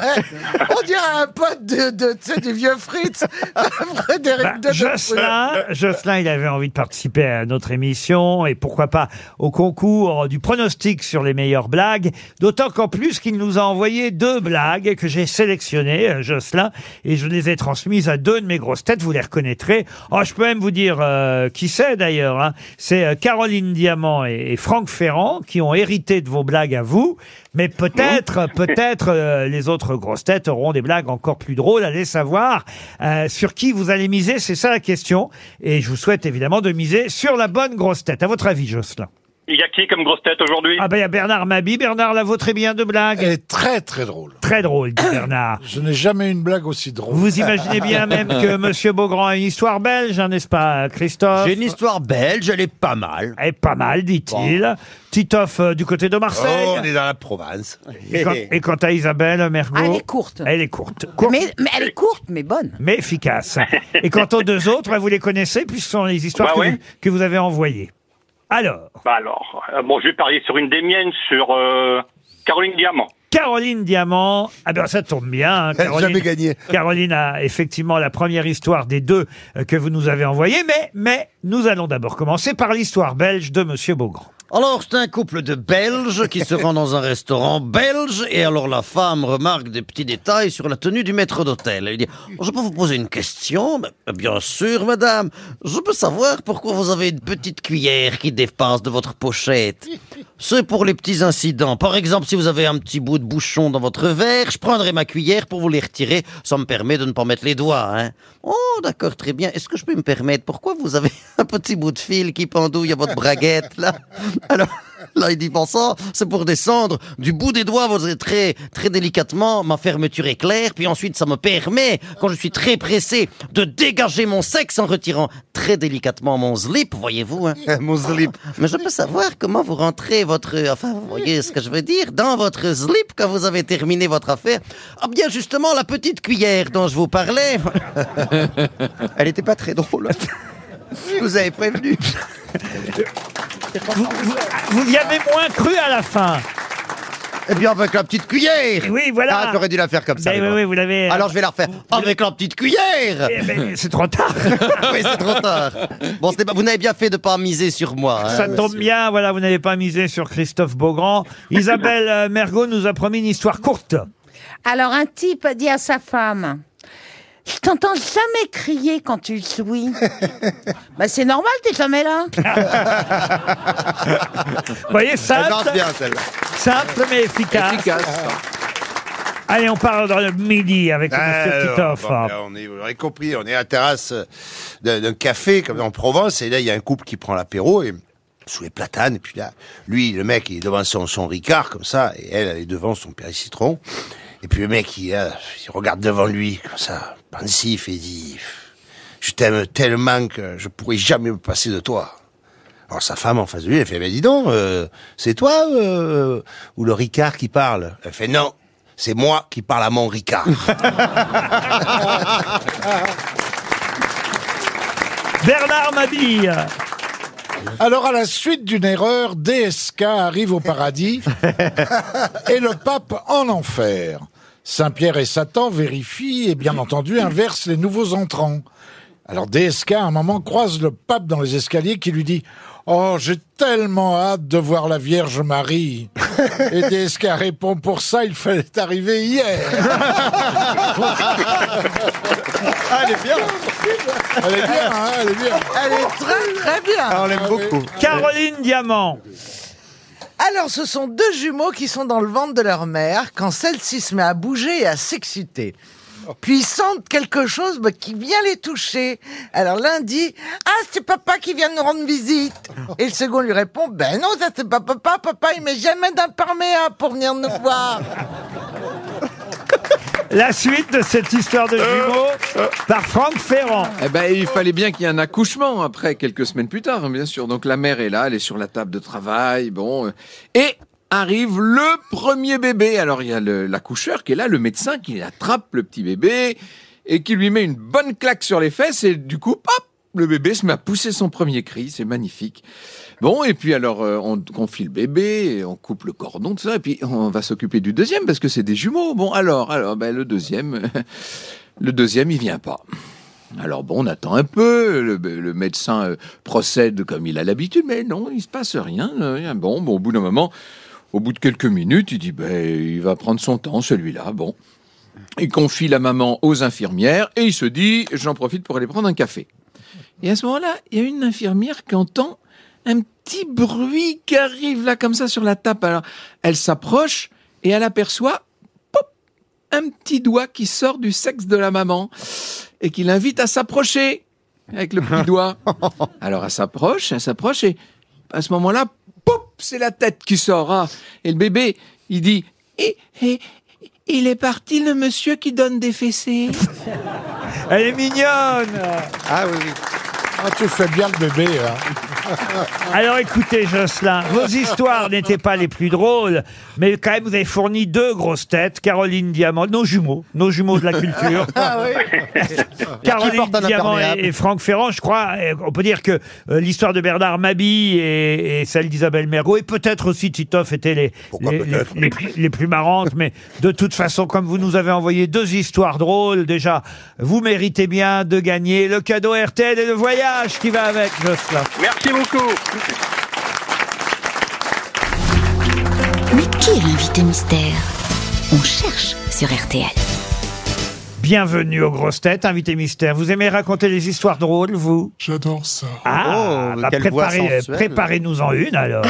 on dirait un pote de, de, tu sais, du vieux Fritz, Frédéric
Bah,
de
Jocelyn, Jocelyn, il avait envie de participer à notre émission et pourquoi pas au concours du pronostic sur les meilleures blagues. D'autant qu'en plus qu'il nous a envoyé deux blagues que j'ai sélectionnées, euh, Jocelyn, et je les ai transmises à deux de mes grosses têtes. Vous les reconnaîtrez. Oh, je peux même vous dire euh, qui c'est d'ailleurs. hein. C'est euh, Caroline Diamant et, et Franck Ferrand qui ont hérité de vos blagues à vous. Mais peut-être, peut-être euh, les autres grosses têtes auront des blagues encore plus drôles. Allez savoir euh, sur qui vous allez miser, c'est ça la question. Et je vous souhaite évidemment de miser sur la bonne grosse tête. À votre avis, Jocelyn
Il y a qui comme grosse tête aujourd'hui
Ah ben il y a Bernard Mabi. Bernard la vôtre est bien de blague. Elle est très très drôle. Très drôle, dit Bernard.
Je n'ai jamais eu une blague aussi drôle.
Vous imaginez bien même que Monsieur Beaugrand a une histoire belge, hein, n'est-ce pas, Christophe
J'ai une histoire belge, elle est pas mal.
Elle est pas mal, dit-il. Titoff euh, du côté de Marseille.
Oh, on est dans la Provence.
Et quand- Et quant à Isabelle Mergo,
Ah, elle est courte.
Elle est courte.
Mais, mais elle est courte, mais bonne.
mais efficace. Et quant aux deux autres, bah, vous les connaissez puisque ce sont les histoires
Bah
que,
ouais.
vous, que vous avez envoyées. Alors,
Bah alors, euh, bon, je vais parier sur une des miennes, sur euh, Caroline Diamant.
Caroline Diamant, ah ben ça tombe bien. hein, Caroline,
Jamais
gagné. Caroline a effectivement la première histoire des deux euh, que vous nous avez envoyées, mais, mais nous allons d'abord commencer par l'histoire belge de Monsieur Beaugrand.
Alors, c'est un couple de Belges qui se rend dans un restaurant belge, et alors la femme remarque des petits détails sur la tenue du maître d'hôtel. Elle lui dit Je peux vous poser une question Ben, Bien sûr, madame. Je peux savoir pourquoi vous avez une petite cuillère qui dépasse de votre pochette C'est pour les petits incidents. Par exemple, si vous avez un petit bout de bouchon dans votre verre, je prendrai ma cuillère pour vous les retirer. Ça me permet de ne pas mettre les doigts. hein. Oh, d'accord, très bien. Est-ce que je peux me permettre Pourquoi vous avez un petit bout de fil qui pendouille à votre braguette là Alors là, il dit pensant, c'est pour descendre du bout des doigts, vous êtes très très délicatement ma fermeture éclair, puis ensuite ça me permet, quand je suis très pressé, de dégager mon sexe en retirant très délicatement mon slip, voyez-vous, hein, mon slip. Mais je peux savoir comment vous rentrez votre, enfin, vous voyez ce que je veux dire, dans votre slip quand vous avez terminé votre affaire. Ah bien justement la petite cuillère dont je vous parlais. Elle n'était pas très drôle. Je vous avais prévenu.
Vous, vous y avez moins cru à la fin.
Et Eh bien avec la petite cuillère.
Oui, voilà.
Ah, j'aurais dû la faire comme ça.
Ben
les
oui,
gars.
oui, vous l'avez.
Alors je vais la refaire avec la petite cuillère.
Eh ben, c'est trop tard.
oui, c'est trop tard. Bon, c'était pas- Eh ben, vous n'avez bien fait de pas miser sur moi.
Ah,
hein,
Ça tombe
monsieur.
bien, voilà, vous n'avez pas misé sur Christophe Beaugrand. Isabelle euh, Mergot nous a promis une histoire courte.
Alors un type a dit à sa femme Je t'entends jamais crier quand tu souris. bah c'est normal, t'es jamais là.
Vous voyez, simple,
celle-là.
simple mais efficace. Allez, on part dans le midi avec Monsieur
Alors, bah,
Titoff.
Ah, bon, là, on est, vous l'aurez compris, on est à la terrasse euh, d'un d'un café comme en Provence, et là il y a un couple qui prend l'apéro et sous les platanes, et puis là, lui, le mec, il est devant son, son Ricard comme ça, et elle, elle est devant son Père Citron. Et puis le mec, il, euh, il regarde devant lui comme ça, pensif, et dit Je t'aime tellement que je pourrais jamais me passer de toi. Alors sa femme en face de lui, elle fait, ben dis donc, euh, c'est toi euh, ou le Ricard qui parle Elle fait, non, c'est moi qui parle à mon Ricard.
Bernard Mabille.
Alors, à la suite d'une erreur, DSK arrive au paradis et le pape en enfer. Saint-Pierre et Satan vérifient et bien entendu inversent les nouveaux entrants. Alors, DSK, à un moment, croise le pape dans les escaliers qui lui dit « Oh, j'ai tellement hâte de voir la Vierge Marie !» Et DSK répond « Pour ça, il fallait arriver hier !» Ah,
Elle est bien
Elle est bien, hein, elle est bien Ah,
Elle est très très bien.
Caroline Diamant.
Alors, ce sont deux jumeaux qui sont dans le ventre de leur mère quand celle-ci se met à bouger et à s'exciter. Puis ils sentent quelque chose bah, qui vient les toucher. Alors l'un dit Ah, c'est papa qui vient nous rendre visite. Et le second lui répond Ben non, ça c'est pas papa. Papa, il met jamais d'imperméable pour venir nous voir.
La suite de cette histoire de jumeaux par Franck Ferrand.
Eh ben, il fallait bien qu'il y ait un accouchement après, quelques semaines plus tard, hein, bien sûr. Donc la mère est là, elle est sur la table de travail, bon. euh, Et arrive le premier bébé. Alors il y a le- l'accoucheur qui est là, le médecin qui attrape le petit bébé et qui lui met une bonne claque sur les fesses et du coup, hop, le bébé se met à pousser son premier cri, c'est magnifique. Bon, et puis alors euh, on confie le bébé, et on coupe le cordon, tout ça, et puis on va s'occuper du deuxième parce que c'est des jumeaux. Bon, alors, alors, ben, le deuxième, le deuxième, il vient pas. Alors bon, on attend un peu, le, le médecin euh, procède comme il a l'habitude, mais non, il se passe rien. euh, Bon, bon, au bout d'un moment, au bout de quelques minutes, il dit, ben, il va prendre son temps, celui-là, bon. Il confie la maman aux infirmières et il se dit, j'en profite pour aller prendre un café. Et à ce moment-là, il y a une infirmière qui entend un petit bruit qui arrive là comme ça sur la table. Alors, elle s'approche et elle aperçoit pop, un petit doigt qui sort du sexe de la maman et qui l'invite à s'approcher avec le petit doigt. Alors, elle s'approche, elle s'approche et à ce moment-là, pop, c'est la tête qui sort. ah. Et le bébé, il dit Eh, eh, il est parti le monsieur qui donne des fessées.
Elle est mignonne
Ah oui. Ah, tu fais bien le bébé. hein.
Alors écoutez, Jocelyn, vos histoires n'étaient pas les plus drôles, mais quand même, vous avez fourni deux grosses têtes, Caroline Diamant, nos jumeaux, nos jumeaux de la culture.
Ah,
Caroline
porte un
Diamant
imperméable.
et, et Franck Ferrand, je crois, euh, on peut dire que euh, l'histoire de Bernard Mabille et, et celle d'Isabelle Mergo, et peut-être aussi Titoff, étaient les, les, les- les plus- les plus marrantes, mais de toute façon, comme vous nous avez envoyé deux histoires drôles, déjà, vous méritez bien de gagner le cadeau RTL et le voyage qui va avec, Jocelyn.
Merci beaucoup.
Mais qui est l'invité mystère On cherche sur RTL.
Bienvenue aux grosses têtes, invité mystère. Vous aimez raconter les histoires drôles, vous
J'adore ça.
Ah,
Oh,
bah
quelle voix
préparez-
sensuelle.
préparez-nous en une alors.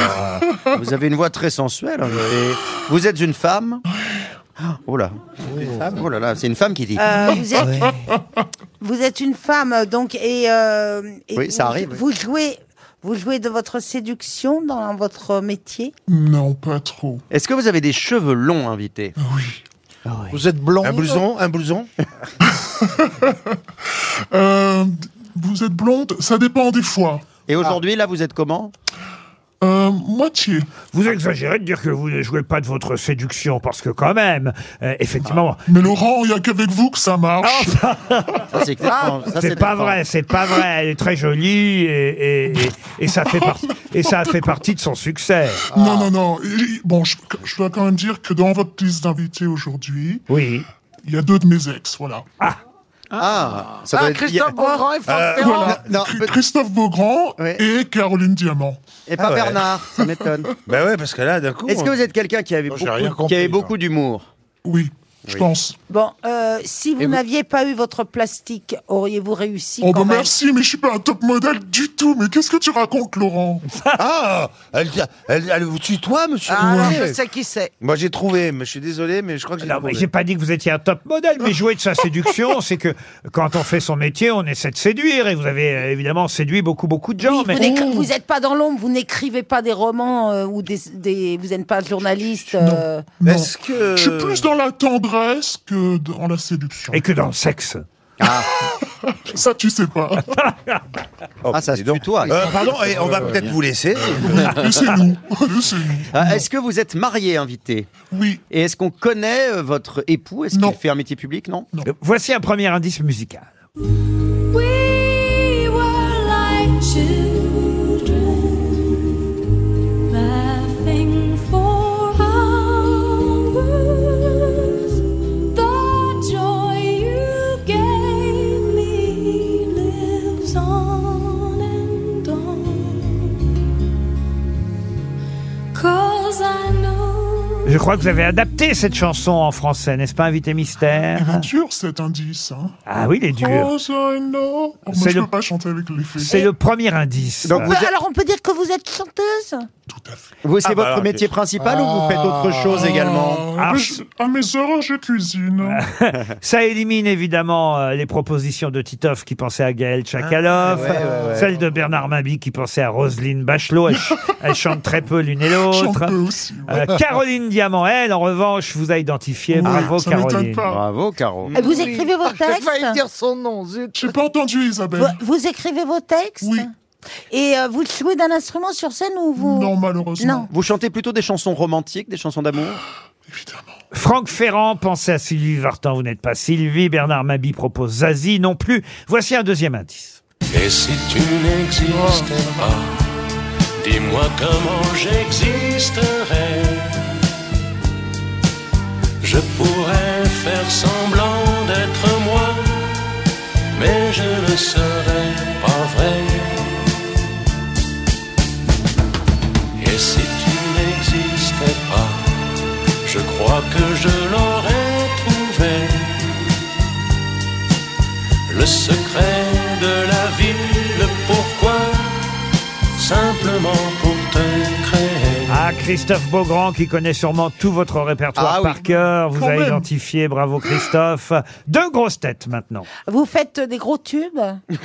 Vous avez une voix très sensuelle. hein, vous avez- Vous êtes une femme. Oh là. Oh là là, c'est une femme qui dit.
Euh, vous,
Ah
êtes, vous êtes une femme, donc, et, euh, et
Oui, ça
vous-
arrive, oui.
Vous jouez, vous jouez de votre séduction dans votre métier.
Non, pas trop.
Est-ce que vous avez des cheveux longs, invité Ah
Oui.
Vous êtes blond.
Un blouson, un blouson.
Euh, vous êtes blonde Ça dépend des fois.
Et aujourd'hui, là, vous êtes comment
Euh, moitié.
Vous exagérez de dire que vous ne jouez pas de votre séduction, parce que quand même, euh, effectivement...
Ah,
Ah,
Mais Laurent, il n'y a qu'avec vous que ça marche.
c'est étrange, ça, c'est
c'est pas
étrange.
vrai, c'est pas vrai. Elle est très jolie et, et- et- et ça fait partie et ça fait partie de son succès.
Non, non, non. Et- Bon, je, je dois quand même dire que dans votre liste d'invités aujourd'hui,
oui.
il y a deux de mes ex, voilà.
Ah
Ah, ça
Ah,
doit être-
Christophe
il y a-
Beaugrand et
Euh,
Voilà. Cri- Christophe Beaugrand et Caroline Diamant.
Et pas
Ah ouais.
Bernard, ça m'étonne.
Ben ouais, parce que là, d'un coup.
Est-ce que vous êtes quelqu'un qui avait
j'ai rien
beaucoup,
compris,
qui avait
là.
beaucoup d'humour
Oui,
je
pense.
Bon, euh, si vous,
Et vous-
n'aviez pas eu votre plastique, auriez-vous réussi
Oh
quand
bah
même
merci, mais je suis pas un top modèle du tout. Mais qu'est-ce que tu racontes, Laurent
Ah, elle, elle, elle vous tutoie, monsieur.
Ah,
Rouet.
non, je sais qui c'est.
Moi, j'ai trouvé, Eh, mais je suis désolé, mais je crois que j'ai
Non, mais
trouvé.
j'ai pas dit que vous étiez un top modèle, mais jouer de sa séduction, c'est que quand on fait son métier, on essaie de séduire et vous avez euh, évidemment séduit beaucoup beaucoup de gens.
Vous
mais
oh.
n'écri- Vous n'êtes pas dans l'ombre, vous n'écrivez pas des romans euh, ou des, des- vous n'êtes pas journaliste. euh,
Non. Je suis plus dans la tendresse que dans la séduction.
Et que dans le sexe.
Ah. Ça, tu sais pas.
Ah, ça se tutoie.
Euh, pardon, et on va peut-être vous laisser.
Laissez-nous.
Ah, Est-ce que vous êtes marié, invité
Oui.
Et est-ce qu'on connaît euh, votre époux Est-ce qu'il fait un métier public Non.
Voici un premier indice musical.
We were like children, laughing for hours. The joy you gave me lives on and on. 'Cause I know.
Je crois que vous avez adapté cette chanson en français, n'est-ce pas,
Il
invité
est
mystère
dur cet indice. hein.
Ah oui, il est dur.
Oh, ça, non. Oh,
C'est
Moi, je
le-
peux pas chanter avec les filles.
C'est le Euh, premier indice.
on peut- Alors on peut dire que vous êtes chanteuse
Vous,
Ah,
c'est
bah,
votre
alors,
métier
ok.
principal ou vous faites autre
Ah.
chose également
Ah, je- à mes heures, je cuisine.
Ça élimine évidemment euh, les propositions de Titoff qui pensait à Gaël Tchakaloff,
Ah, ouais, ouais, ouais.
celle de Bernard Mabi qui pensait à Roselyne Bachelot. Elle, ch- elle chante très peu l'une et l'autre.
Chante peu aussi, ouais.
Euh, Caroline Diamant, elle, en revanche, vous a identifié.
Oui,
Bravo,
ça m'étonne
Caroline.
pas.
Bravo, Caro.
Vous écrivez vos
Ah, j'ai
textes
failli dire son nom, zut.
J'ai pas entendu, Isabelle.
Vous, vous écrivez vos textes
Oui.
Et euh, vous jouez d'un instrument sur scène ou vous Non,
malheureusement.
Non.
Vous chantez plutôt des chansons romantiques, des chansons d'amour
Franck Ferrand, pensez à Sylvie Vartan, vous n'êtes pas Sylvie. Bernard Mabi propose Zazie non plus. Voici un deuxième indice.
Et si tu n'existais pas, Ah, dis-moi comment j'existerais. Je pourrais faire semblant d'être moi, mais je ne serais pas vrai. Et si tu n'existais pas, je crois que je l'aurais trouvé. Le secret de la vie, le pourquoi, simplement pour te créer.
Ah, Christophe Beaugrand qui connaît sûrement tout votre répertoire
Ah oui.
par cœur. Vous
Quand
a
même.
identifié, bravo Christophe. Deux grosses têtes maintenant.
Vous faites euh, des gros tubes
Des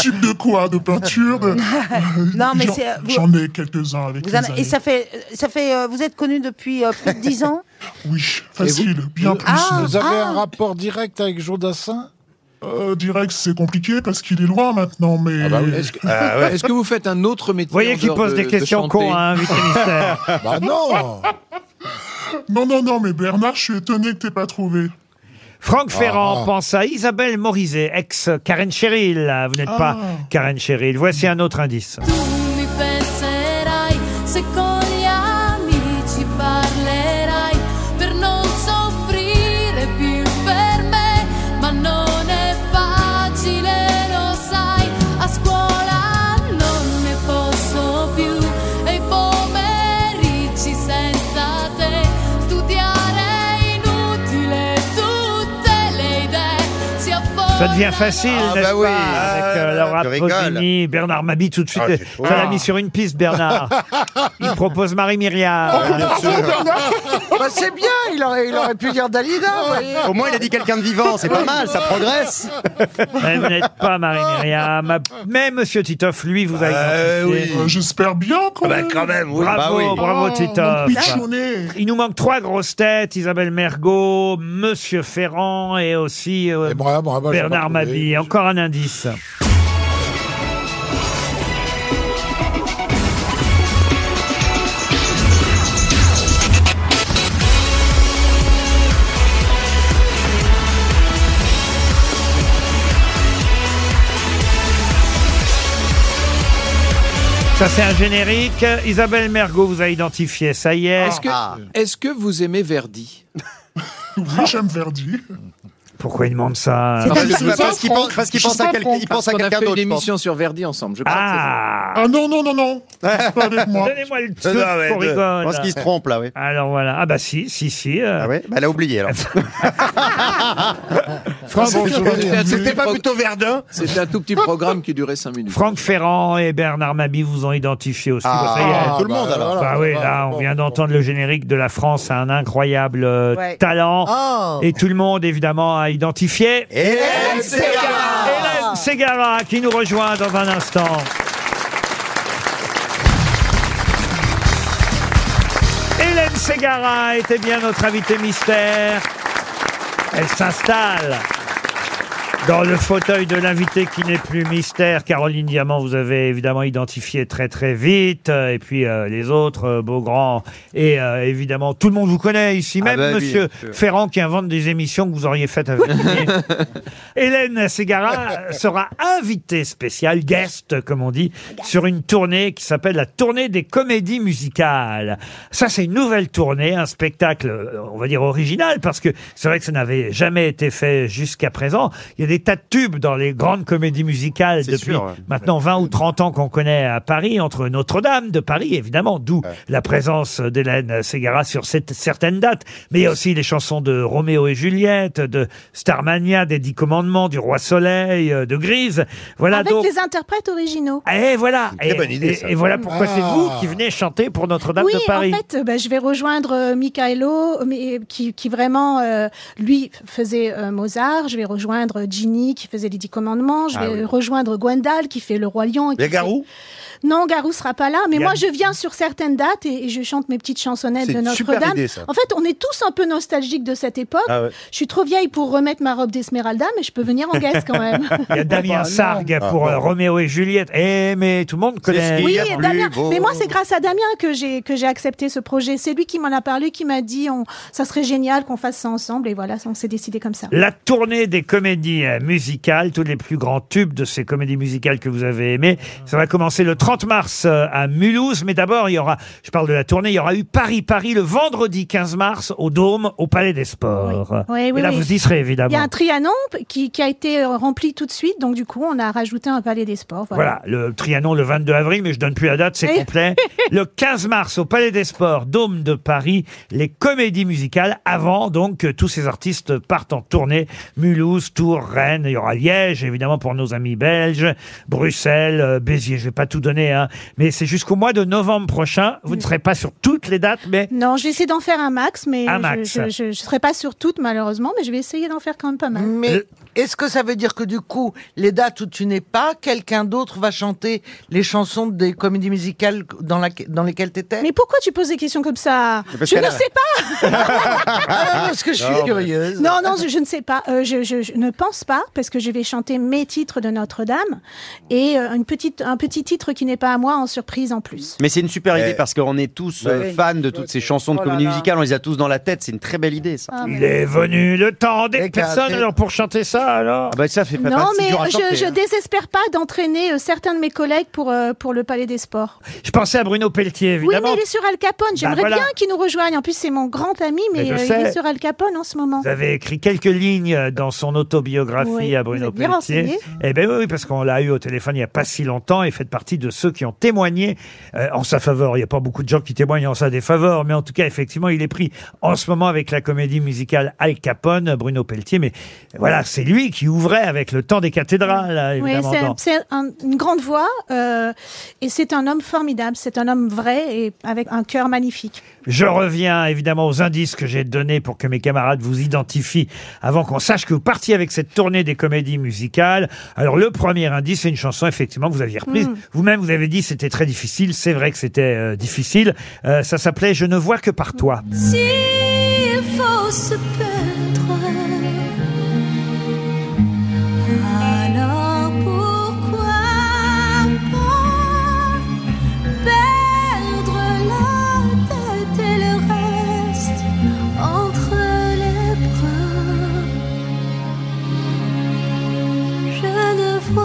tubes de quoi De peinture de-
Non, mais
J'en-
c'est, euh, vous-
J'en ai quelques-uns avec
Vous
les
en- Et
années.
ça fait, ça fait, euh, vous êtes connu depuis euh, plus de 10 ans
Oui, facile, bien
vous, Ah,
plus.
vous avez un rapport direct avec Jodassin
Euh, direct, c'est compliqué parce qu'il est loin maintenant, mais...
Ah bah
Euh,
oui. Est-ce que- ah ouais. Est-ce que
vous faites un autre métier
Vous voyez qu'il pose des questions hein, cons à un invité mystère.
Bah non
Non, non, non, mais Bernard, je suis étonné que t'aies pas trouvé.
Franck Ferrand
Ah.
pense à Isabelle Morizet, ex Karen Cheryl. Vous n'êtes
Ah.
pas Karen Cheryl. Voici un autre indice.
mi penserai se con gli amici parlerai per non soffrire più per me, ma non è facile, lo sai, a scuola non ne posso più e i pomeriggi senza te studiare è inutile tutte le idee si
Ça devient facile, n'est-ce
Ah, bah oui.
pas Avec euh, Laura
je rigole.
Posini, Bernard Mabi tout de suite.
Ah, j'ai chaud.
ça l'a mis sur une piste, Bernard. Il propose Marie Hein, Myriam.
Oh,
Ah,
Bah, c'est bien, il aurait, il aurait pu dire Dalida. vous voyez.
Au moins, il a dit quelqu'un de vivant, c'est pas mal, ça progresse.
Mais vous n'êtes pas Marie Myriam. Mais Monsieur Titoff, lui, vous a identifié.
oui. Euh, J'espère bien quand
même. quand même,
oui.
Bravo,
Bah oui.
bravo
Oh,
Titoff.
mon pichonnet.
Il nous manque trois grosses têtes Isabelle Mergot, Monsieur Ferrand et aussi
Eh,
euh,
moi, j'ai
Bernard
pas trouvé.
Mabille. Encore un indice. Ça, c'est un générique. Isabelle Mergot vous a identifié, ça y est. Ah.
Est-ce que, est-ce que vous aimez Verdi
Oui, j'aime Verdi.
Pourquoi il demande ça
Parce
euh
que- parce qu'il pense-
parce qu'il pense à quelqu'un- il pense
Parce
à
qu'on a
quelqu'un
fait
d'autre, je
une
pense.
émission sur Verdi ensemble. Je crois
Ah
Ah non, non, non, non. C'est pas avec moi.
Donnez-moi le
Non,
truc
non, mais
qu'on
de-
rigole.
je pense qu'il se trompe, là, oui.
Alors voilà. Ah bah si, si, si. Ah
ouais Bah, elle a oublié, alors.
Franck,
C'était pas plutôt Verdun C'était un tout petit programme qui durait 5 minutes.
Franck Ferrand et Bernard Mabi vous ont identifié aussi.
Ah,
Ça y est.
tout le monde, alors.
Bah oui, là, on vient d'entendre le générique de la France a un incroyable euh,
Ouais.
talent.
Oh.
Et tout le monde, évidemment, a identifié.
Hélène Ségara.
Hélène Ségara, qui nous rejoint dans un instant. Hélène Ségara était bien notre invitée mystère. Elle s'installe dans le fauteuil de l'invité qui n'est plus mystère. Caroline Diamant, vous avez évidemment identifié très très vite. Euh, Et puis euh, les autres, euh, Beaugrand. Et euh, évidemment, tout le monde vous connaît ici.
Ah
Même
bah oui,
Monsieur
bien sûr.
Ferrand qui invente des émissions que vous auriez faites avec lui. Hélène Ségara sera invitée spéciale, guest comme on dit, sur une tournée qui s'appelle la tournée des comédies musicales. Ça c'est une nouvelle tournée, un spectacle, euh, on va dire original, parce que c'est vrai que ça n'avait jamais été fait jusqu'à présent. Il y a des tas de tubes dans les grandes comédies musicales depuis
sûr, ouais.
maintenant 20 ou 30 ans qu'on connaît à Paris, entre Notre-Dame de Paris évidemment, d'où la présence d'Hélène Ségara sur cette, certaines dates, mais il y a aussi les chansons de Roméo et Juliette, de Starmania, des Dix Commandements, du Roi Soleil, euh, de Grise. Voilà
Avec
donc.
les interprètes originaux.
Et voilà. Et,
bonne idée,
et-
ça.
et voilà pourquoi c'est
Ah.
vous qui venez chanter pour Notre-Dame
Ah. oui,
de Paris.
en fait, euh, bah, je vais rejoindre euh, Michaelo, mais, euh, qui, qui vraiment, euh, lui, faisait euh, Mozart. Je vais rejoindre Gino, Virginie qui faisait les Dix Commandements. Je
Ah
vais
oui.
rejoindre Gwendal qui fait le Roi Lion. et
Les
qui
Garous
fait- Non, Garou sera pas là. Mais
Yann-
moi, je viens sur certaines dates et, et je chante mes petites chansonnettes
C'est
de
une super
Notre-Dame.
idée, ça.
En fait, on est tous un peu nostalgiques de cette époque.
Ah ouais.
Je suis trop vieille pour remettre ma robe d'Esmeralda, mais je peux venir en guest quand même.
Il y a Damien Sargue pour
Ah,
euh, Roméo et Juliette. Eh, mais tout le monde connaît.
Oui, et Damien. Mais moi, c'est grâce à Damien que j'ai que j'ai accepté ce projet. C'est lui qui m'en a parlé, qui m'a dit on, ça serait génial qu'on fasse ça ensemble. Et voilà, on s'est décidé comme ça.
La tournée des comédies euh, musicales, tous les plus grands tubes de ces comédies musicales que vous avez aimées. Ça va commencer le 30 mars euh, à Mulhouse, mais d'abord, il y aura, je parle de la tournée, il y aura eu Paris-Paris le vendredi 15 mars au Dôme, au Palais des Sports.
Oui,
Et
oui,
là,
oui.
vous y serez
Il y a
évidemment.
un Trianon qui, qui a été euh, rempli tout de suite, donc du coup, on a rajouté un palais des sports. Voilà.
Voilà, le Trianon le 22 avril, mais je donne plus la date, c'est
Et-
complet. Le 15 mars au Palais des Sports, Dôme de Paris, les comédies musicales, avant donc que tous ces artistes partent en tournée. Mulhouse, Tours, Rennes, il y aura Liège, évidemment, pour nos amis belges, Bruxelles, euh, Béziers, je vais pas tout donner, hein, mais c'est jusqu'au mois de novembre prochain. Vous ne serez pas sur toutes les dates, mais
Non, je vais essayer d'en faire un max, mais
Un
je-
max.
je ne serai pas sur toutes malheureusement, mais je vais essayer d'en faire quand même pas mal.
Mais est-ce que ça veut dire que du coup, les dates où tu n'es pas, quelqu'un d'autre va chanter les chansons des comédies musicales dans, laque- dans lesquelles tu étais
Mais pourquoi tu poses des questions comme ça
Parce
Je
qu'elle
ne
a-
sais pas
Ah, Parce que je suis
Non, mais-
curieuse.
Non, non, je, je ne sais pas. Euh, je, je- je ne pense pas parce que je vais chanter mes titres de Notre-Dame et euh, une petite, un petit titre qui n'est pas à moi en surprise en plus.
Mais c'est une super
Eh.
idée parce qu'on est tous euh,
Ouais.
fans de toutes ces chansons de
Oh là
comédie
là.
musicale, on les a tous dans la tête, c'est une très belle idée ça.
Ah,
il est venu le temps des
qu'à-
personnes. Alors pour chanter ça, alors
Ah bah ça fait pas
Non,
partie
mais
du rapport,
je,
mais-
je désespère pas d'entraîner euh, certains de mes collègues pour, euh, pour le Palais des Sports.
Je pensais à Bruno Pelletier,
Oui,
évidemment.
mais il est sur Al Capone. J'aimerais
Eh ben, voilà.
bien qu'il nous rejoigne. En plus, c'est mon grand ami, mais,
Mais je
euh, il
sais.
est sur Al Capone en ce moment.
Vous avez écrit quelques lignes dans son autobiographie
Oui,
à Bruno
vous êtes bien
Pelletier.
renseigné.
Eh bien oui, parce qu'on l'a eu au téléphone il n'y a pas si longtemps et faites partie de ceux qui ont témoigné euh, en sa faveur. Il n'y a pas beaucoup de gens qui témoignent en sa défaveur, mais en tout cas, effectivement, il est pris en ce moment avec la comédie musicale Al Capone, Bruno Pelletier. Mais voilà, c'est lui qui ouvrait avec le temps des cathédrales, hein,
Oui,
évidemment.
c'est-
dans-
c'est un- une grande voix euh, et c'est un homme formidable. C'est un homme vrai et avec un cœur magnifique.
Je reviens évidemment aux indices que j'ai donnés pour que mes camarades vous identifient avant qu'on sache que vous partiez avec cette tournée des comédies musicales. Alors le premier indice, c'est une chanson effectivement que vous aviez reprise.
Mm.
Vous-même, vous avez dit que c'était très difficile. C'est vrai que c'était euh, difficile. Euh, ça s'appelait Je ne vois que par toi.
S'il faut se perdre, alors pourquoi pas perdre la tête et le reste entre les bras? Je ne vois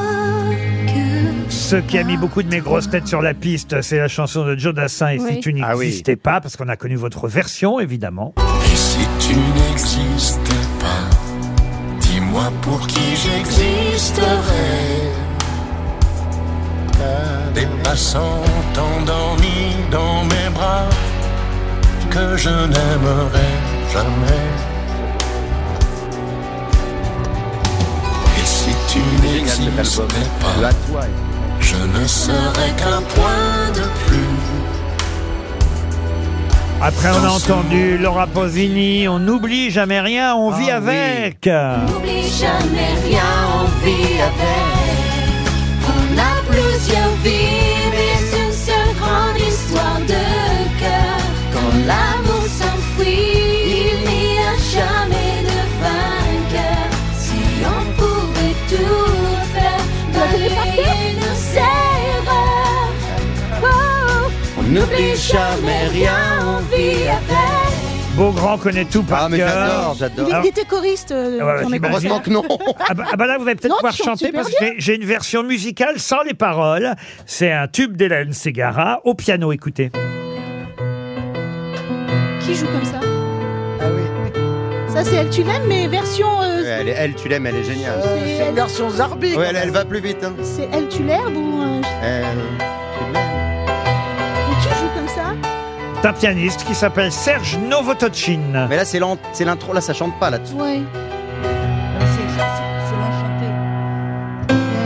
que
Ce qui a mis beaucoup de mes grosses têtes sur la piste, c'est la chanson de Joe Dassin et
Oui.
si tu n'existais pas, parce qu'on a connu votre version évidemment.
Et si tu n'existais pas, dis-moi pour qui j'existerais. Des passants endormis dans mes bras, que je n'aimerais jamais. Et si tu n'existais pas, je ne serais qu'un point de plus.
Après, on a entendu Laura Pausini. On n'oublie jamais rien. On vit
Ah
avec.
N'oublie jamais rien, on vit avec. On a plusieurs vies, mais une seule grande histoire de cœur. Quand l'amour s'enfuit, il n'y a jamais de vainqueur. Si on pouvait tout faire, malgré nos erreurs. Oh,
On n'oublie jamais rien,
on vit avec.
Beaugrand connaît tout par
Ah, mais
cœur.
j'adore, j'adore.
Il, il était choriste. euh,
Ah ouais,
dans mes
j'imagine.
concerts.
Ah bah, ah bah là, vous allez peut-être
Non,
pouvoir
tu chantes
chanter
super
parce que j'ai- j'ai une version musicale sans les paroles. C'est un tube d'Hélène Ségara au piano, écoutez.
Qui joue comme ça Ah oui. Ça, c'est Elle Tu l'aimes, mais version. euh,
Ouais, elle, est- elle, tu l'aimes, elle est géniale.
C'est une version Zarbi.
Ouais, elle, elle va plus vite. hein.
C'est Elle Tu l'herbe ou. euh,
Elle- tu l'aimes.
et qui joue comme ça
C'est un pianiste qui s'appelle Serge Novotochin.
Mais là c'est l'en- c'est l'intro, là ça chante pas là-dessus.
Ouais.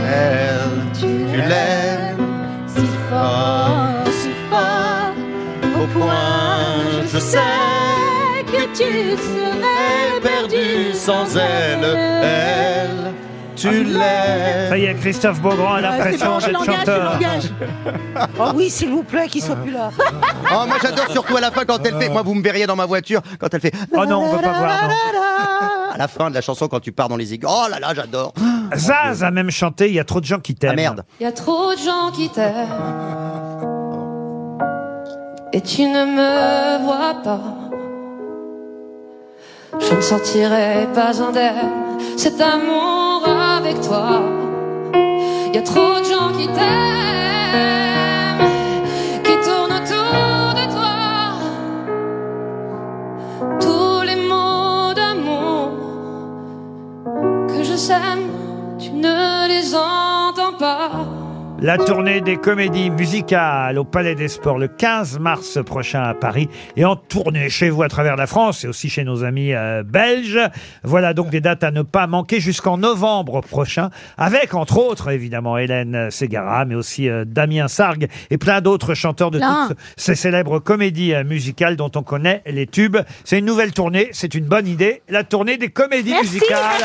Ah,
Elle, tu l'aimes
Si fort, si fort, au point, je sais que tu serais perdu sans elle.
elle,
tu l'aimes.
Ah, Ça y est, Christophe Beaugrand
Ah,
a
Euh,
l'impression d'être chanteur.
Oh oui, s'il vous plaît, qu'il soit plus là.
Oh, moi j'adore surtout à la fin quand elle fait. Moi, vous me verriez dans ma voiture quand elle fait.
Oh non, on veut pas voir.
À la fin de la chanson, quand tu pars dans les égouts. Oh là là, j'adore. Ah,
Zaz a même chanté Il y a trop de gens qui t'aiment. merde.
Il y a trop de gens qui t'aiment. Et tu ne me vois pas. Je ne sortirai pas indemne. Cet amour avec toi. Il y a trop de gens qui t'aiment. Qui tournent autour de toi. Tous les mots d'amour que je sème, tu ne les entends pas.
La tournée des comédies musicales au Palais des Sports le 15 mars prochain à Paris et en tournée chez vous à travers la France et aussi chez nos amis euh, belges. Voilà donc des dates à ne pas manquer jusqu'en novembre prochain avec entre autres évidemment Hélène Ségara mais aussi euh, Damien Sargue et plein d'autres chanteurs de
Là.
toutes ces célèbres comédies euh, musicales dont on connaît les tubes. C'est une nouvelle tournée, c'est une bonne idée, la tournée des comédies musicales.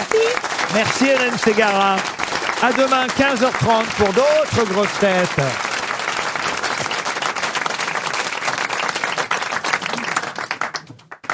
Merci Hélène Ségara. À demain 15h30 pour d'autres grosses têtes.